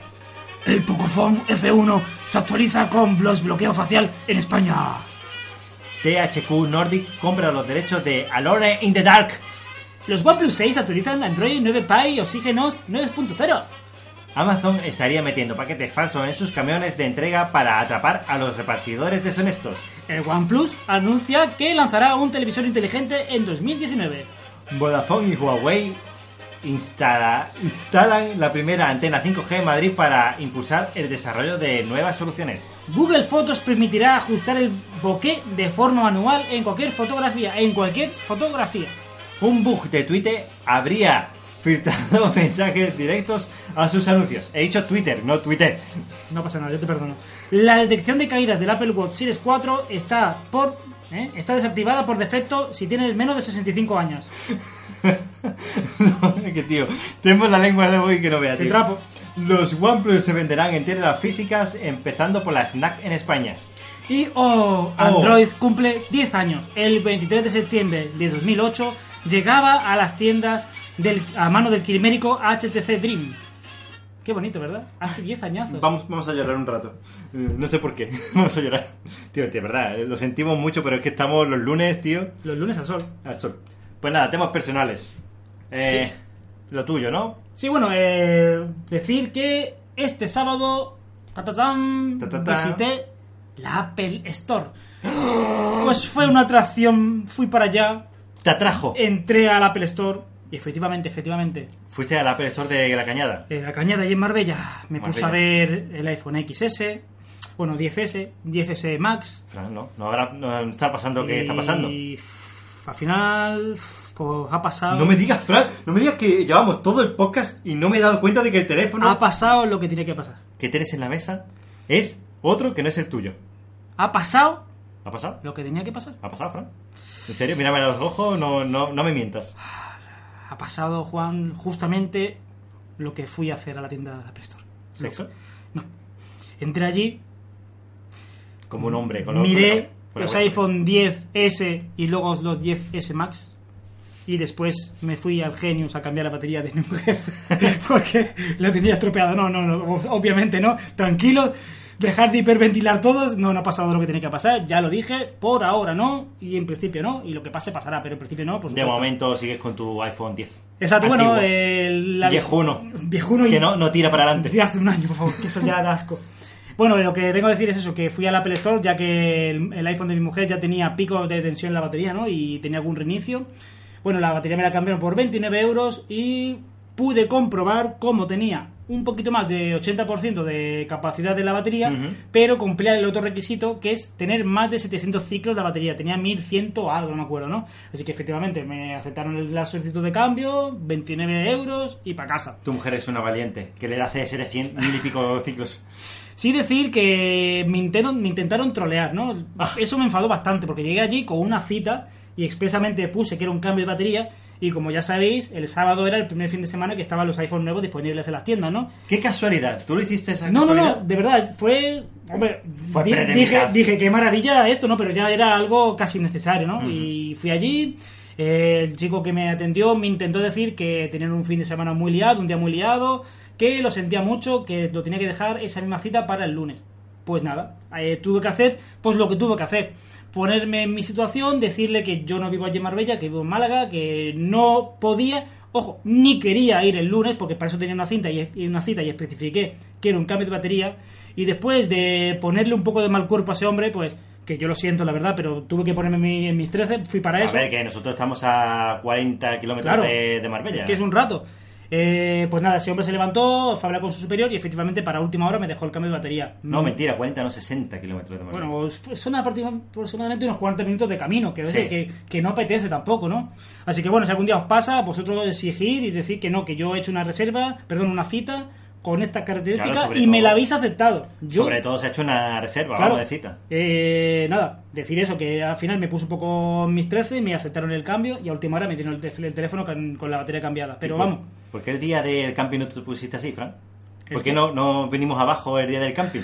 S2: El Pocophone F1 se actualiza con los bloqueo facial en España.
S1: THQ Nordic compra los derechos de Alone in the Dark.
S2: Los OnePlus 6 actualizan Android 9 Pie Oxígenos 9.0.
S1: Amazon estaría metiendo paquetes falsos en sus camiones de entrega para atrapar a los repartidores deshonestos.
S2: El OnePlus anuncia que lanzará un televisor inteligente en 2019.
S1: Vodafone y Huawei instala, instalan la primera antena 5G en Madrid para impulsar el desarrollo de nuevas soluciones.
S2: Google Fotos permitirá ajustar el bokeh de forma manual en cualquier fotografía, en cualquier fotografía.
S1: Un bug de Twitter habría filtrado mensajes directos a sus anuncios. He dicho Twitter, no Twitter.
S2: No pasa nada, yo te perdono. La detección de caídas del Apple Watch Series 4 está por ¿eh? está desactivada por defecto si tienes menos de 65 años.
S1: no, es que tío, tengo la lengua de hoy que no vea,
S2: Te
S1: tío.
S2: trapo.
S1: Los OnePlus se venderán en tiendas físicas, empezando por la FNAC en España.
S2: Y oh, Android cumple 10 años. El 23 de septiembre de 2008 llegaba a las tiendas del, a mano del quimérico HTC Dream. Qué bonito, ¿verdad? Hace 10 añazos.
S1: Vamos, vamos a llorar un rato. Eh, No sé por qué. Vamos a llorar. Tío, de verdad, eh, lo sentimos mucho, pero es que estamos los lunes, tío,
S2: Los lunes al sol.
S1: al sol. Pues nada, temas personales. Eh, Lo tuyo, ¿no?
S2: Sí, bueno, eh, decir que este sábado tatatán,
S1: Tatatá.
S2: visité la Apple Store. Pues fue una atracción, fui para allá,
S1: Te atrajo.
S2: entré al Apple Store y efectivamente, efectivamente,
S1: Fuiste al Apple Store de La Cañada.
S2: eh, la cañada allí en Marbella me puse a ver el iPhone XS, bueno, 10S, 10S Max.
S1: Fran, ¿no? No, habrá, no está pasando que
S2: y,
S1: está pasando.
S2: Eh, f- al final, f- pues ha pasado...
S1: No me digas, Fran, no me digas que llevamos todo el podcast y no me he dado cuenta de que el
S2: ha
S1: teléfono
S2: pasado lo que tiene que pasar.
S1: que tienes en la mesa es otro que no es el tuyo.
S2: Ha pasado
S1: ¿Ha pasado?
S2: lo que tenía que pasar.
S1: ¿Ha pasado, Fran? ¿En serio? Mírame a los ojos, no, no, no me mientas.
S2: ha pasado, Juan, justamente lo que fui a hacer a la tienda de Apple Store.
S1: ¿Sexo?
S2: No. Entré allí,
S1: Como un hombre. Con
S2: miré
S1: con la-
S2: los
S1: con la-
S2: iPhone 10S y luego los 10S Max. Y después me fui al Genius a cambiar la batería de mi mujer. Porque la tenía estropeada. No, no, no. Obviamente no. Tranquilo. Dejar de hiperventilar todos. No, no ha pasado lo que tenía que pasar. Ya lo dije. Por ahora no. Y en principio no. Y lo que pase pasará. Pero en principio no. Por
S1: De
S2: supuesto.
S1: momento sigues con tu iPhone 10.
S2: Exacto. Bueno,
S1: Antiguo.
S2: el, la-
S1: Viejuno.
S2: Viejuno y
S1: Que no, no tira para adelante.
S2: De hace un año, por favor, que eso ya da asco. Bueno, lo que vengo a decir es eso, que fui al Apple Store ya que el, el iPhone de mi mujer ya tenía picos de tensión en la batería, ¿no? Y tenía algún reinicio. Bueno, la batería me la cambiaron por 29 euros y pude comprobar cómo tenía un poquito más de 80% de capacidad de la batería,
S1: Ujú.
S2: pero cumplía el otro requisito que es tener más de 700 ciclos de la batería. Tenía 1100 o algo, no me acuerdo, ¿no? Así que efectivamente me aceptaron la solicitud de cambio, 29 euros y para casa.
S1: Tu mujer es una valiente, que le hace 700 mil y pico ciclos.
S2: Sí decir que me intentaron, me intentaron trolear, ¿no? Eso me enfadó bastante porque llegué allí con una cita y expresamente puse que era un cambio de batería y como ya sabéis, el sábado era el primer fin de semana que estaban los iPhone nuevos disponibles en las tiendas, ¿no?
S1: Qué casualidad. ¿Tú lo hiciste esa
S2: No, no,
S1: casualidad?
S2: no, de verdad, fue... Hombre,
S1: Fue
S2: di- dije,
S1: premeditado.
S2: dije qué maravilla esto, ¿no? Pero ya era algo casi necesario, ¿no? Y fui allí, eh, el chico que me atendió me intentó decir que tenían un fin de semana muy liado, un día muy liado, que lo sentía mucho, que lo tenía que dejar esa misma cita para el lunes. Pues nada, eh, tuve que hacer pues lo que tuve que hacer. Ponerme en mi situación, decirle que yo no vivo allí en Marbella, que vivo en Málaga, que no podía, ojo, ni quería ir el lunes, porque para eso tenía una cinta y, y una cita y especifiqué que era un cambio de batería. Y después de ponerle un poco de mal cuerpo a ese hombre, pues que yo lo siento, la verdad, pero tuve que ponerme en mi- en mis 13, fui para
S1: A
S2: eso.
S1: ver, que nosotros estamos a 40 kilómetros
S2: Claro.
S1: de, de Marbella.
S2: Es que es un rato. Eh, pues nada, ese hombre se levantó, fue a hablar con su superior y efectivamente para última hora me dejó el cambio de batería.
S1: No, mentira, 40, no 60 kilómetros de Marbella.
S2: Bueno, os- son aproxima- aproximadamente unos 40 minutos de camino, que, oye,
S1: Sí.
S2: que, que no apetece tampoco, ¿no? Así que bueno, si algún día os pasa, vosotros exigir y decir que no, que yo he hecho una reserva, perdón, una cita con estas características
S1: Claro, sobre
S2: y me
S1: todo.
S2: la habéis aceptado. Yo,
S1: Sobre todo se ha hecho una reserva,
S2: claro,
S1: vamos, de cita.
S2: eh, nada, decir eso, que al final me puse un poco mis 13, me aceptaron el cambio y a última hora me dieron el, tel- el teléfono con, con la batería cambiada. Pero
S1: ¿Y pues por-
S2: vamos,
S1: ¿Por qué el día del camping no te pusiste así, Fran?
S2: ¿El
S1: ¿Por qué
S2: qué?
S1: no, no venimos abajo el día del camping?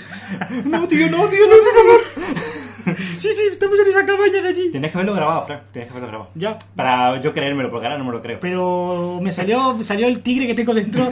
S1: no, tío, no, tío, no, por favor.
S2: sí, sí, estamos en esa cabaña de allí.
S1: Tenías que haberlo grabado, Fran. Tenías que haberlo grabado.
S2: Ya,
S1: Para yo creérmelo, porque ahora no me lo creo.
S2: pero me salió, me salió el tigre que tengo dentro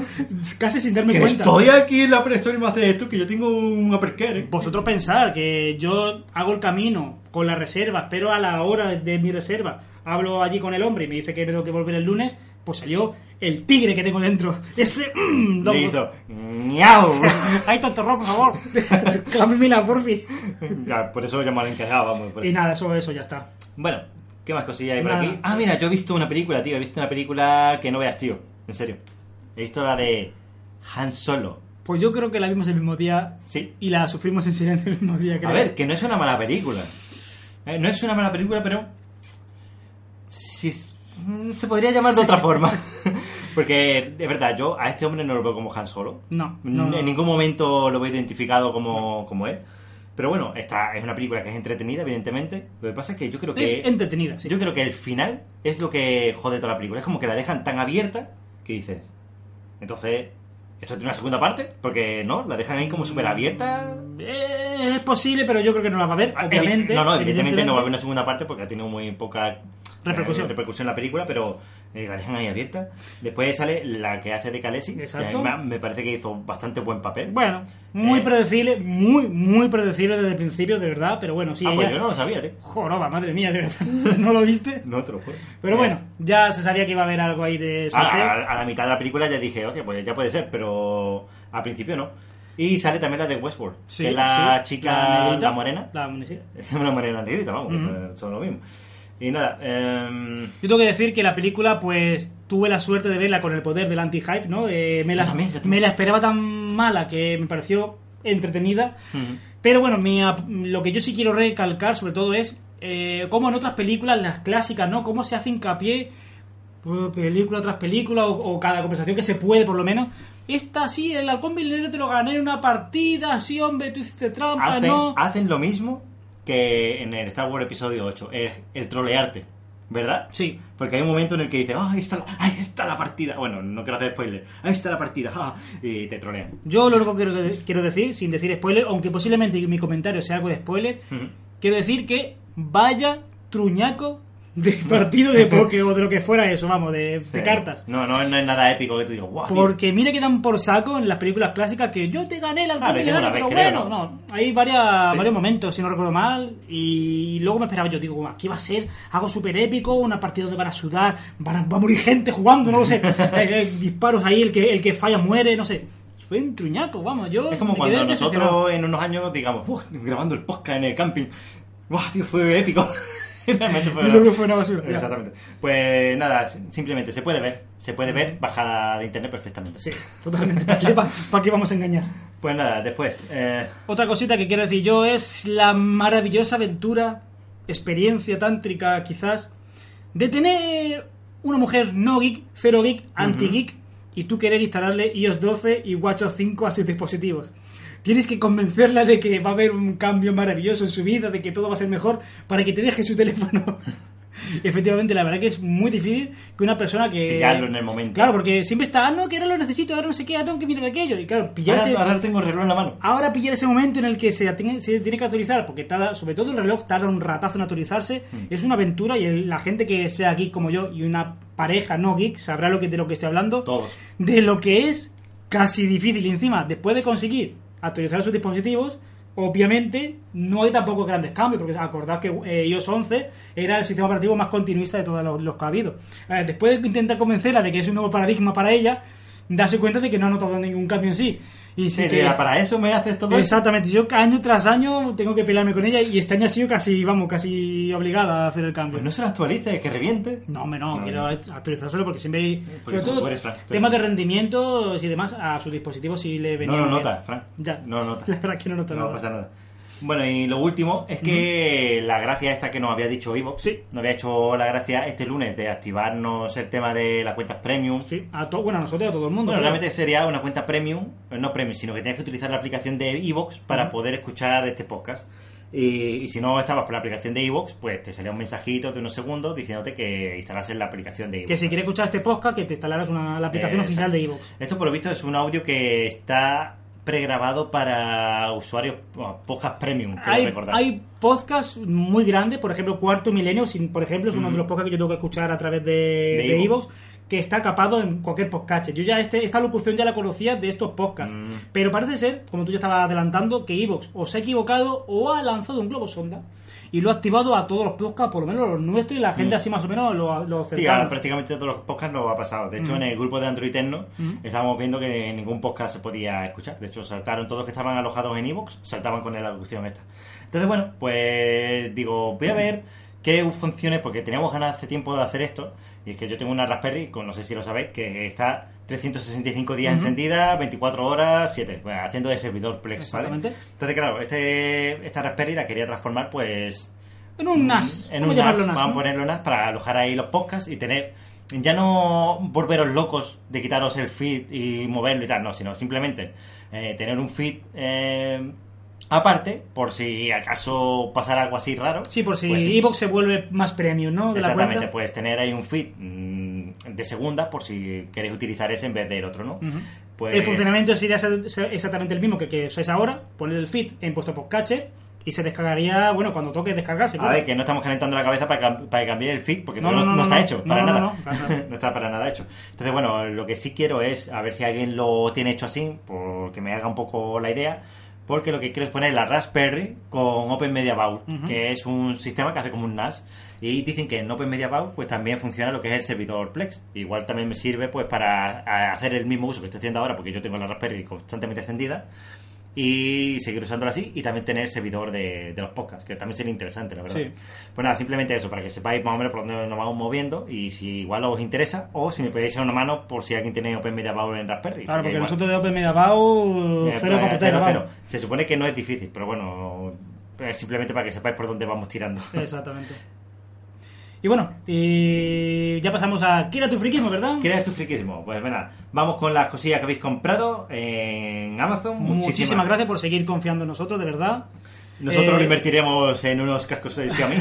S2: casi sin darme
S1: que
S2: cuenta.
S1: estoy aquí en la prehistoria y me hace esto, que yo tengo un ¿eh? apercare.
S2: Vosotros pensar que yo hago el camino con la reserva, pero a la hora de mi reserva hablo allí con el hombre y me dice que tengo que volver el lunes, pues salió el tigre que tengo dentro. Ese... mm, lo-
S1: Le hizo... ¡Miau!
S2: Ay, tontorro, por favor. Cámbiamela, porfi.
S1: Ya, por eso llamo al encargado, vamos. por
S2: Y
S1: eso.
S2: nada, eso, eso ya está.
S1: Bueno, ¿qué más cosillas hay por
S2: Nada.
S1: aquí? Ah, mira, yo he visto una película, tío. He visto una película que no veas, tío. en serio. He visto la de Han Solo.
S2: Pues yo creo que la vimos el mismo día
S1: Sí.
S2: y la sufrimos en silencio el mismo día. Creo.
S1: A ver, que no es una mala película. Eh, no es una mala película, pero. sí es- mm, se podría llamar de otra forma. Porque, de verdad, yo a este hombre no lo veo como Han Solo.
S2: No, no, no.
S1: En ningún momento lo veo identificado como, como él. Pero bueno, esta es una película que es entretenida, evidentemente. Lo que pasa es que yo creo que.
S2: es entretenida, sí.
S1: Yo creo que el final es lo que jode toda la película. Es como que la dejan tan abierta que dices. Entonces, ¿esto tiene una segunda parte? Porque no, la dejan ahí como súper abierta.
S2: Eh, es posible, pero yo creo que no la va a ver, obviamente.
S1: Evi- Ah, No, no, evidentemente no va a haber una segunda parte porque ha tenido muy poca eh,
S2: Repercusión.
S1: repercusión la película, pero eh, la dejan ahí abierta. Después sale la que hace de Calesi, que
S2: Exacto.
S1: a mí me- me parece que hizo bastante buen papel.
S2: Bueno, muy
S1: Eh.
S2: predecible, muy, muy predecible desde el principio, de verdad, pero bueno, sí.
S1: ah, pues
S2: ella-
S1: yo no lo sabía, tío.
S2: Joroba, madre mía, de verdad. ¿No lo viste?
S1: No te lo juro.
S2: Pero
S1: Eh,
S2: bueno, ya se sabía que iba a haber algo ahí de
S1: a,
S2: salseo.
S1: a- a la mitad de la película ya dije, hostia, pues ya puede ser, pero al principio no. Y sale también la de Westworld,
S2: Sí,
S1: que es la
S2: sí,
S1: chica, la,
S2: negrita,
S1: morena.
S2: la morena, sí.
S1: una morena negrita, vamos,
S2: Ujú.
S1: eh, son lo mismo. Y nada, eh,
S2: Yo tengo que decir que la película, pues tuve la suerte de verla con el poder del anti-hype, ¿no? Eh, me, la,
S1: Yo también, yo también.
S2: me la esperaba tan mala que me pareció entretenida. Pero bueno, mi ap- lo que yo sí quiero recalcar sobre todo es eh, cómo en otras películas, las clásicas, ¿no? Cómo se hace hincapié eh, película tras película o, o cada conversación que se puede por lo menos. Esta sí, el halcón milenero te lo gané en una partida, sí hombre, tú hiciste trampa,
S1: hacen,
S2: ¿no?
S1: hacen lo mismo que en el Star Wars episodio 8, el, el trolearte, ¿verdad?
S2: Sí.
S1: Porque hay un momento en el que dices, "Ah, ahí, está la, ahí está la partida. Bueno, no quiero hacer spoiler. Ahí está la partida. ah", y te trolean.
S2: Yo lo único que quiero, quiero decir, sin decir spoiler, aunque posiblemente mi comentario sea algo de spoiler,
S1: Ujú.
S2: quiero decir que vaya truñaco de partido de poke o de lo que fuera eso, vamos, de, de
S1: Sí.
S2: cartas.
S1: No, no, no es nada épico que tú digas, guau. tío".
S2: Porque mira que dan por saco en las películas clásicas que yo te gané la
S1: Ah, lo hicimos una
S2: pero
S1: vez, creo,
S2: bueno,
S1: ¿no?
S2: no. Hay varias,
S1: Sí.
S2: varios momentos, si no recuerdo mal, y luego me esperaba yo, digo, aquí va a ser algo súper épico, una partida donde van a sudar, van a- va a morir gente jugando, no lo sé, Eh, eh, disparos ahí, el que, el que falla muere, no sé. Fue un truñaco, vamos, yo...
S1: Es como
S2: me quedé
S1: cuando
S2: decepcionado.
S1: nosotros en unos años digamos, "Buah, grabando el podcast en el camping. Guau, tío, fue épico. Realmente fue,
S2: Creo que fue una basura.
S1: Exactamente. Pues nada, simplemente se puede ver. Se puede ver bajada de internet perfectamente.
S2: Sí, totalmente. ¿Para qué, va- para qué vamos a engañar?
S1: Pues nada, después. eh,
S2: Otra cosita que quiero decir yo es la maravillosa aventura, experiencia tántrica quizás, de tener una mujer no geek, cero geek, anti geek, y tú querer instalarle iOS 12 y WatchOS 5 a sus dispositivos. Tienes que convencerla de que va a haber un cambio maravilloso en su vida, de que todo va a ser mejor, para que te deje su teléfono. Efectivamente, la verdad que es muy difícil que una persona que...
S1: Pillarlo en el momento.
S2: Claro, porque siempre está, ah, no, que ahora lo necesito, ahora no sé qué, ahora tengo que mirar aquello. Y claro,
S1: ahora,
S2: pillarse...
S1: ahora tengo el reloj en la mano.
S2: Ahora pillar ese momento en el que se tiene, se tiene que actualizar, porque tarda, sobre todo el reloj tarda un ratazo en actualizarse, es una aventura y el- la gente que sea geek como yo y una pareja no geek sabrá lo que, de lo que estoy hablando,
S1: Todos.
S2: de lo que es casi difícil. Y encima, después de conseguir actualizar sus dispositivos, obviamente no hay tampoco grandes cambios, porque acordad que eh, iOS 11 era el sistema operativo más continuista de todos los, los que ha habido. Eh, después de intentar convencerla de que es un nuevo paradigma para ella, darse cuenta de que no ha notado ningún cambio en sí. Y sí
S1: Sí,
S2: que-
S1: tía, para eso me haces todo eso.
S2: Exactamente, yo año tras año tengo que pelearme con ella y este año ha sido casi, vamos, casi obligada a hacer el cambio.
S1: Pues no se lo actualices, que reviente.
S2: No, hombre, no,
S1: No,
S2: quiero
S1: no.
S2: actualizar solo porque siempre hay.
S1: Porque
S2: sobre
S1: tú
S2: todo,
S1: eres Frank, tú
S2: temas de
S1: eres-
S2: rendimientos y demás a su dispositivo si le venía.
S1: No lo
S2: bien.
S1: nota, Frank.
S2: Ya.
S1: No lo nota.
S2: La verdad es que no nota
S1: No
S2: nada.
S1: pasa nada. Bueno, y lo último es que la gracia esta que nos había dicho Vivo,
S2: Sí.
S1: nos había hecho la gracia este lunes de activarnos el tema de las cuentas premium.
S2: Sí, a to- bueno, a nosotros y a todo el mundo.
S1: Bueno,
S2: pero-
S1: realmente sería una cuenta premium, eh, no premium, sino que tienes que utilizar la aplicación de Evox para poder escuchar este podcast. Y, y si no estabas por la aplicación de Evox, pues te salía un mensajito de unos segundos diciéndote que instalases la aplicación de Evox.
S2: Que si quieres escuchar este podcast, que te instalaras una, la aplicación
S1: Eh,
S2: oficial
S1: exacto.
S2: de Evox.
S1: Esto por lo visto es un audio que está pregrabado para usuarios bueno, podcast premium, creo
S2: Hay,
S1: recordar.
S2: hay podcasts muy grandes, por ejemplo, Cuarto Milenio, sin- por ejemplo, es uno de los podcasts que yo tengo que escuchar a través de, de
S1: iVoox.
S2: iVoox, que está capado en cualquier podcast. Yo ya este, esta locución ya la conocía de estos podcasts.
S1: Mm.
S2: Pero parece ser, como tú ya estabas adelantando, que Evox o se ha equivocado o ha lanzado un globo sonda y lo ha activado a todos los podcasts, por lo menos los nuestros y la gente así más o menos lo, lo
S1: Mm. Sí,
S2: cercano.
S1: a prácticamente todos los podcasts nos ha pasado. De
S2: Mm.
S1: hecho, en el grupo de Android Tecno estábamos viendo que ningún podcast se podía escuchar. De hecho, saltaron todos los que estaban alojados en iVoox, saltaban con la locución esta. Entonces, bueno, pues digo, voy a ver que funcione, porque teníamos ganas hace tiempo de hacer esto, y es que yo tengo una Raspberry, con, no sé si lo sabéis, que está 365 días
S2: Ujú.
S1: encendida, 24 horas, 7, bueno, haciendo de servidor Plex, ¿vale?
S2: Exactamente.
S1: Entonces, claro, este, esta Raspberry la quería transformar, pues,
S2: En un NAS.
S1: en
S2: ¿Cómo
S1: un NAS,
S2: llamarlo NAS?
S1: vamos a
S2: no?
S1: ponerlo NAS para alojar ahí los podcasts y tener, ya no volveros locos de quitaros el feed y moverlo y tal, no, sino simplemente eh, tener un feed eh, aparte, por si acaso pasara algo así raro.
S2: Sí, por si
S1: Pues,
S2: Evox se vuelve más premium, ¿no? De la
S1: Exactamente,
S2: cuenta.
S1: pues tener ahí un feed mm, de segunda por si queréis utilizar ese en vez del otro, ¿no?
S2: Ujú.
S1: Pues-
S2: El funcionamiento sería esa- esa- exactamente el mismo que, que sois ahora, poner el feed en puesto podcache y se descargaría, bueno, cuando toque descargarse.
S1: A
S2: claro.
S1: ver, que no estamos calentando la cabeza para, cam- para cambiar el feed, porque
S2: No,
S1: todavía no,
S2: no, no,
S1: no está
S2: no.
S1: hecho,
S2: No,
S1: para
S2: no,
S1: nada.
S2: no, no, claro, claro.
S1: No está para nada hecho. Entonces, bueno, lo que sí quiero es, a ver si alguien lo tiene hecho así, porque me haga un poco la idea, porque lo que quiero es poner la Raspberry con Open Media Vault,
S2: Ujú.
S1: que es un sistema que hace como un NAS, y dicen que en Open Media Vault pues también funciona lo que es el servidor Plex. Igual también me sirve pues para a- hacer el mismo uso que estoy haciendo ahora, porque yo tengo la Raspberry constantemente encendida, y seguir usándolo así y también tener servidor de, de los podcasts, que también sería interesante, la verdad.
S2: Sí.
S1: Pues nada, simplemente eso, para que sepáis más o menos por dónde nos vamos moviendo y si igual os interesa o si me podéis echar una mano por si alguien tiene Open Media Power en Raspberry.
S2: Claro, porque
S1: igual,
S2: nosotros de Open Media Bow,
S1: eh,
S2: cero
S1: pues,
S2: patatero,
S1: cero,
S2: vamos.
S1: cero. Se supone que no es difícil, pero bueno, es simplemente para que sepáis por dónde vamos tirando.
S2: Exactamente. Y bueno, y ya pasamos a Kira tu friquismo, ¿verdad?
S1: ¿Quieres tu friquismo? Pues venga, vamos con las cosillas que habéis comprado en Amazon.
S2: Muchísimas, gracias por seguir confiando en nosotros, de verdad.
S1: Nosotros lo
S2: Eh,
S1: invertiremos en unos cascos de Xiaomi.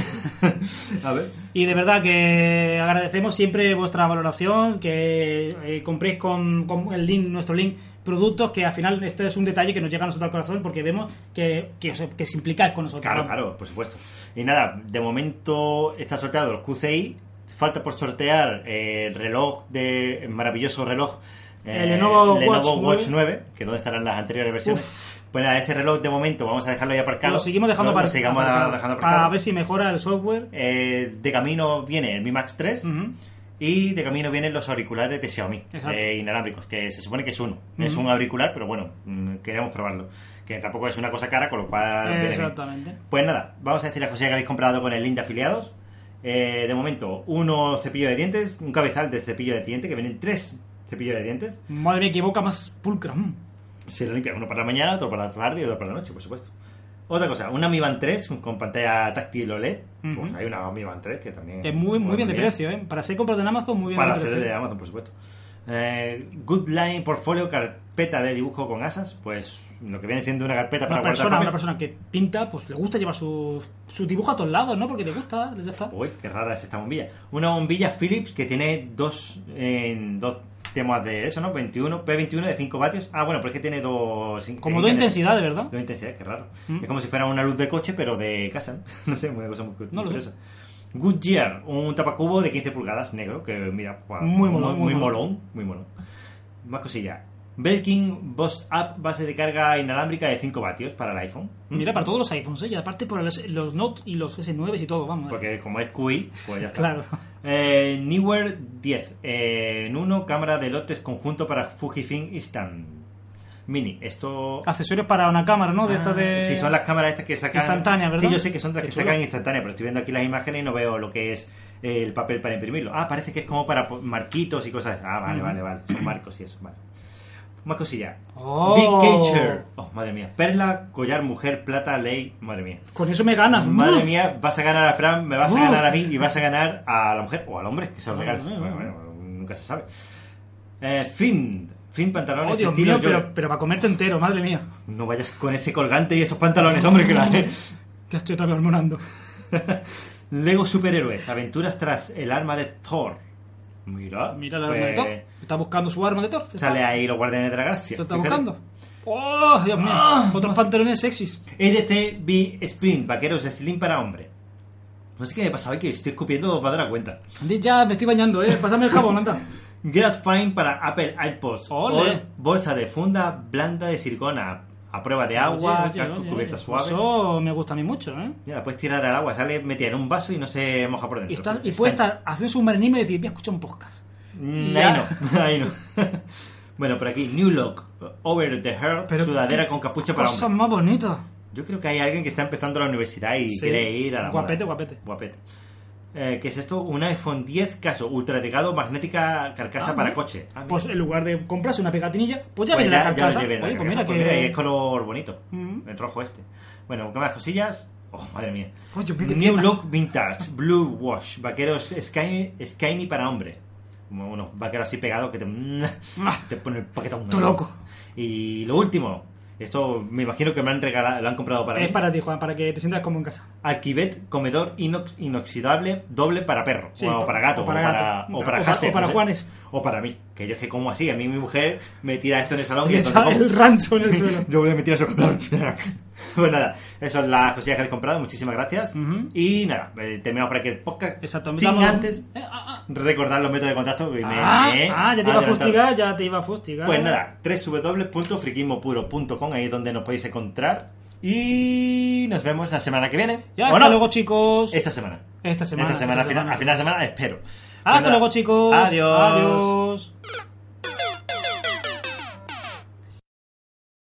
S1: A ver.
S2: Y de verdad que agradecemos siempre vuestra valoración, que eh, compréis con, con el link, nuestro link, productos que al final este es un detalle que nos llega a nosotros al corazón porque vemos que, que, os- que os implicáis con nosotros.
S1: Claro,
S2: ¿no?
S1: claro, por supuesto. Y nada, de momento está sorteado los QCI. Falta por sortear eh, el reloj de el maravilloso reloj eh,
S2: El Lenovo Watch
S1: 9, que es donde estarán las anteriores versiones. Pues nada, ese reloj de momento vamos a dejarlo ahí aparcado.
S2: Lo seguimos dejando
S1: Lo- lo
S2: para
S1: sigamos
S2: aparcado,
S1: dejando aparcado.
S2: para ver si mejora el software.
S1: Eh, de camino viene el Mi Max 3
S2: Ujú.
S1: y de camino vienen los auriculares de Xiaomi
S2: Exacto.
S1: eh, inalámbricos, que se supone que es uno. Es
S2: Ujú.
S1: un auricular, pero bueno, mm, queremos probarlo. Que tampoco es una cosa cara, con lo
S2: Eh,
S1: cual... viene bien.
S2: Exactamente.
S1: Pues nada, vamos a decir las cosillas que habéis comprado con el link de afiliados. Eh, de momento, uno cepillo de dientes, un cabezal de cepillo de dientes, que vienen tres cepillos de dientes.
S2: Madre mía, qué boca más pulcra. mm.
S1: Se lo limpia uno para la mañana, otro para la tarde y otro para la noche, por supuesto. Otra cosa, una Mi Band 3 con pantalla táctil OLED.
S2: Ujú.
S1: Pues hay una Mi Band 3 que también...
S2: Que muy, muy bien de precio, ¿eh? Para ser comprado en Amazon, muy bien
S1: Para
S2: de
S1: ser
S2: precio.
S1: de Amazon, por supuesto. Eh, Good Line Portfolio, carpeta de dibujo con asas. Pues lo que viene siendo una carpeta
S2: una
S1: para
S2: persona,
S1: guardar
S2: una
S1: papel.
S2: persona que pinta, pues le gusta llevar sus su dibujos a todos lados, ¿no? Porque le gusta, ya está.
S1: Uy, qué rara es esta bombilla. Una bombilla Philips que tiene dos, en dos temas de eso, ¿no? 21, P21 de 5 vatios. Ah, bueno, pero es que tiene dos...
S2: Como dos intensidades, ¿verdad?
S1: Dos intensidades, qué raro.
S2: Mm.
S1: Es como si fuera una luz de coche, pero de casa. No, No sé, una cosa muy cu-
S2: No lo
S1: curiosa. Goodyear, un tapacubo de 15 pulgadas negro, que mira, guau,
S2: Muy molón, muy molón.
S1: molón, muy molón. Más cosilla. Belkin Boss App base de carga inalámbrica de 5 vatios para el iPhone. Mm.
S2: Mira, para todos los iPhones, ¿eh? Y aparte por los, los Note y los S9 y todo, vamos. ¿eh?
S1: Porque como es QI, pues ya está.
S2: Claro.
S1: Eh, Newer 10 eh, en uno cámara de lotes conjunto para Fujifilm Instant Mini. Esto.
S2: Accesorios para una cámara, ¿no? De
S1: Ah,
S2: estas de...
S1: Sí, son las cámaras estas que sacan.
S2: Instantánea, ¿verdad?
S1: Sí, yo sé que son las
S2: Qué
S1: que
S2: chulo.
S1: sacan instantánea, pero estoy viendo aquí las imágenes y no veo lo que es eh, el papel para imprimirlo. Ah, parece que es como para po- marquitos y cosas. Ah, vale,
S2: Ujú.
S1: vale, vale. Son marcos y eso, vale. Más cosilla.
S2: Oh.
S1: Big Catcher. Oh, madre mía. Perla, collar, mujer, plata, ley. Madre mía.
S2: Con eso me ganas.
S1: Madre
S2: ¡Uf!
S1: mía, vas a ganar a Fran, me vas a
S2: Uf.
S1: ganar a mí y vas a ganar a la mujer o al hombre, que se lo
S2: Ah,
S1: regales.
S2: bueno,
S1: Bueno, bueno, nunca se sabe. Eh, fin, fin pantalones
S2: Oh, Dios
S1: estilo
S2: mío,
S1: yo-
S2: pero, pero para comerte entero, madre mía.
S1: No vayas con ese colgante y esos pantalones, hombre, que la...
S2: Ya estoy otra vez hormonando.
S1: Lego superhéroes, aventuras tras el arma de Thor. Mira,
S2: Mira la arma
S1: pues,
S2: de Thor. Está buscando su arma de Thor. Está-
S1: Sale ahí los guardianes de la galaxia.
S2: Lo está
S1: fíjate.
S2: buscando. ¡Oh, Dios mío!
S1: Ah.
S2: Otros pantalones sexys.
S1: EDC E B Sprint, vaqueros slim para hombre. No sé qué me pasaba, que estoy escupiendo para dar la cuenta.
S2: Di, Ya me estoy bañando, ¿eh? Pásame el jabón, anda.
S1: GradFine para Apple iPods.
S2: Ole.
S1: Bol- Bolsa de funda blanda de silicona. A prueba de agua,
S2: Oye, oye,
S1: casco
S2: oye,
S1: cubierta
S2: oye.
S1: suave.
S2: Eso me gusta a mí mucho, ¿eh?
S1: Mira, la puedes tirar al agua, sale metida en un vaso y no se moja por dentro.
S2: Y, estás- y puedes estar, hacer un submarinismo y decir, voy a escuchar un podcast.
S1: Mm,
S2: Ya.
S1: Ahí no, ahí no. bueno, por aquí, New Look, Over the Hair,
S2: Pero
S1: sudadera
S2: qué
S1: con capucha para
S2: Cosas
S1: hombre.
S2: más bonitas.
S1: Yo creo que hay alguien que está empezando la universidad y
S2: Sí.
S1: quiere ir a la moda.
S2: Guapete, guapete.
S1: Guapete. Eh, ¿Qué es esto? Un iPhone 10 caso, ultrategado, magnética carcasa
S2: Ah,
S1: para
S2: mira.
S1: coche. Ah, mira.
S2: Pues en lugar de comprarse una pegatinilla, pues ya
S1: Pues
S2: viene la
S1: ya- ya lo
S2: carcasa.
S1: llevé la
S2: Oye, pues
S1: carcasa.
S2: mira
S1: Pues mira, y es
S2: que.
S1: color bonito.
S2: Mm.
S1: El rojo este. Bueno, ¿qué más cosillas? Oh, madre mía.
S2: Oye, pues mira qué
S1: New
S2: tiernas.
S1: Look Vintage, Blue Wash, vaqueros skinny, skinny para hombre. Como unos vaqueros así pegados que te,
S2: Ah,
S1: te pone el paquetón.
S2: Tú loco.
S1: Y lo último, esto me imagino que me han regalado, lo han comprado para
S2: Es
S1: mí.
S2: para ti, Juan, para que te sientas como en casa.
S1: Alquivet, comedor inox- inoxidable, doble para perro,
S2: Sí,
S1: o para gato,
S2: o
S1: o
S2: para
S1: para,
S2: gato.
S1: o para
S2: O para-
S1: Hassel,
S2: o para
S1: no sé.
S2: Juanes.
S1: o para mí. Que yo es que como así, a mí mi mujer me tira esto en el salón y
S2: Le
S1: entonces
S2: echa
S1: como-
S2: el rancho en el suelo.
S1: yo voy a meter eso. pues nada, eso es las cosillas que habéis comprado. Muchísimas gracias.
S2: Ujú.
S1: Y nada, eh, terminamos por aquí el podcast.
S2: Exactamente.
S1: Sin
S2: Vamos-
S1: antes
S2: Eh, ah, ah.
S1: recordar los métodos de contacto. que me- eh.
S2: Ah,
S1: me he
S2: ah, ya te iba a
S1: adelantado.
S2: fustigar, ya te iba a fustigar.
S1: Pues nada, www.friquismopuro.com, ahí es donde nos podéis encontrar. Y nos vemos la semana que viene.
S2: Ya,
S1: ¿O
S2: hasta
S1: no?
S2: luego, chicos.
S1: Esta semana.
S2: Esta semana.
S1: Esta semana, a final, a final de semana, espero. Pues
S2: Hasta
S1: nada,
S2: luego, chicos.
S1: Adiós.
S2: Adiós.